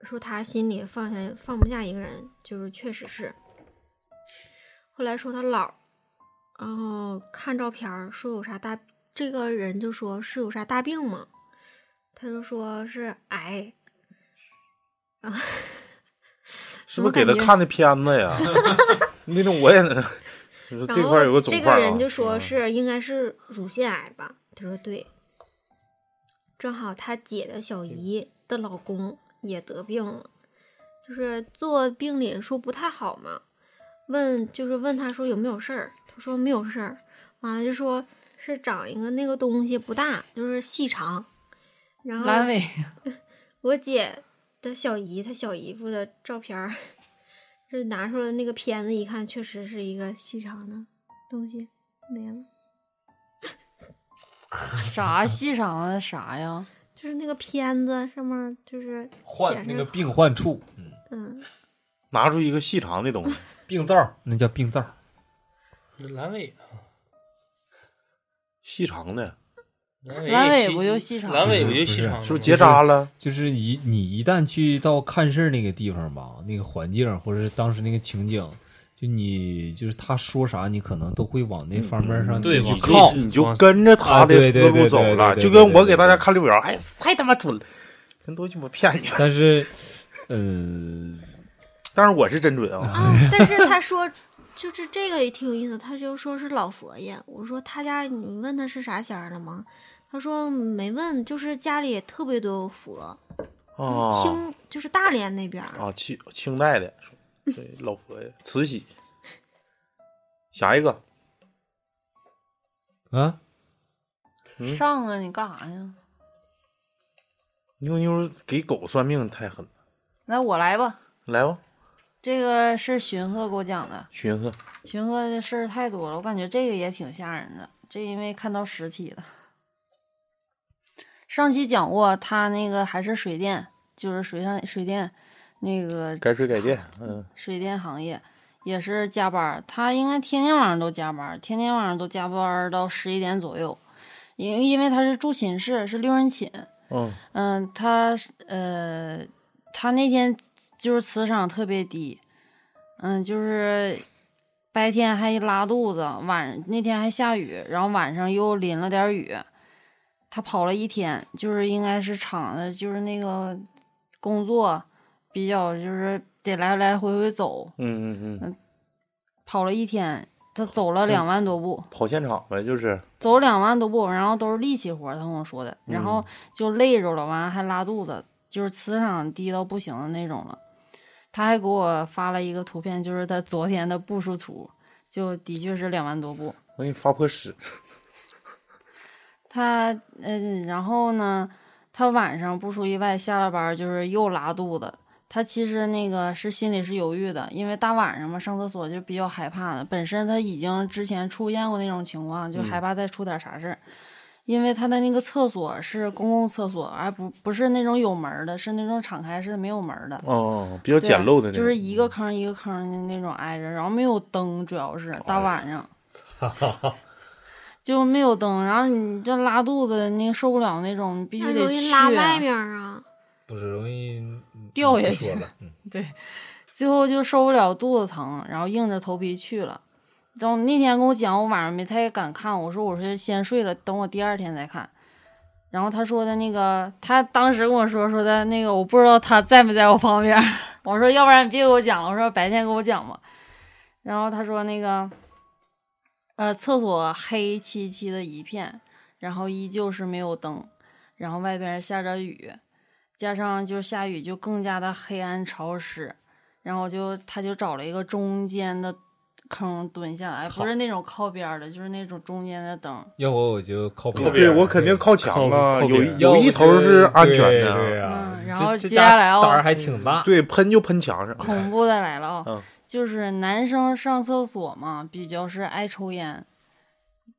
Speaker 5: 说他心里放下放不下一个人，就是确实是。后来说他老，然后看照片儿说有啥大，这个人就说是有啥大病吗？他就说是癌，
Speaker 3: 是不是给他看的片子 呀？ 那那我也能，你说
Speaker 5: 然
Speaker 3: 这块儿有
Speaker 5: 后
Speaker 3: 个肿
Speaker 5: 这
Speaker 3: 块
Speaker 5: 个
Speaker 3: 儿
Speaker 5: 人就
Speaker 3: 啊，
Speaker 5: 说是应该是乳腺癌吧？他说对，正好他姐的小姨的老公也得病了，就是做病理说不太好嘛，问就是问他说有没有事儿，他说没有事儿，完了就说是长一个那个东西不大，就是细长，然后
Speaker 2: 阑尾
Speaker 5: 我姐的小姨，她小姨夫的照片儿， 是拿出来那个片子一看，确实是一个细长的东西没了。
Speaker 2: 啥细肠子啥呀？
Speaker 5: 就是那个片子上面就是
Speaker 4: 患
Speaker 5: 显
Speaker 4: 那
Speaker 5: 示
Speaker 4: 个病患处，嗯，
Speaker 5: 嗯，
Speaker 3: 拿出一个细长的东西，
Speaker 4: 病灶那叫病灶，
Speaker 6: 阑尾呢？
Speaker 3: 细长的，
Speaker 2: 阑尾
Speaker 6: 也
Speaker 2: 不就细长
Speaker 6: 阑尾
Speaker 4: 不
Speaker 6: 不
Speaker 4: 是不
Speaker 6: 就细
Speaker 4: 是
Speaker 6: 长？
Speaker 3: 是不是结？扎了？
Speaker 4: 就是一你一旦去到看事儿那个地方吧，那个环境或者是当时那个情景，就你就是他说啥，你可能都会嗯往那方面上
Speaker 6: 对
Speaker 4: 去
Speaker 6: 往
Speaker 4: 靠
Speaker 6: 靠。
Speaker 3: 你就跟着他的思路走了，就跟我给大家看六爻，哎，太他妈准了，真多鸡巴骗 你！
Speaker 4: 但是，嗯、
Speaker 3: 但是我是真准啊，
Speaker 5: 啊，但是他说，就是这个也挺有意思。他就说是老佛爷，我说他家你问他是啥仙儿了吗？他说没问，就是家里特别多佛，
Speaker 3: 啊
Speaker 4: 哦
Speaker 5: 清就是大连那边儿，
Speaker 3: 啊，清清代的，对老佛爷慈禧。下一个，
Speaker 4: 啊，
Speaker 3: 嗯
Speaker 2: 上啊，你干啥呀？
Speaker 3: 妞妞给狗算命太狠了，
Speaker 2: 来，我来吧。
Speaker 3: 来吧，
Speaker 2: 这个是荀鹤给我讲的，
Speaker 3: 寻思
Speaker 2: 荀鹤的事儿太多了，我感觉这个也挺吓人的。这因为看到实体了。上期讲过，他那个还是水电，就是水上水电那个
Speaker 3: 改水改电，嗯，
Speaker 2: 水电行业也是加班儿，他应该天天晚上都加班儿，天天晚上都加班儿到十一点左右，因因为他是住寝室，是六人寝，
Speaker 3: 嗯，
Speaker 2: 嗯，他是呃，他那天就是磁场特别低，嗯，就是白天还拉肚子，晚那天还下雨，然后晚上又淋了点儿雨，他跑了一天，就是应该是厂子就是那个工作比较就是得来来回回走，
Speaker 3: 嗯嗯嗯，
Speaker 2: 跑了一天，他走了两万多步。
Speaker 3: 跑现场呗，就是，
Speaker 2: 走两万多步，然后都是力气活儿，他跟我说的，然后就累着了，完了还拉肚子，就是磁场低到不行的那种了。他还给我发了一个图片，就是他昨天的步数图，就的确是两万多步。
Speaker 3: 我给你发破屎，
Speaker 2: 他嗯，然后呢，他晚上不出意外下了班儿就是又拉肚子。他其实那个是心里是犹豫的，因为大晚上嘛上厕所就比较害怕的。本身他已经之前出现过那种情况，就害怕再出点啥事儿。因为他的那个厕所是公共厕所，而不不是那种有门儿的，是那种敞开式的没有门儿的。
Speaker 3: 哦，比较
Speaker 2: 对
Speaker 3: 简陋的那种，嗯
Speaker 2: 就是一个坑一个坑的那种挨着，然后没有灯，主要是大
Speaker 3: 哎
Speaker 2: 晚上， 就没有灯，然后你这拉肚子，那个受不了那种，你必
Speaker 5: 那
Speaker 2: 须得
Speaker 5: 容
Speaker 2: 去
Speaker 5: 易
Speaker 2: 啊、
Speaker 5: 拉外面儿啊。
Speaker 4: 不是容易
Speaker 2: 掉下
Speaker 4: 不
Speaker 2: 去
Speaker 4: 说 了，嗯
Speaker 2: 对，最后就受不了肚子疼，然后硬着头皮去了。然后那天跟我讲，我晚上没太敢看，我说我是先睡了，等我第二天再看。然后他说的那个，他当时跟我说说的那个，我不知道他在没在我旁边儿。 我说要不然你别给我讲了，我说白天给我讲吧。然后他说那个，呃，厕所黑漆漆的一片，然后依旧是没有灯，然后外边下着雨，加上就是下雨就更加的黑暗潮湿，然后就他就找了一个中间的坑蹲下来，
Speaker 4: 操
Speaker 2: 不是那种靠边儿的，就是那种中间的 灯。
Speaker 4: 要我我就靠边
Speaker 6: 靠
Speaker 4: 儿
Speaker 6: 边
Speaker 3: 对
Speaker 6: 儿
Speaker 3: 我肯定靠
Speaker 6: 靠
Speaker 3: 墙啊，
Speaker 6: 靠
Speaker 3: 有
Speaker 6: 边儿
Speaker 4: 要
Speaker 3: 有
Speaker 4: 不
Speaker 3: 一
Speaker 4: 就
Speaker 3: 头是安全
Speaker 4: 对对
Speaker 3: 的，啊
Speaker 4: 啊
Speaker 2: 嗯然后
Speaker 4: 这这
Speaker 2: 接下来
Speaker 4: 家
Speaker 2: 哦
Speaker 4: 胆儿还挺大，
Speaker 3: 对，喷就喷墙上，
Speaker 2: 恐怖的来了啊、
Speaker 3: 嗯
Speaker 2: 就是男生上厕所嘛，比较是爱抽烟，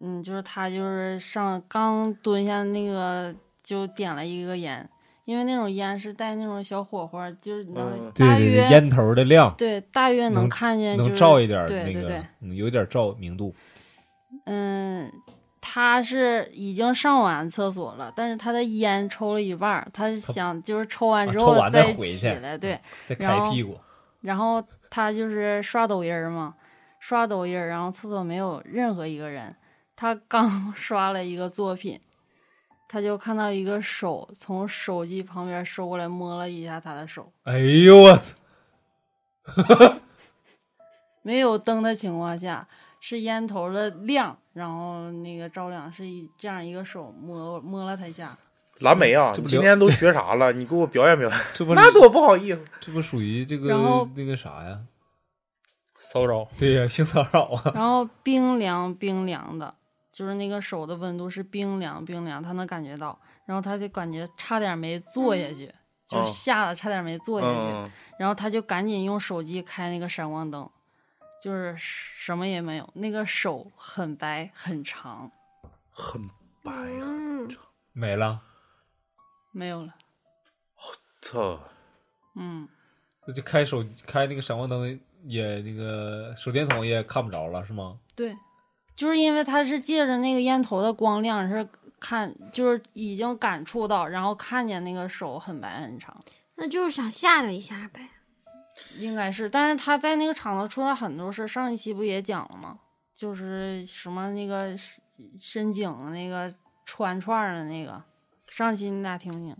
Speaker 2: 嗯，就是他就是上刚蹲下那个就点了一个烟，因为那种烟是带那种小火花，就是能
Speaker 3: 嗯
Speaker 4: 对
Speaker 2: 大
Speaker 4: 对
Speaker 2: 约、
Speaker 4: 对，烟头的量
Speaker 2: 对大约
Speaker 4: 能
Speaker 2: 看见、就是，
Speaker 4: 能照一点儿
Speaker 2: 对
Speaker 4: 那
Speaker 2: 对对
Speaker 4: 个，嗯有点照明度，
Speaker 2: 嗯，他是已经上完厕所了，但是他的烟抽了一半儿，他想就是抽完
Speaker 4: 啊
Speaker 2: 之
Speaker 4: 抽
Speaker 2: 后
Speaker 4: 完再
Speaker 2: 再
Speaker 4: 回
Speaker 2: 起
Speaker 4: 去嗯
Speaker 2: 来，对，
Speaker 4: 再
Speaker 2: 然
Speaker 4: 开
Speaker 2: 后
Speaker 4: 屁股，
Speaker 2: 然后他就是刷抖音儿嘛，刷抖音儿，然后厕所没有任何一个人。他刚 刷了一个作品，他就看到一个手从手机旁边收过来，摸了一下他的手。
Speaker 4: 哎呦我操！
Speaker 2: 没有灯的情况下，是烟头的亮，然后那个照亮，是一这样一个手摸摸了他一下。
Speaker 3: 蓝莓啊，
Speaker 4: 这
Speaker 3: 你
Speaker 4: 不
Speaker 3: 今
Speaker 4: 聊
Speaker 3: 天都学啥了？你给我表演表演，
Speaker 4: 这 不
Speaker 3: 那多不好意思。
Speaker 4: 这不属于这个
Speaker 2: 然后
Speaker 4: 那个啥呀？
Speaker 6: 骚扰，
Speaker 4: 对呀、性骚扰啊！
Speaker 2: 然后冰凉冰凉的，就是那个手的温度是冰凉冰凉，他能感觉到，然后他就感觉差点没坐下去，就是吓得差点没坐下去，
Speaker 3: 嗯，
Speaker 2: 然后他就赶紧用手机开那个闪光灯，就是什么也没有，那个手很白很长，
Speaker 3: 很白
Speaker 4: 哎
Speaker 3: 了，
Speaker 5: 嗯，
Speaker 4: 没了，
Speaker 2: 没有了。
Speaker 3: 操！
Speaker 2: 嗯，
Speaker 4: 那就开手开那个闪光灯也那个手电筒也看不着了是吗？
Speaker 2: 对，就是因为他是借着那个烟头的光亮是看，就是已经感触到，然后看见那个手很白很长，
Speaker 5: 那就是想吓他一下呗。
Speaker 2: 应该是。但是他在那个厂子出了很多事，上一期不也讲了吗？就是什么那个深深井的那个穿串儿的那个，上期你俩听没听？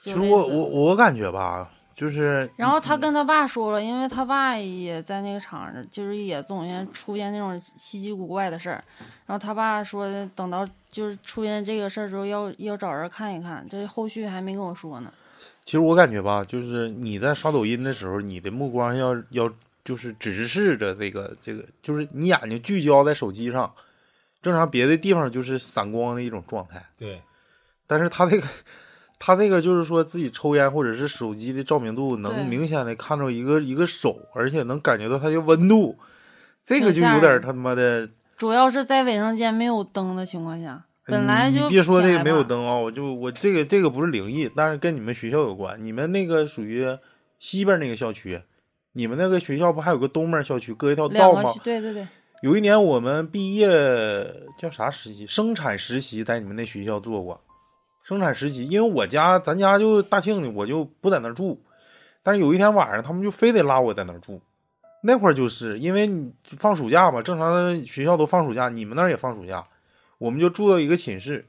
Speaker 3: 其
Speaker 2: 就
Speaker 3: 实
Speaker 2: 类
Speaker 3: 我
Speaker 2: 似
Speaker 3: 我嗯我感觉吧，就是
Speaker 2: 然后他跟他爸说了，因为他爸也在那个厂子，就是也总愿出现那种稀奇古怪的事儿。然后他爸说，等到就是出现这个事儿之后，要要找人看一看。这后续还没跟我说呢。
Speaker 3: 其实我感觉吧，就是你在刷抖音的时候，你的目光要要就是直视着这个这个，就是你眼睛聚焦在手机上，正常别的地方就是散光的一种状态。
Speaker 4: 对，
Speaker 3: 但是他这个，他这个就是说自己抽烟或者是手机的照明度
Speaker 2: 对
Speaker 3: 能明显的看着一个一个手，而且能感觉到它的温度，这个
Speaker 2: 挺
Speaker 3: 就
Speaker 2: 吓
Speaker 3: 有点
Speaker 2: 人
Speaker 3: 他妈的。
Speaker 2: 主要是在卫生间没有灯的情况下，本来
Speaker 3: 哎你
Speaker 2: 就
Speaker 3: 你别说
Speaker 2: 挺
Speaker 3: 这个
Speaker 2: 害
Speaker 3: 没有
Speaker 2: 怕，
Speaker 3: 灯啊、我就我这个这个不是灵异，但是跟你们学校有关。你们那个属于西边那个校区，你们那个学校不还有个东边校区隔一条
Speaker 2: 两
Speaker 3: 道
Speaker 2: 个
Speaker 3: 吗
Speaker 2: 区？对对对，
Speaker 3: 有一年我们毕业叫啥实习，生产实习在你们那学校做过。生产实习，因为我家咱家就大庆的，我就不在那儿住。但是有一天晚上，他们就非得拉我在那儿住。那会儿就是因为你放暑假嘛，正常的学校都放暑假，你们那儿也放暑假，我们就住到一个寝室。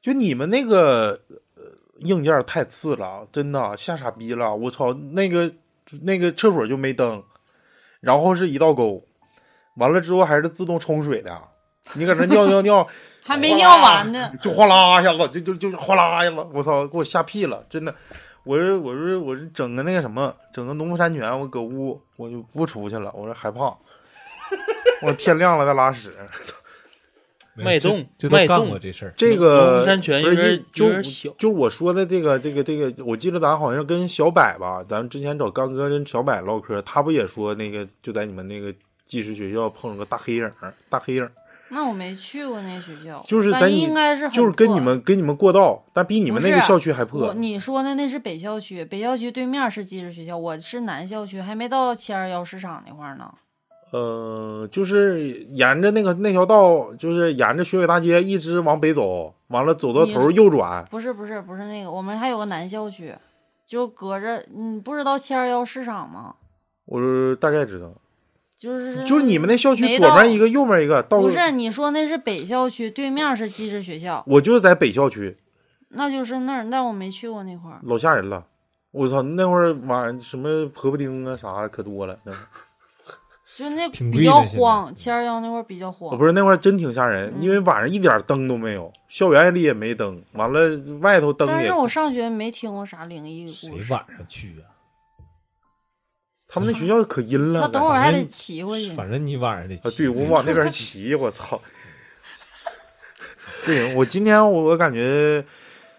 Speaker 3: 就你们那个呃硬件太次了，真的吓傻逼了！我操，那个那个厕所就没灯，然后是一道沟，完了之后还是自动冲水的，你搁那尿尿尿。
Speaker 2: 还没尿完呢。
Speaker 3: 就哗啦一下子，就就就哗啦一下子，我操，给我吓屁了，真的。我是我是我是整个那个什么，整个农夫山泉，我搁屋我就不出去了，我这害怕。我天亮了再拉屎，
Speaker 6: 脉动
Speaker 4: 这都
Speaker 6: 脉
Speaker 4: 干
Speaker 6: 动
Speaker 4: 过这事儿，
Speaker 3: 这
Speaker 6: 农
Speaker 3: 个
Speaker 6: 夫山泉
Speaker 3: 不
Speaker 6: 有点
Speaker 3: 是就
Speaker 6: 有点小
Speaker 3: 就我说的这个这个这个，我记得咱好像跟小柏吧，咱们之前找刚哥跟小柏唠嗑，他不也说那个就在你们那个技师学校碰着个大黑影儿，大黑影儿
Speaker 2: 那我没去过那学校，
Speaker 3: 就是
Speaker 2: 但
Speaker 3: 在你
Speaker 2: 应该是很
Speaker 3: 就是跟
Speaker 2: 破
Speaker 3: 你们跟你们过道，但比你们
Speaker 2: 不
Speaker 3: 那
Speaker 2: 是
Speaker 3: 个校区还破
Speaker 2: 我。你说的那是北校区，北校区对面是技师学校，我是南校区，还没到七二幺市场那块儿呢。
Speaker 3: 呃，就是沿着那个那条道，就是沿着学北大街一直往北走，完了走到
Speaker 2: 你
Speaker 3: 头
Speaker 2: 是
Speaker 3: 右转。
Speaker 2: 不是不是不是那个，我们还有个南校区，就隔着，你不知道七二幺市场吗？
Speaker 3: 我说大概知道，
Speaker 2: 就是
Speaker 3: 就是你们那校区
Speaker 2: 嗯没
Speaker 3: 左
Speaker 2: 到
Speaker 3: 面一个，右面一个，到
Speaker 2: 不是你说那是北校区，对面是技师学校，
Speaker 3: 我就是在北校区，
Speaker 2: 那就是那儿，但我没去过那块儿。
Speaker 3: 老吓人了。我操，那会儿晚上什么婆婆丁啊啥可多了，那会儿
Speaker 2: 就那
Speaker 4: 挺
Speaker 2: 比
Speaker 4: 贵
Speaker 2: 较
Speaker 4: 的现在
Speaker 2: 荒，七二幺那块儿比较
Speaker 3: 我
Speaker 2: 荒。
Speaker 3: 不是那会儿真挺吓人，
Speaker 2: 嗯
Speaker 3: 因为晚上一点灯都没有，校园里也没灯，完了外头灯
Speaker 2: 但
Speaker 3: 也
Speaker 2: 是，我上学没听过啥灵异故
Speaker 4: 谁
Speaker 2: 事，
Speaker 4: 晚上去啊？
Speaker 3: 他们那学校可阴了。
Speaker 2: 他等会儿
Speaker 4: 反
Speaker 2: 还
Speaker 4: 正
Speaker 2: 得骑回去呢。
Speaker 4: 反正你晚上得
Speaker 3: 啊，
Speaker 4: 骑
Speaker 3: 对，
Speaker 4: 自
Speaker 3: 我
Speaker 4: 行
Speaker 3: 往那
Speaker 4: 车
Speaker 3: 边骑，我 操！不行，我今天我我感觉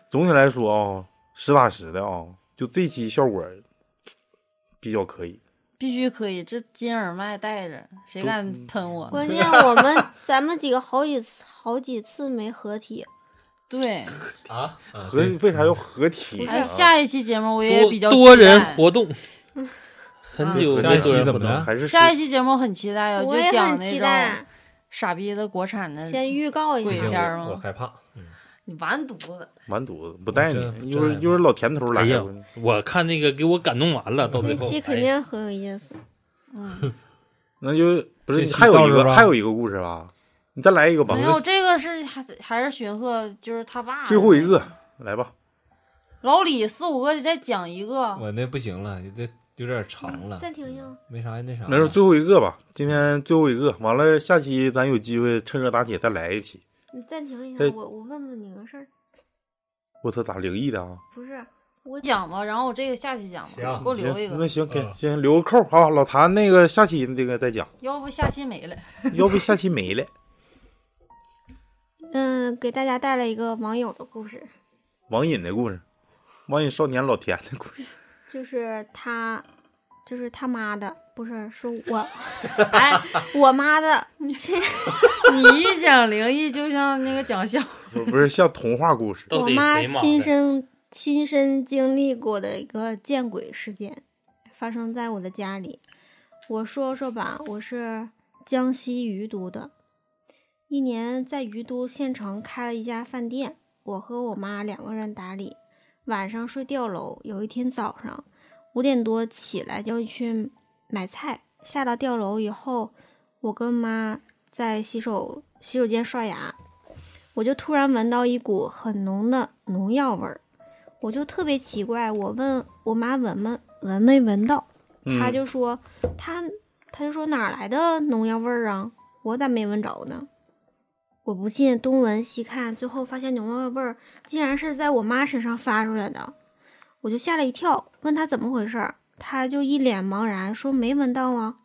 Speaker 3: 总体来说啊、实打实的啊、就这期效果比较可以。
Speaker 2: 必须可以，这金耳麦带着，谁敢
Speaker 4: 嗯
Speaker 2: 喷我？
Speaker 5: 关键我们咱们几个好几次好几次没合体，
Speaker 2: 对，
Speaker 4: 啊，
Speaker 3: 合为啥要合体
Speaker 2: 哎，
Speaker 3: 呢？
Speaker 2: 下一期节目我也比较
Speaker 6: 多多
Speaker 2: 期待
Speaker 6: 人 活动，很
Speaker 2: 啊
Speaker 6: 久
Speaker 4: 下
Speaker 6: 没
Speaker 4: 一期
Speaker 6: 多人
Speaker 4: 怎
Speaker 6: 活
Speaker 4: 么
Speaker 6: 动了
Speaker 4: 着？
Speaker 3: 还是
Speaker 2: 下一
Speaker 3: 期
Speaker 2: 期节目很期待啊，就
Speaker 5: 我也
Speaker 2: 讲
Speaker 5: 很
Speaker 2: 那
Speaker 5: 期
Speaker 2: 种
Speaker 5: 待。
Speaker 2: 傻逼的国产的，
Speaker 5: 先预告一
Speaker 2: 鬼
Speaker 4: 不行
Speaker 5: 下，
Speaker 2: 片儿
Speaker 4: 我我
Speaker 2: 吗
Speaker 4: 害怕。
Speaker 2: 你完犊子！
Speaker 3: 完犊子不带
Speaker 4: 我真
Speaker 3: 你，一会
Speaker 4: 真
Speaker 3: 儿
Speaker 4: 害
Speaker 3: 一会儿老甜头来
Speaker 6: 哎呀
Speaker 3: 了。
Speaker 6: 我看那个给我感动完了，到
Speaker 5: 那
Speaker 6: 最后哎
Speaker 5: 期肯定很有意思。
Speaker 2: 嗯，
Speaker 3: 那就不
Speaker 4: 这
Speaker 3: 是
Speaker 4: 期
Speaker 3: 还有
Speaker 4: 到
Speaker 3: 一
Speaker 4: 这儿
Speaker 3: 个
Speaker 4: 吧
Speaker 3: 还有一个故事吧？你再来一个吧
Speaker 2: 没，有这个是还还是学鹤，就是他爸。
Speaker 3: 最后一个，来吧。
Speaker 2: 老李四五个再讲一个，
Speaker 4: 我那不行了，这有点
Speaker 2: 啊
Speaker 4: 长了，嗯
Speaker 5: 暂停一下，
Speaker 4: 没啥那啥了。
Speaker 3: 没事，最后一个吧，今天最后一个。完了，下期咱有机会趁热打铁再来一期。
Speaker 5: 你暂停一下
Speaker 3: 对，
Speaker 5: 我我问问你个事儿，
Speaker 3: 我操，咋灵异的啊？
Speaker 5: 不是我
Speaker 2: 讲吧，然后我这个下期讲吧，给
Speaker 4: 行
Speaker 2: 我留一
Speaker 3: 行那
Speaker 2: 个，
Speaker 3: 行，给
Speaker 4: 嗯
Speaker 3: 行留个扣儿好，老谭那个下期那个再讲，
Speaker 2: 要不下期没了。
Speaker 3: 要不下期没了。
Speaker 5: 嗯，给大家带来一个网友的故事，
Speaker 3: 网瘾的故事，网瘾少年老田的故事，
Speaker 5: 就是他就是他妈的，不是，是我，哎，我妈的，
Speaker 2: 你一讲灵异，就像那个讲笑话，
Speaker 3: 不不是像童话故事，
Speaker 6: 到
Speaker 5: 我
Speaker 6: 底
Speaker 5: 妈
Speaker 6: 谁
Speaker 5: 亲
Speaker 6: 妈的？
Speaker 5: 身亲身经历过的一个见鬼事件，发生在我的家里。我说说吧，我是江西余都的，一年在余都县城开了一家饭店，我和我妈两个人打理。晚上睡吊楼，有一天早上五点多起来就去买菜，下到吊楼以后，我跟妈在洗手洗手间刷牙，我就突然闻到一股很浓的农药味儿，我就特别奇怪，我问我妈闻没闻没闻到，
Speaker 3: 嗯
Speaker 5: 她就说她她就说哪来的农药味儿啊？我咋没闻着呢？我不信，东闻西看，最后发现农药味儿竟然是在我妈身上发出来的，我就吓了一跳，问她怎么回事儿，她就一脸茫然说没闻到啊。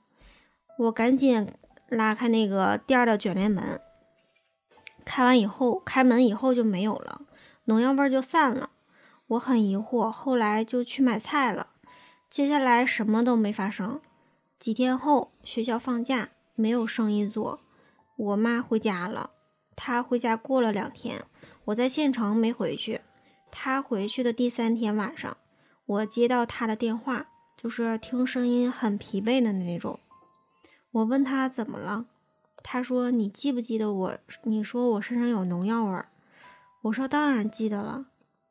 Speaker 5: 我赶紧拉开那个店儿的卷帘门，开完以后，开门以后就没有了，农药味儿就散了。我很疑惑，后来就去买菜了。接下来什么都没发生。几天后，学校放假，没有生意做，我妈回家了。她回家过了两天，我在县城没回去。她回去的第三天晚上，我接到她的电话，就是听声音很疲惫的那种。我问她怎么了，她说：“你记不记得我？你说我身上有农药味儿。”我说：“当然记得了。”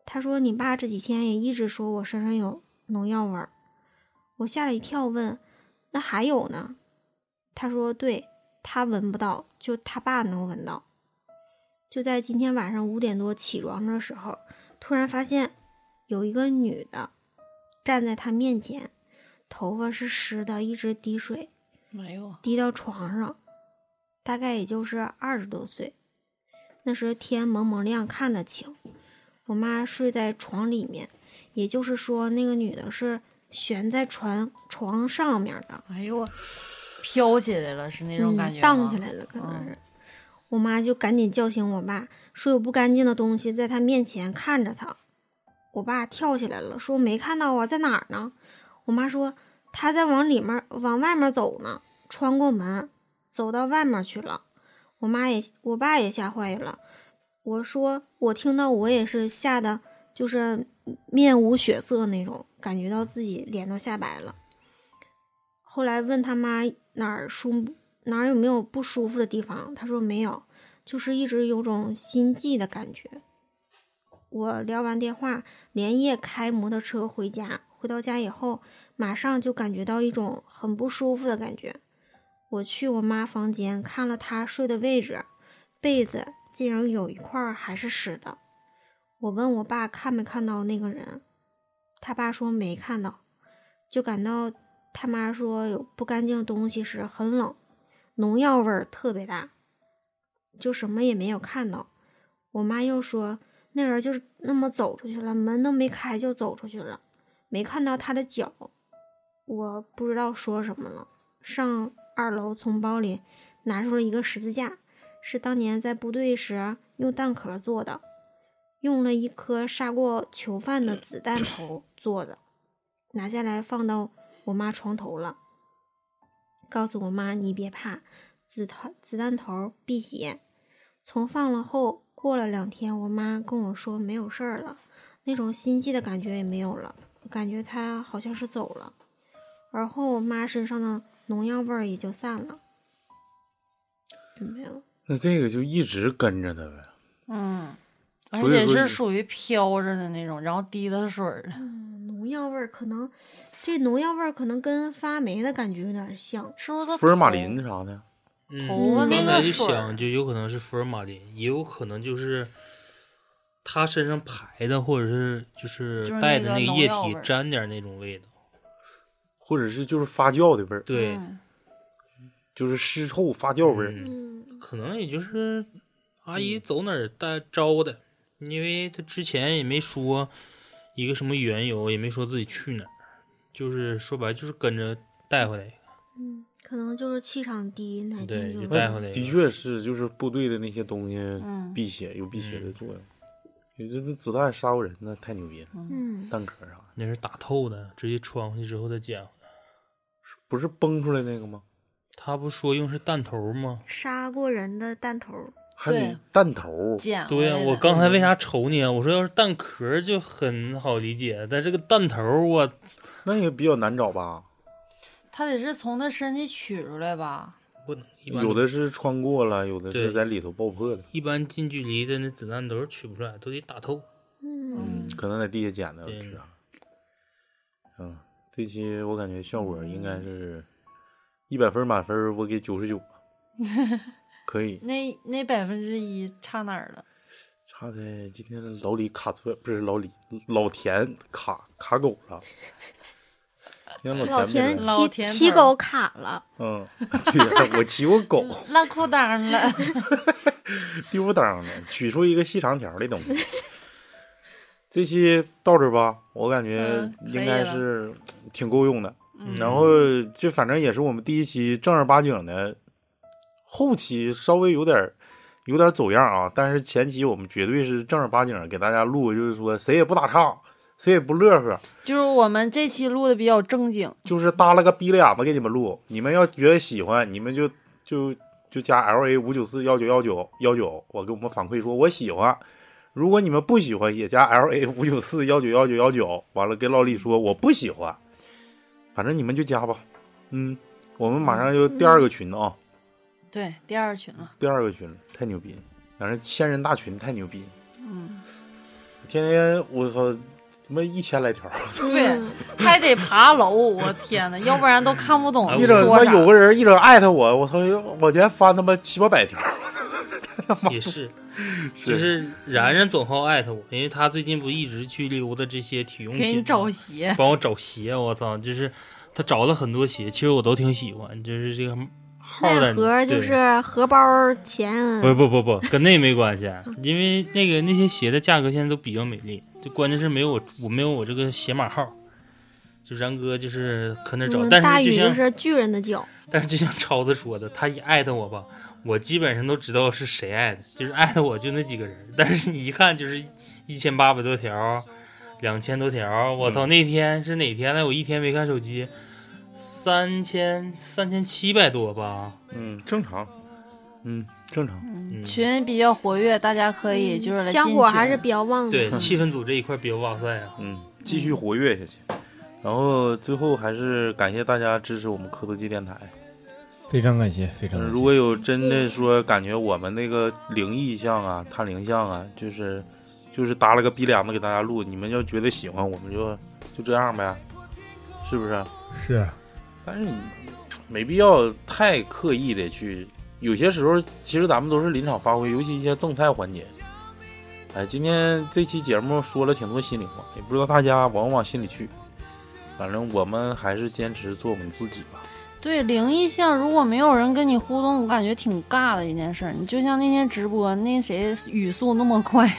Speaker 5: 她说：“你爸这几天也一直说我身上有农药味儿。”我吓了一跳，问：“那还有呢？”她说：“对，他闻不到，就他爸能闻到。”就在今天晚上五点多起床的时候，突然发现有一个女的站在他面前，头发是湿的，一直滴水。
Speaker 2: 没有，
Speaker 5: 滴到床上，大概也就是二十多岁。那时天蒙蒙亮，看得清。我妈睡在床里面，也就是说，那个女的是悬在床床上面的，
Speaker 2: 哎呦我，飘起来了是那种感觉、
Speaker 5: 嗯，荡起。来了，可能
Speaker 2: 嗯
Speaker 5: 是。我妈就赶紧叫醒我爸，说有不干净的东西在他面前看着他。我爸跳起来了，说没看到啊，在哪儿呢？我妈说他在往里面往外面走呢，穿过门走到外面去了。我妈也我爸也吓坏了。我说我听到我也是吓得就是面无血色那种，感觉到自己脸都吓白了。后来问他妈哪儿舒哪儿有没有不舒服的地方，他说没有，就是一直有种心悸的感觉。我聊完电话，连夜开摩托车回家。回到家以后，马上就感觉到一种很不舒服的感觉。我去我妈房间看了她睡的位置，被子竟然有一块儿还是湿的。我问我爸看没看到那个人，他爸说没看到，就感到他妈说有不干净的东西时很冷，农药味儿特别大，就什么也没有看到。我妈又说那人就是那么走出去了，门都没开就走出去了，没看到他的脚。我不知道说什么了，上二楼从包里拿出了一个十字架，是当年在部队时用蛋壳做的，用了一颗杀过囚犯的子弹头做的，拿下来放到我妈床头了，告诉我妈你别怕，子头子弹头辟邪。从放了后，过了两天，我妈跟我说没有事儿了，那种心悸的感觉也没有了，感觉她好像是走了。而后我妈身上的农药味儿也就散了，就没有。
Speaker 3: 那这个就一直跟着他呗。
Speaker 2: 嗯，而
Speaker 3: 所以
Speaker 2: 且
Speaker 3: 说
Speaker 2: 是
Speaker 3: 你
Speaker 2: 属于飘着的那种，然后滴的水儿的，
Speaker 5: 嗯，农药味儿可能，这农药味儿可能跟发霉的感觉有点像。
Speaker 2: 是不是它
Speaker 3: 福尔马
Speaker 2: 头
Speaker 3: 林啥的，
Speaker 2: 头发
Speaker 5: 嗯
Speaker 2: 那
Speaker 6: 刚
Speaker 2: 个
Speaker 6: 才一
Speaker 2: 水儿
Speaker 6: 想，就有可能是福尔马林，也有可能就是他身上排的，或者是就是
Speaker 2: 就是
Speaker 6: 带
Speaker 2: 那
Speaker 6: 的
Speaker 2: 个
Speaker 6: 那个
Speaker 2: 农
Speaker 6: 液
Speaker 2: 药
Speaker 6: 体
Speaker 2: 味儿
Speaker 6: 沾点那种味道。
Speaker 3: 或者是就是发酵的味儿，
Speaker 6: 对，
Speaker 2: 嗯
Speaker 3: 就是湿臭发酵味儿。
Speaker 6: 嗯
Speaker 5: 嗯，
Speaker 6: 可能也就是阿姨走哪儿带招的，因为她之前也没说一个什么缘由，也没说自己去哪儿，就是说白了就是跟着带回来。
Speaker 5: 嗯，可能就是气场低，哪天
Speaker 6: 对就
Speaker 5: 有
Speaker 6: 带回来一
Speaker 3: 的
Speaker 6: 个
Speaker 3: 确是，就是部队的那些东西
Speaker 2: 嗯
Speaker 3: 辟邪有辟邪的作用。你这这子弹杀过人，那太牛逼了，
Speaker 5: 嗯，
Speaker 3: 弹壳啥的。
Speaker 6: 那是打透的，直接穿回去之后再捡回来。
Speaker 3: 不是崩出来那个吗？
Speaker 6: 他不说用是弹头吗？
Speaker 5: 杀过人的弹头儿，
Speaker 3: 还得
Speaker 2: 对
Speaker 3: 弹头，
Speaker 2: 捡
Speaker 6: 对呀、
Speaker 2: 回来
Speaker 6: 我
Speaker 2: 的
Speaker 6: 刚才为啥瞅你啊？我说要是弹壳就很好理解，但这个弹头我
Speaker 3: 那也比较难找吧？
Speaker 2: 他得是从他身体取出来吧？
Speaker 6: 不能一般
Speaker 3: 有的是穿过了，有的是
Speaker 6: 对
Speaker 3: 在里头爆破的，
Speaker 6: 一般近距离的那子弹都是取不出来，都得打透。
Speaker 5: 嗯，
Speaker 3: 可能在地下捡的
Speaker 6: 对
Speaker 3: 是啊。嗯，这期我感觉效果应该是一百分满分，我给九十 九，可以。
Speaker 2: 那那百分之一差哪儿了？
Speaker 3: 差的今天老李卡车不是老李，老田卡卡狗 了。今天
Speaker 5: 老
Speaker 3: 老田
Speaker 5: 田
Speaker 3: 没来，
Speaker 2: 老
Speaker 5: 骑
Speaker 2: 田
Speaker 5: 骑
Speaker 2: 头
Speaker 5: 狗卡 了，
Speaker 3: 嗯， 对，我骑过狗，
Speaker 2: 烂裤裆了，
Speaker 3: 丢不当的，取出一个细长条的东西。这期到这儿吧，我感觉
Speaker 2: 嗯可以
Speaker 3: 应该
Speaker 2: 了
Speaker 3: 是挺够用的。
Speaker 2: 嗯
Speaker 3: 然后这反正也是我们第一期正儿八经的，后期稍微有点儿有点儿走样啊，但是前期我们绝对是正儿八经儿给大家录，就是说谁也不打岔，谁也不乐呵，
Speaker 2: 就是我们这期录的比较正经，
Speaker 3: 就是耷拉个逼了眼子给你们录。你们要觉得喜欢，你们就就就加 L A 五九四幺九幺九幺九，我给我们反馈说我喜欢。如果你们不喜欢，也加 L A 五九四幺九幺九幺九。完了，跟老李说我不喜欢，反正你们就加吧。嗯，我们马上就第二个群啊，
Speaker 2: 对，第二群了，
Speaker 3: 第二个群了太牛逼了，反正千人大群太牛逼了，
Speaker 2: 嗯，
Speaker 3: 天天我操，他妈一千来条。
Speaker 2: 对
Speaker 5: 嗯
Speaker 2: 还得爬楼，我天呐，要不然都看不懂
Speaker 6: 哎
Speaker 3: 一整
Speaker 2: 说
Speaker 3: 他妈
Speaker 2: 啥。
Speaker 3: 有个人一整艾特我，我操！往前翻他妈七八百条，
Speaker 6: 也是， 就是然然总好艾特我，因为他最近不一直去溜达这些体用
Speaker 2: 给你
Speaker 6: 品，
Speaker 2: 找鞋，
Speaker 6: 帮我找鞋，我操，就是他找了很多鞋，其实我都挺喜欢，就是这个号
Speaker 5: 奈
Speaker 6: 的
Speaker 5: 何就
Speaker 6: 对
Speaker 5: 是荷包钱，啊
Speaker 6: 不不不不，跟那 没关系，因为那个那些鞋的价格现在都比较美丽，就关键是没有我我没有我这个鞋码号，就然哥就是搁那找
Speaker 5: 嗯，
Speaker 6: 但
Speaker 5: 大
Speaker 6: 是
Speaker 5: 禹
Speaker 6: 就像
Speaker 5: 就是巨人的脚，
Speaker 6: 但是就像超子说的，他一艾特我吧，我基本上都知道是谁艾特，就是艾特我就那几个人，但是你一看就是一千八百多条，两千多条，我操！那天是哪天来？我一天没看手机，三千三千七百多吧，
Speaker 3: 嗯，正常，嗯，正常，
Speaker 6: 嗯，
Speaker 2: 群比较活跃，大家可以就是来
Speaker 5: 嗯香
Speaker 2: 进
Speaker 5: 火
Speaker 2: 群
Speaker 5: 还是比较旺的，
Speaker 6: 对，气氛组这一块比较哇塞啊，
Speaker 3: 嗯，继续活跃下去。然后最后还是感谢大家支持我们磕头机电台。
Speaker 7: 非常感谢，非常
Speaker 3: 嗯
Speaker 7: 感谢。
Speaker 3: 如果有真的说感觉我们那个灵异像啊、探灵像啊，就是就是搭了个逼脸子给大家录，你们要觉得喜欢，我们就就这样呗，是不是？
Speaker 7: 是
Speaker 3: 但是你没必要太刻意的去，有些时候其实咱们都是临场发挥，尤其一些赠菜环节。哎，今天这期节目说了挺多心里话，也不知道大家往不往心里去。反正我们还是坚持做我们自己吧。
Speaker 2: 对灵异像，如果没有人跟你互动，我感觉挺尬的一件事儿。你就像那天直播，那谁语速那么快，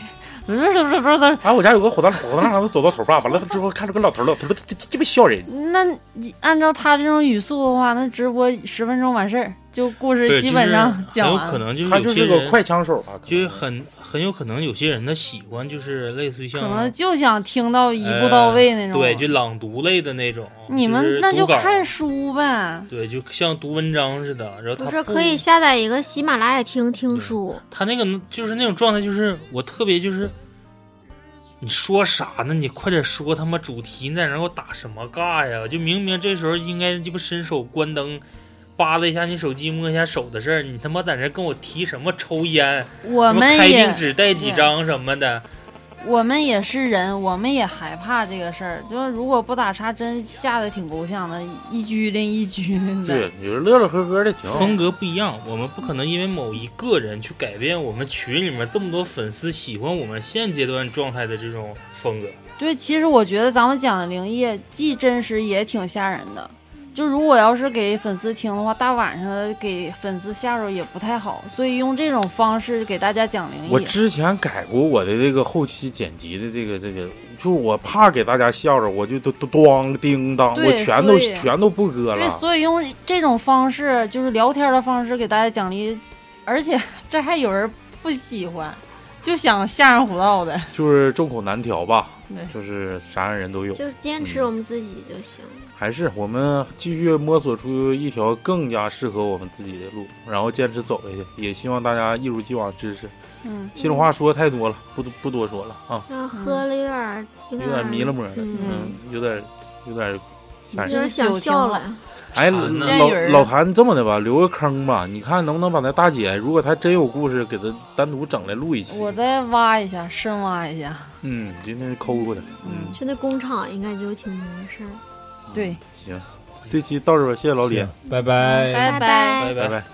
Speaker 2: 不是不是不是，
Speaker 3: 哎，我家有个火葬火葬场，走到头吧，完了之后看着个老头儿，老头儿这这么笑
Speaker 6: 嗯
Speaker 3: 人。
Speaker 2: 那你按照他这种语速的话，那直播十分钟完事儿，就故事基本上
Speaker 6: 就是
Speaker 2: 讲
Speaker 6: 很有
Speaker 2: 完了。
Speaker 6: 可能就是
Speaker 3: 他
Speaker 6: 有
Speaker 3: 就
Speaker 6: 些
Speaker 3: 是个
Speaker 6: 人，
Speaker 3: 快枪手啊，
Speaker 6: 就是很很有可能有些人的喜欢就是类似于像呃
Speaker 2: 可能就想听到一步到位那种。
Speaker 6: 对，就朗读类的那种，
Speaker 2: 你
Speaker 6: 就是
Speaker 2: 们那就
Speaker 6: 读稿
Speaker 2: 看书呗。
Speaker 6: 对，就像读文章似的。然后
Speaker 5: 不
Speaker 6: 他
Speaker 5: 是可以下载一个喜马拉雅听听书，
Speaker 6: 他那个就是那种状态，就是我特别就是，你说啥呢？你快点说他妈主题，你在那给我打什么尬呀？就明明这时候应该鸡巴伸手关灯，扒拉一下你手机，摸一下手的事儿，你他妈在那跟我提什么抽烟，
Speaker 2: 我
Speaker 6: 什么
Speaker 2: 们
Speaker 6: 开
Speaker 2: 也
Speaker 6: 定只带几张什么的，
Speaker 2: 我们也是人，我们也害怕这个事儿。就是如果不打叉，真吓得挺够呛的，一拘灵一拘灵的。
Speaker 3: 对，你说乐乐呵呵的挺好。
Speaker 6: 风格不一样，我们不可能因为某一个人去改变我们群里面这么多粉丝喜欢我们现阶段状态的这种风格。
Speaker 2: 对，其实我觉得咱们讲的灵异既真实也挺吓人的。就如果要是给粉丝听的话，大晚上的给粉丝吓着也不太好，所以用这种方式给大家讲灵
Speaker 3: 我
Speaker 2: 异。
Speaker 3: 之前改过我的这个后期剪辑的这个这个，就是我怕给大家笑着，我就都都咣叮当，
Speaker 2: 对
Speaker 3: 我全都
Speaker 2: 所以
Speaker 3: 全都不搁
Speaker 2: 对，
Speaker 3: 了。
Speaker 2: 所以用这种方式就是聊天的方式给大家讲灵异，而且 这还有人不喜欢，就想吓人胡闹的。
Speaker 3: 就是众口难调吧。
Speaker 2: 对
Speaker 3: 就是啥样人都有。
Speaker 5: 就是坚
Speaker 6: 嗯
Speaker 5: 持我们自己就行。
Speaker 3: 还是我们继续摸索出一条更加适合我们自己的路，然后坚持走下去。也希望大家一如既往支持。
Speaker 2: 嗯，
Speaker 3: 心里话说太多了，不多不多说了啊，
Speaker 5: 然后喝了有点儿有
Speaker 3: 有
Speaker 5: 点
Speaker 3: 点迷了摸了，
Speaker 5: 嗯，
Speaker 3: 嗯，有点有点吓
Speaker 5: 有
Speaker 3: 人。
Speaker 5: 点想笑了。
Speaker 3: 哎，老
Speaker 6: 馋呢
Speaker 2: 烟
Speaker 3: 老
Speaker 2: 云儿
Speaker 3: 老谭这么的吧，留个坑吧，你看能不能把那大姐，如果她真有故事，给她单独整来录一期。
Speaker 2: 我再挖一下，深挖一下。
Speaker 3: 嗯，今天抠抠她。嗯，
Speaker 5: 去那工厂应该就挺多事儿。
Speaker 2: 对，
Speaker 3: 行，这期到这吧，谢谢老李，
Speaker 4: 拜拜
Speaker 2: 拜
Speaker 5: 拜
Speaker 3: 拜拜。